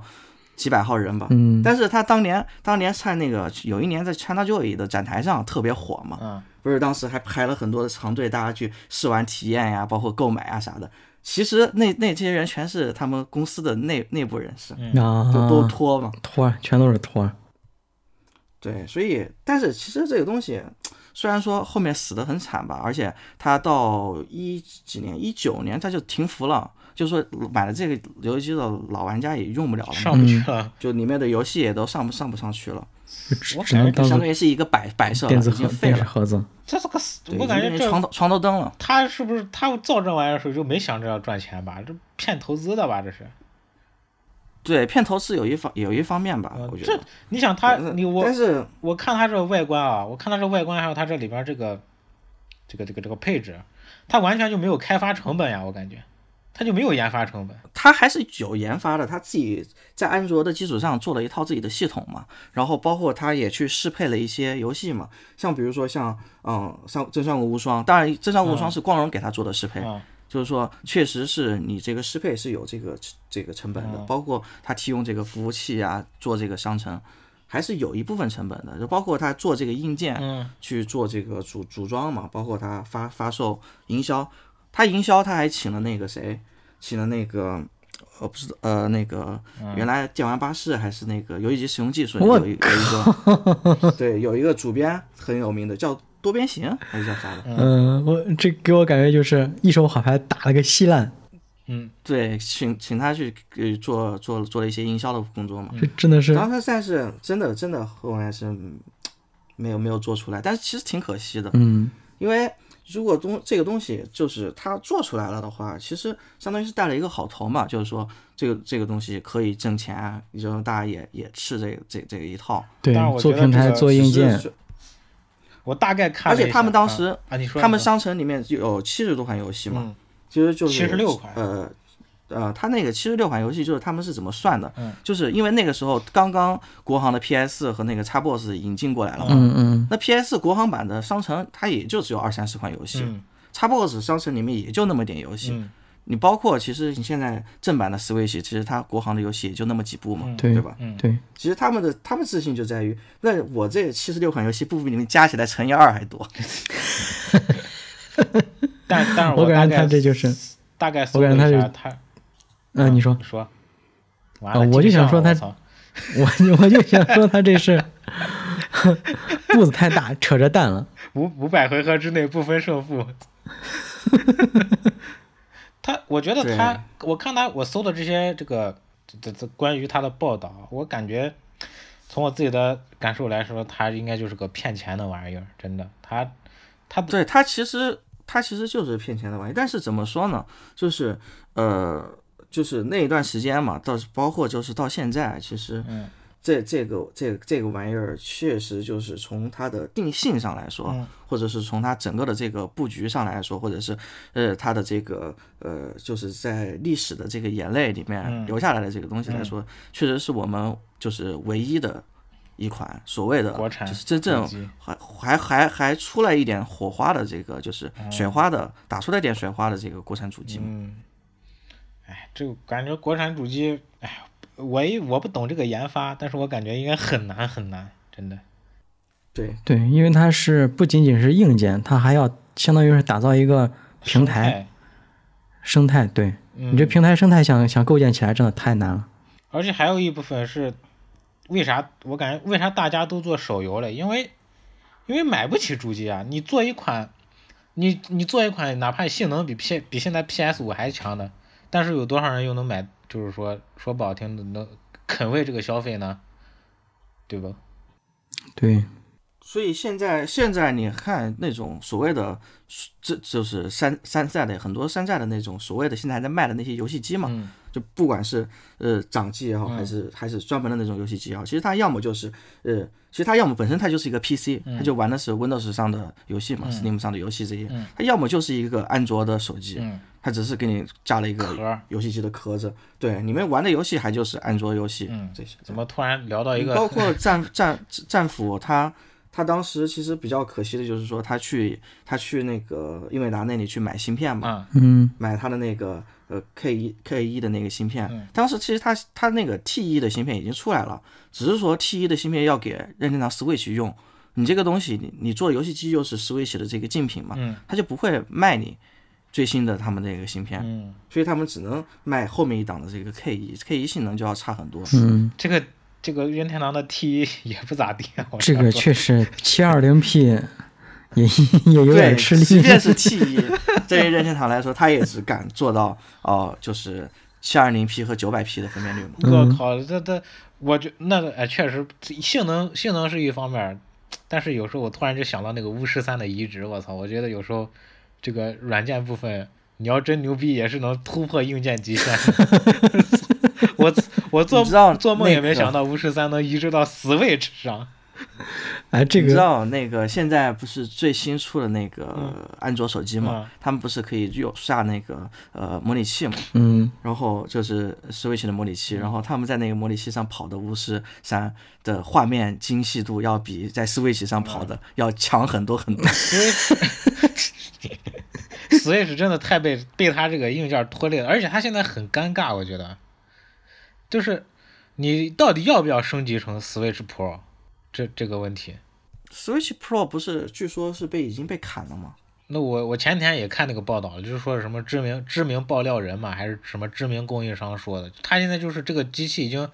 几百号人吧。嗯但是他当年当年在那个有一年在 ChinaJoy 的展台上特别火嘛，嗯不是当时还排了很多的长队，大家去试玩体验呀，包括购买啊啥的。其实那那这些人全是他们公司的内内部人士，啊就，都托嘛。托儿，全都是托儿。对，所以但是其实这个东西虽然说后面死的很惨吧，而且他到一几年一九年他就停服了，就是说买了这个游戏机的老玩家也用不了了嘛，上不去了。就里面的游戏也都上不上不上去了，就只我只能感觉当相做当于是一个摆摆设了，电子已盒经、废电视了。盒子。这是个死，对，我感已觉经这床头床头灯了。他是不是他造这玩意儿的时候就没想着要赚钱吧？这骗投资的吧？这是。对，片头是有一方有一方面吧，嗯我觉这得。你想他但是你我但是我看它这个外观啊，我看它这外观还有它这里边这个这个这个这个配置，它完全就没有开发成本呀，我感觉它就没有研发成本。他还是有研发的，他自己在安卓的基础上做了一套自己的系统嘛，然后包括他也去适配了一些游戏嘛，像比如说像嗯像《真相无双》，当然《真相无双》是光荣给他做的适配，嗯就是说确实是你这个适配是有这个这个成本的，嗯包括他提供这个服务器啊，做这个商城。还是有一部分成本的，就包括他做这个硬件，嗯，去做这个组组装嘛，包括他发发售、营销，他营销他还请了那个谁，请了那个呃不是呃那个原来电玩巴士还是那个游戏机使用技术嗯我有一有一个对有一个主编很有名的叫多边形还是叫啥的，嗯，我这给我感觉就是一手好牌打了个稀烂，嗯对，请请他去呃做做做了一些营销的工作嘛，嗯这真的嗯是然后他但是真的真的后来是嗯没有没有做出来，但是其实挺可惜的，嗯因为如果东这个东西就是它做出来了的话，其实相当于是带了一个好头嘛，就是说这个这个东西可以挣钱啊，你就大家也也吃这个这这个一套。对但是，我做觉得平台这个做硬其实件，是我大概看而了一下，且他们当啊时啊，你说他们上商城里面就有七十多款游戏嘛，嗯其实就是76款呃。呃，他那个七十六款游戏就是他们是怎么算的？嗯就是因为那个时候刚刚国行的 PS 和那个 Xbox 引进过来了嘛，嗯嗯，那 PS 国行版的商城它也就只有二三十款游戏，嗯 Xbox 商城里面也就那么点游戏，嗯你包括其实你现在正版的 Switch，其实它国行的游戏也就那么几部嘛，嗯对吧？嗯对，其实他们的他们自信就在于，那我这七十六款游戏不比你们加起来乘以二还 多。但但是我大感概觉他这就是，大概我感他觉他下是他嗯，你说你，说，完啊了，我就记不想上说了他我操我我就想说他这是肚子太大，扯着蛋了，五五百回合之内不分胜负。他，我觉得他，我看他，我搜的这些这个这这这关于他的报道，我感觉从我自己的感受来说，他应该就是个骗钱的玩意儿，真的。他他对，它其实它其实就是骗钱的玩意，但是怎么说呢？就是呃，就是那一段时间嘛，到包括就是到现在，其实嗯这这个这个这个玩意儿，确实就是从它的定性上来说，嗯或者是从它整个的这个布局上来说，或者是呃它的这个呃，就是在历史的这个眼泪里面嗯留下来的这个东西来说，确实是我们就是唯一的一款所谓的国产就是真手正机还还还还出来一点嗯火花的这个，就是水花的，打出来一点水花的这个国产主机嘛。嗯，哎，这个感觉国产主机，哎，我也我不懂这个研发，但是我感觉应该很难很难，真的。对，对，因为它是不仅仅是硬件，它还要相当于是打造一个平台生态。对生态，你这嗯，平台生态想想构建起来，真的太难了。而且还有一部分是，为啥我感觉为啥大家都做手游了？因为因为买不起主机啊，你做一款，你你做一款，哪怕性能比 P 比现在 PS 五还强的，但是有多少人又能买？就是说说不好听的，能肯为这个消费呢？对吧？对，所以现在现在你看那种所谓的，这就是山山寨的很多山寨的那种所谓的现在还在卖的那些游戏机嘛，嗯就不管是呃掌机也好，嗯还是还是专门的那种游戏机也好，其实它要么就是呃，其实它要么本身它就是一个 PC，、它嗯就玩的是 Windows 上的游戏嘛、s t e a m 上的游戏这些，它要么就是一个安卓的手机，嗯，它只是给你加了一个壳儿游戏机的壳子，对，你们玩的游戏还就是安卓游戏，嗯这些。怎么突然聊到一个包括战战战斧，他他当时其实比较可惜的就是说，他去他去那个英伟达那里去买芯片嘛，啊？嗯，买他的那个呃 K 一 K 一的那个芯片。嗯当时其实他他那个 T 一的芯片已经出来了，只是说 T 一的芯片要给任天堂 Switch 用，你这个东西你你做游戏机又是 Switch 的这个竞啊品嘛，嗯他就不会卖你最新的他们那个芯片，嗯，所以他们只能卖后面一档的这个 K 一，K 一性能就要差很多。嗯，这个这个任天堂的 T 也不咋地啊，我这想个说确实七二零 P 也也有对，点吃力。即便是 T 一，对于任天堂来说，它也只敢做到哦、呃就是七二零 P 和九百 P 的分辨率嘛。我靠，这这，我觉那哎，确实性能性能是一方面儿，但是有时候我突然就想到那个巫师三的移植，我操，我觉得有时候这个软件部分，你要真牛逼也是能突破硬件极限。 我我做你知道做梦也没那个想到巫师三能移植到 Switch 上， 哎，这你知个道那个现在不是最新出的那个安卓手机嘛？嗯他们不是可以用下那个呃模拟器嘛？嗯，然后就是 Switch 的模拟器，然后他们在那个模拟器上跑的巫师三的画面精细度要比在 Switch 上跑嗯的要强很多很多。 因为 Switch 真的太被被它这个硬件拖累了，而且它现在很尴尬，我觉得，就是你到底要不要升级成 Switch Pro 这这个问题。 Switch Pro 不是据说是被已经被砍了吗？那我我前天也看那个报道了，就是说什么知名知名爆料人嘛，还是什么知名供应商说的，他现在就是这个机器已经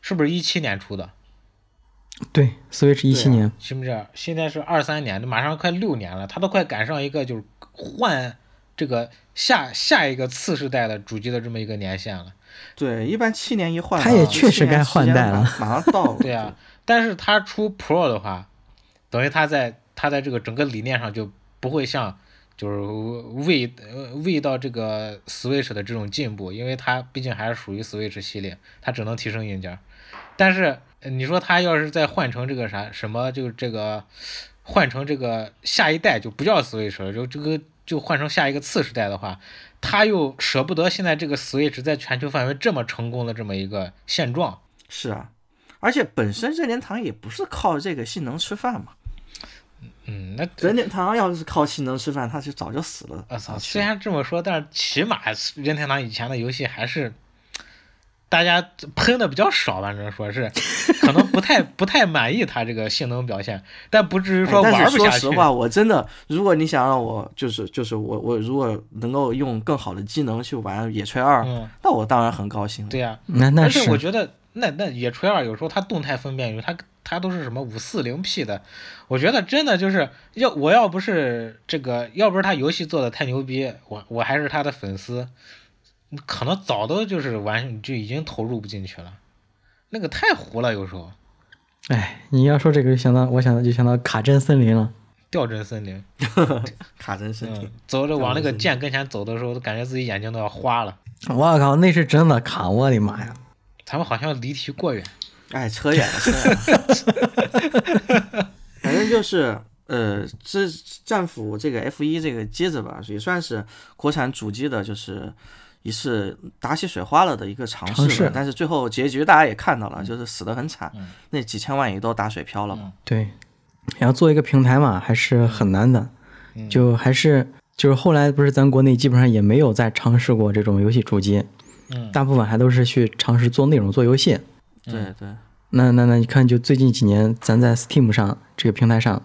是不是一七年出的？对，Switch 一七年，是不是？现在是二三年，马上快六年了，它都快赶上一个就是换这个下下一个次世代的主机的这么一个年限了。对，一般七年一换嘛，它也就确实七年该时换间代马了，马上 到了。对啊，但是它出 Pro 的话，等于它在它在这个整个理念上就不会像就是味呃味道这个 Switch 的这种进步，因为它毕竟还是属于 Switch 系列，它只能提升硬件儿。但是呃你说它要是再换成这个啥什么，就这个换成这个下一代就不叫 Switch 了，就这个就换成下一个次时代的话，它又舍不得现在这个 Switch 在全球范围这么成功的这么一个现状，是啊，而且本身任天堂也不是靠这个性能吃饭嘛。嗯，那任天堂要是靠性能吃饭，它就早就死了。我操！啊虽然这么说，但是起码任天堂以前的游戏还是大家喷的比较少吧，反正说 是可能不太不太满意它这个性能表现，但不至于哎说玩但是不说下去实。话，我真的，如果你想让我，就是就是我我如果能够用更好的机能去玩《野炊二》嗯，那我当然很高兴了。对呀、那那而且我是觉得那那野炊二有时候它动态分辨率，它它都是什么五四零 P 的，我觉得真的就是要我要不是这个，要不是他游戏做的太牛逼，我我还是他的粉丝，可能早都就是完就已经投入不进去了，那个太糊了，有时候。哎，你要说这个，就想到我想到就想到卡针森林了。掉针森林，卡真身体嗯，走着往那掉个针森林剑跟前走的时候，都感觉自己眼睛都要花了。我靠，那是真的卡！我的妈呀！咱们好像离题过远，哎，扯远了，扯远了。 反正就是，呃，这战斧这个 F 一这个机子吧，也算是国产主机的，就是一次打起水花了的一个尝试吧。尝试但是最后结局大家也看到了，嗯就是死得很惨，那几千万也都打水漂了嘛。对，然后做一个平台嘛，还是很难的，就还是就是后来不是咱国内基本上也没有再尝试过这种游戏主机，嗯大部分还都是去尝试做内容、做游戏。对嗯对，那那那你看，就最近几年，咱在 Steam 上这个平台上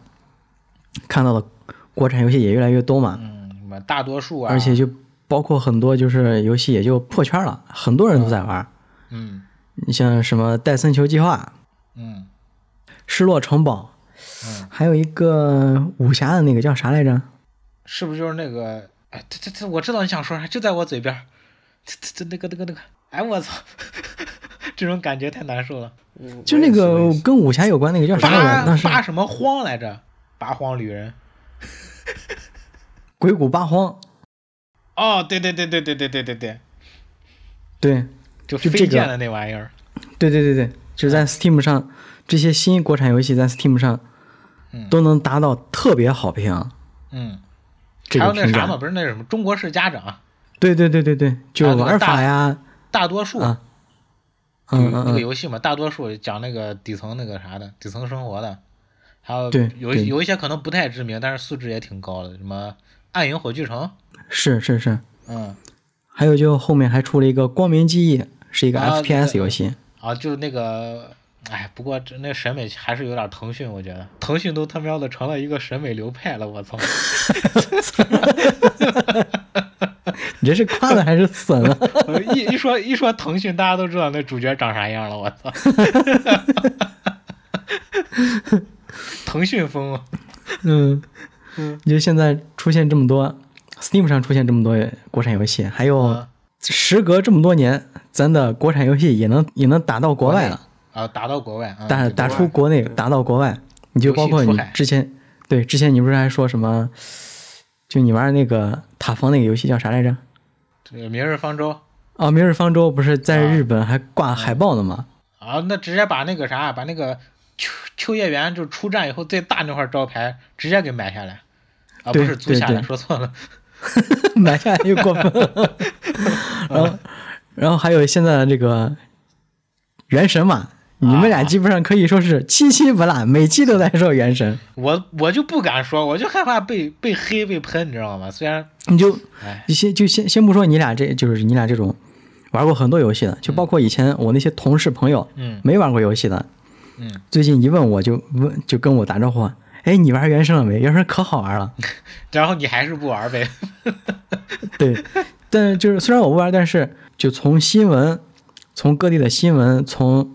看到的国产游戏也越来越多嘛，嗯，什么大多数啊，而且就包括很多就是游戏也就破圈了，很多人都在玩儿。嗯你像什么《戴森球计划》嗯《失落城堡》嗯，还有一个武侠的那个叫啥来着？是不是就是那个？哎，这这这，我知道你想说啥，就在我嘴边儿。这这这那个那个那个，哎我操， 这种感觉太难受了。就那个跟武侠有关那个叫啥来拔着？当时拔什么荒来着？拔荒旅人。鬼谷八荒，哦，对对对对对对对对对，对就就飞这个剑的那玩意儿。对对对对，就是在 Steam 上这些新国产游戏在 Steam 上嗯都能达到特别好评，嗯，这还个有那评啥嘛，价。不是那什么中国式家长，对对对对对，就是玩法呀，大多数、啊有嗯那个嗯游戏嘛，大多数讲那个底层那个啥的，底层生活的，还有对有对一有一些可能不太知名，但是素质也挺高的，什么《暗影火炬城》，嗯，是是是。嗯，还有就后面还出了一个《光明记忆》，是一个啊 FPS 对游戏。啊，就是那个，哎，不过这那个审美还是有点腾讯，我觉得腾讯都他喵的成了一个审美流派了， 我操！你这是夸了还是损了？ 一一说一说腾讯，大家都知道那主角长啥样了，我操！腾讯风啊，嗯，就现在出现这么多，Steam 上出现这么多国产游戏，还有啊时隔这么多年，咱的国产游戏也能也能打到国外了，啊，打到国外啊，打对打国出外国内，打到国外。你就包括游你戏出海之前，对之前你不是还说什么？就你玩那个塔防那个游戏叫啥来着？这个明日方舟哦，《明日方舟》不是在日本还嗯挂海报呢吗？ 啊，那直接把那个啥，把那个秋秋叶原就出站以后最大那块招牌直接给买下来，啊，不对是租下对来，对说错了，买下来又过分 了。然后，然后还有现在的这个《原神》嘛，你们啊俩基本上可以说是七七不落，每期都在说《原神》，我我就不敢说，我就害怕被被黑被喷，你知道吗？虽然你就哎先就先先不说你俩这就是你俩这种玩过很多游戏的，就包括以前我那些同事朋友嗯没玩过游戏的，嗯，最近一问我就问就跟我打招呼，哎，你玩《原神》了没？《原神》可好 玩了。然后你还是不玩呗，对，但是就是虽然我不玩，但是就从新闻，从各地的新闻，从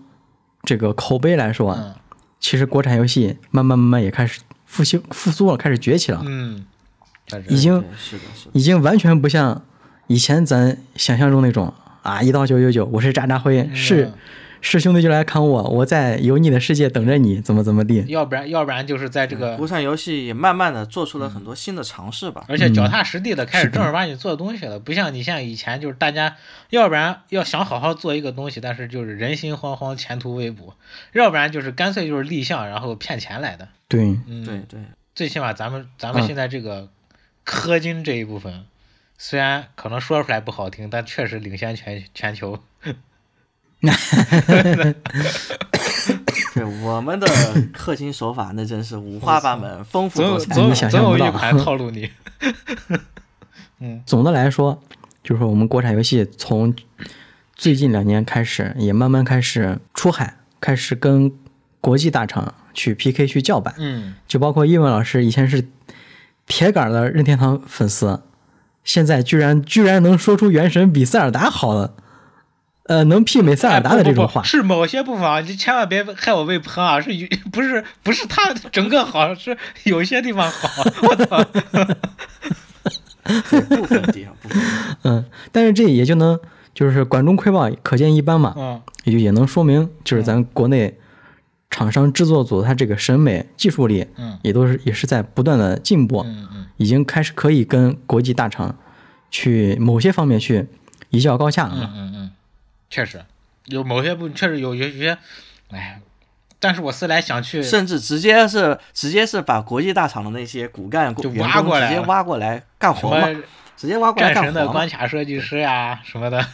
这个口碑来说， 啊嗯其实国产游戏慢慢慢慢也开始复兴复苏了，开始崛起了，嗯，确实已经对是的，是的，已经完全不像以前咱想象中那种啊，一到九九九，我是渣渣辉，是嗯是兄弟就来砍我，我在油腻的世界等着你，怎么怎么地。要不然要不然就是在这个国产游戏也慢慢的做出嗯了很多新的尝试吧。而且脚踏实地嗯的开始正儿八经做东西了，不像你像以前就是大家，要不然要想好好做一个东西，但是就是人心惶惶，前途未卜；要不然就是干脆就是立项，然后骗钱来的。对，嗯，对，对，最起码咱们咱们嗯现在这个氪金这一部分，虽然可能说出来不好听，但确实领先全全球。对，我们的氪金手法那真是五花八门，丰 富总有多彩。总有想总象有不到啊一款套路 你。嗯总的来说，就是我们国产游戏从最近两年开始，也慢慢开始出海，开始跟国际大厂去 PK 去叫板。 嗯就包括叶问老师以前是铁杆的任天堂粉丝，现在居然居然能说出《原神》比塞尔达好了，呃，能媲美塞尔达的这种话哎不不不。是某些部分啊，你千万别害我被喷啊！是有不是不是他整个好，是有些地方 好。 我操，对部分地方，部分地方嗯，但是这也就能就是管中窥豹，可见一斑嘛。嗯也就也能说明，就是咱国内厂商制作组它这个审美技术力，嗯也都是也是在不断的进步，嗯嗯已经开始可以跟国际大厂去某些方面去一较高下了嗯嘛。嗯嗯，确实有某些部分确实有有有些，哎，但是我思来想去，甚至直接是直接是把国际大厂的那些骨干就员挖工过来直接了挖过来干什活嘛，么直接挖过来战干神的活嘛关。卡设计师呀什么的，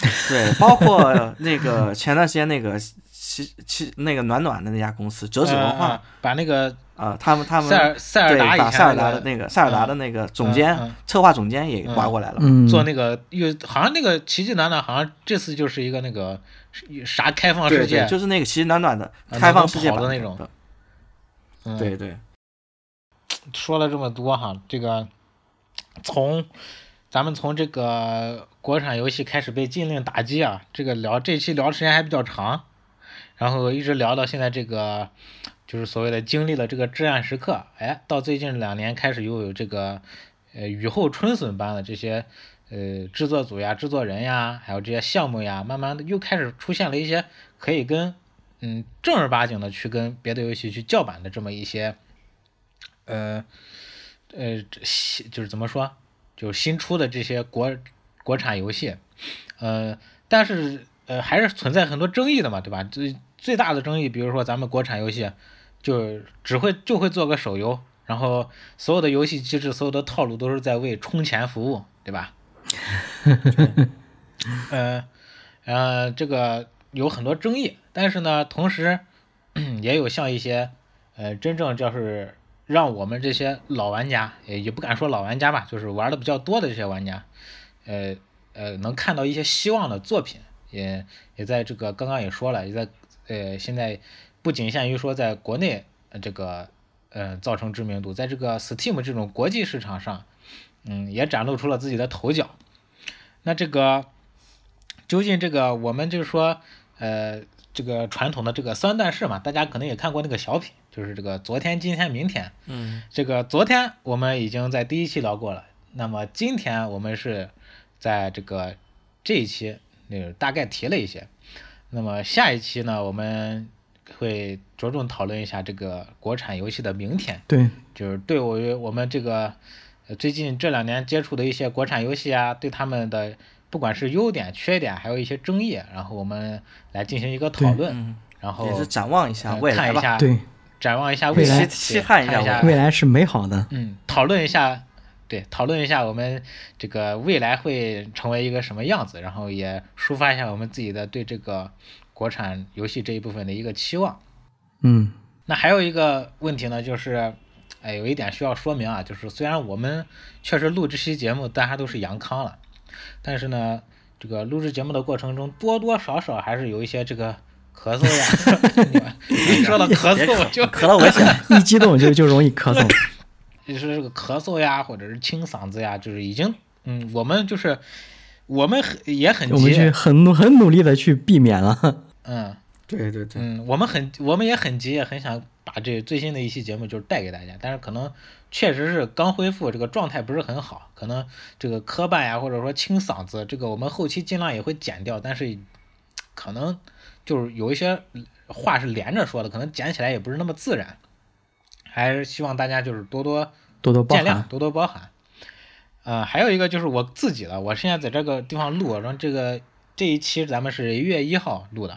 对，包括那个前段时间那个西西那个暖暖的那家公司折纸文嗯化嗯，把那个啊，他们他们塞尔塞尔对达以把前塞尔达的那那个塞尔达的那个总监、嗯嗯策划总监也挖过来了嘛，嗯，做那个又好像那个奇迹暖暖好像这次就是一个那个啥开嗯放世界，对就是那个其实暖暖的啊开能放够世界跑版的那本种的，嗯对对，说了这么多哈，这个从咱们从这个国产游戏开始被禁令打击啊，这个聊这期聊的时间还比较长，然后一直聊到现在这个，就是所谓的经历了这个至暗时刻，哎，到最近两年开始又有这个呃雨后春笋般的这些呃制作组呀、制作人呀，还有这些项目呀，慢慢的又开始出现了一些可以跟嗯正儿八经的去跟别的游戏去叫板的这么一些。呃，呃，这新就是怎么说，就是新出的这些国国产游戏，呃，但是呃还是存在很多争议的嘛，对吧？最最大的争议，比如说咱们国产游戏，就只会就会做个手游，然后所有的游戏机制、所有的套路都是在为充钱服务，对吧？ 呃，呃，这个有很多争议，但是呢，同时也有像一些呃，真正就是让我们这些老玩家，也也不敢说老玩家吧，就是玩的比较多的这些玩家，呃呃，能看到一些希望的作品，也也在这个刚刚也说了，也在呃现在不仅限于说在国内、呃这个呃造成知名度，在这个 Steam 这种国际市场上，嗯，也展露出了自己的头角。那这个究竟这个我们就是说，呃，这个传统的这个三段式嘛，大家可能也看过那个小品，就是这个昨天、今天、明天。嗯，这个昨天我们已经在第一期聊过了，那么今天我们是在这个这一期那大概提了一些，那么下一期呢，我们会着重讨论一下这个国产游戏的明天。对，就是对我我们这个呃最近这两年接触的一些国产游戏啊，对他们的不管是优点、缺点，还有一些争议，然后我们来进行一个讨论嗯，然后也是展望一下呃未来看一吧，下，对，展望一下未未来来，期对期盼一下看一下未来是美好的。嗯，讨论一下，对，讨论一下我们这个未来会成为一个什么样子，然后也抒发一下我们自己的对这个国产游戏这一部分的一个期望。嗯，那还有一个问题呢，就是，哎，有一点需要说明啊，就是虽然我们确实录这期节目大家都是阳康了，但是呢，这个录制节目的过程中多多少少还是有一些这个咳嗽呀，一说到咳别嗽我就咳了 危险，一激动就就容易咳嗽。就是这个咳嗽呀，或者是清嗓子呀，就是已经，嗯，我们就是我们很也很我们去急，很努很努力的去避免了。嗯对对对，嗯，我们很我们也很急，也很想把这最新的一期节目就是带给大家，但是可能确实是刚恢复，这个状态不是很好，可能这个磕绊呀，或者说清嗓子，这个我们后期尽量也会剪掉，但是可能就是有一些话是连着说的，可能剪起来也不是那么自然，还是希望大家就是多多。多多包见谅涵，，多多包涵。呃，还有一个就是我自己的，我现在在这个地方录，然后这个这一期咱们是一月一号录的，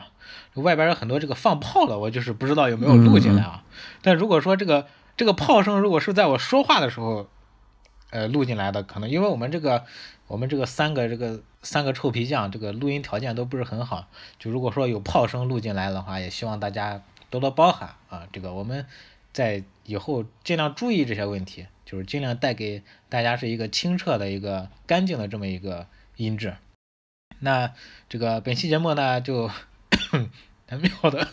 外边有很多这个放炮的，我就是不知道有没有录进来啊。但如果说这个这个炮声如果是在我说话的时候，呃，录进来的，可能因为我们这个我们这个三个这个三个臭皮匠，这个录音条件都不是很好，就如果说有炮声录进来的话，也希望大家多多包涵啊。这个我们在以后尽量注意这些问题，就是尽量带给大家是一个清澈的一个干净的这么一个音质。那这个本期节目呢，就很妙的，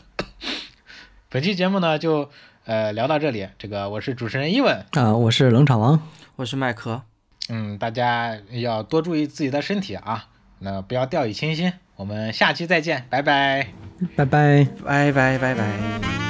本期节目呢就呃聊到这里。这个我是主持人伊文，啊、我是冷场王，我是麦克，嗯，大家要多注意自己的身体啊，那不要掉以轻心。我们下期再见，拜拜。拜拜。拜拜拜拜。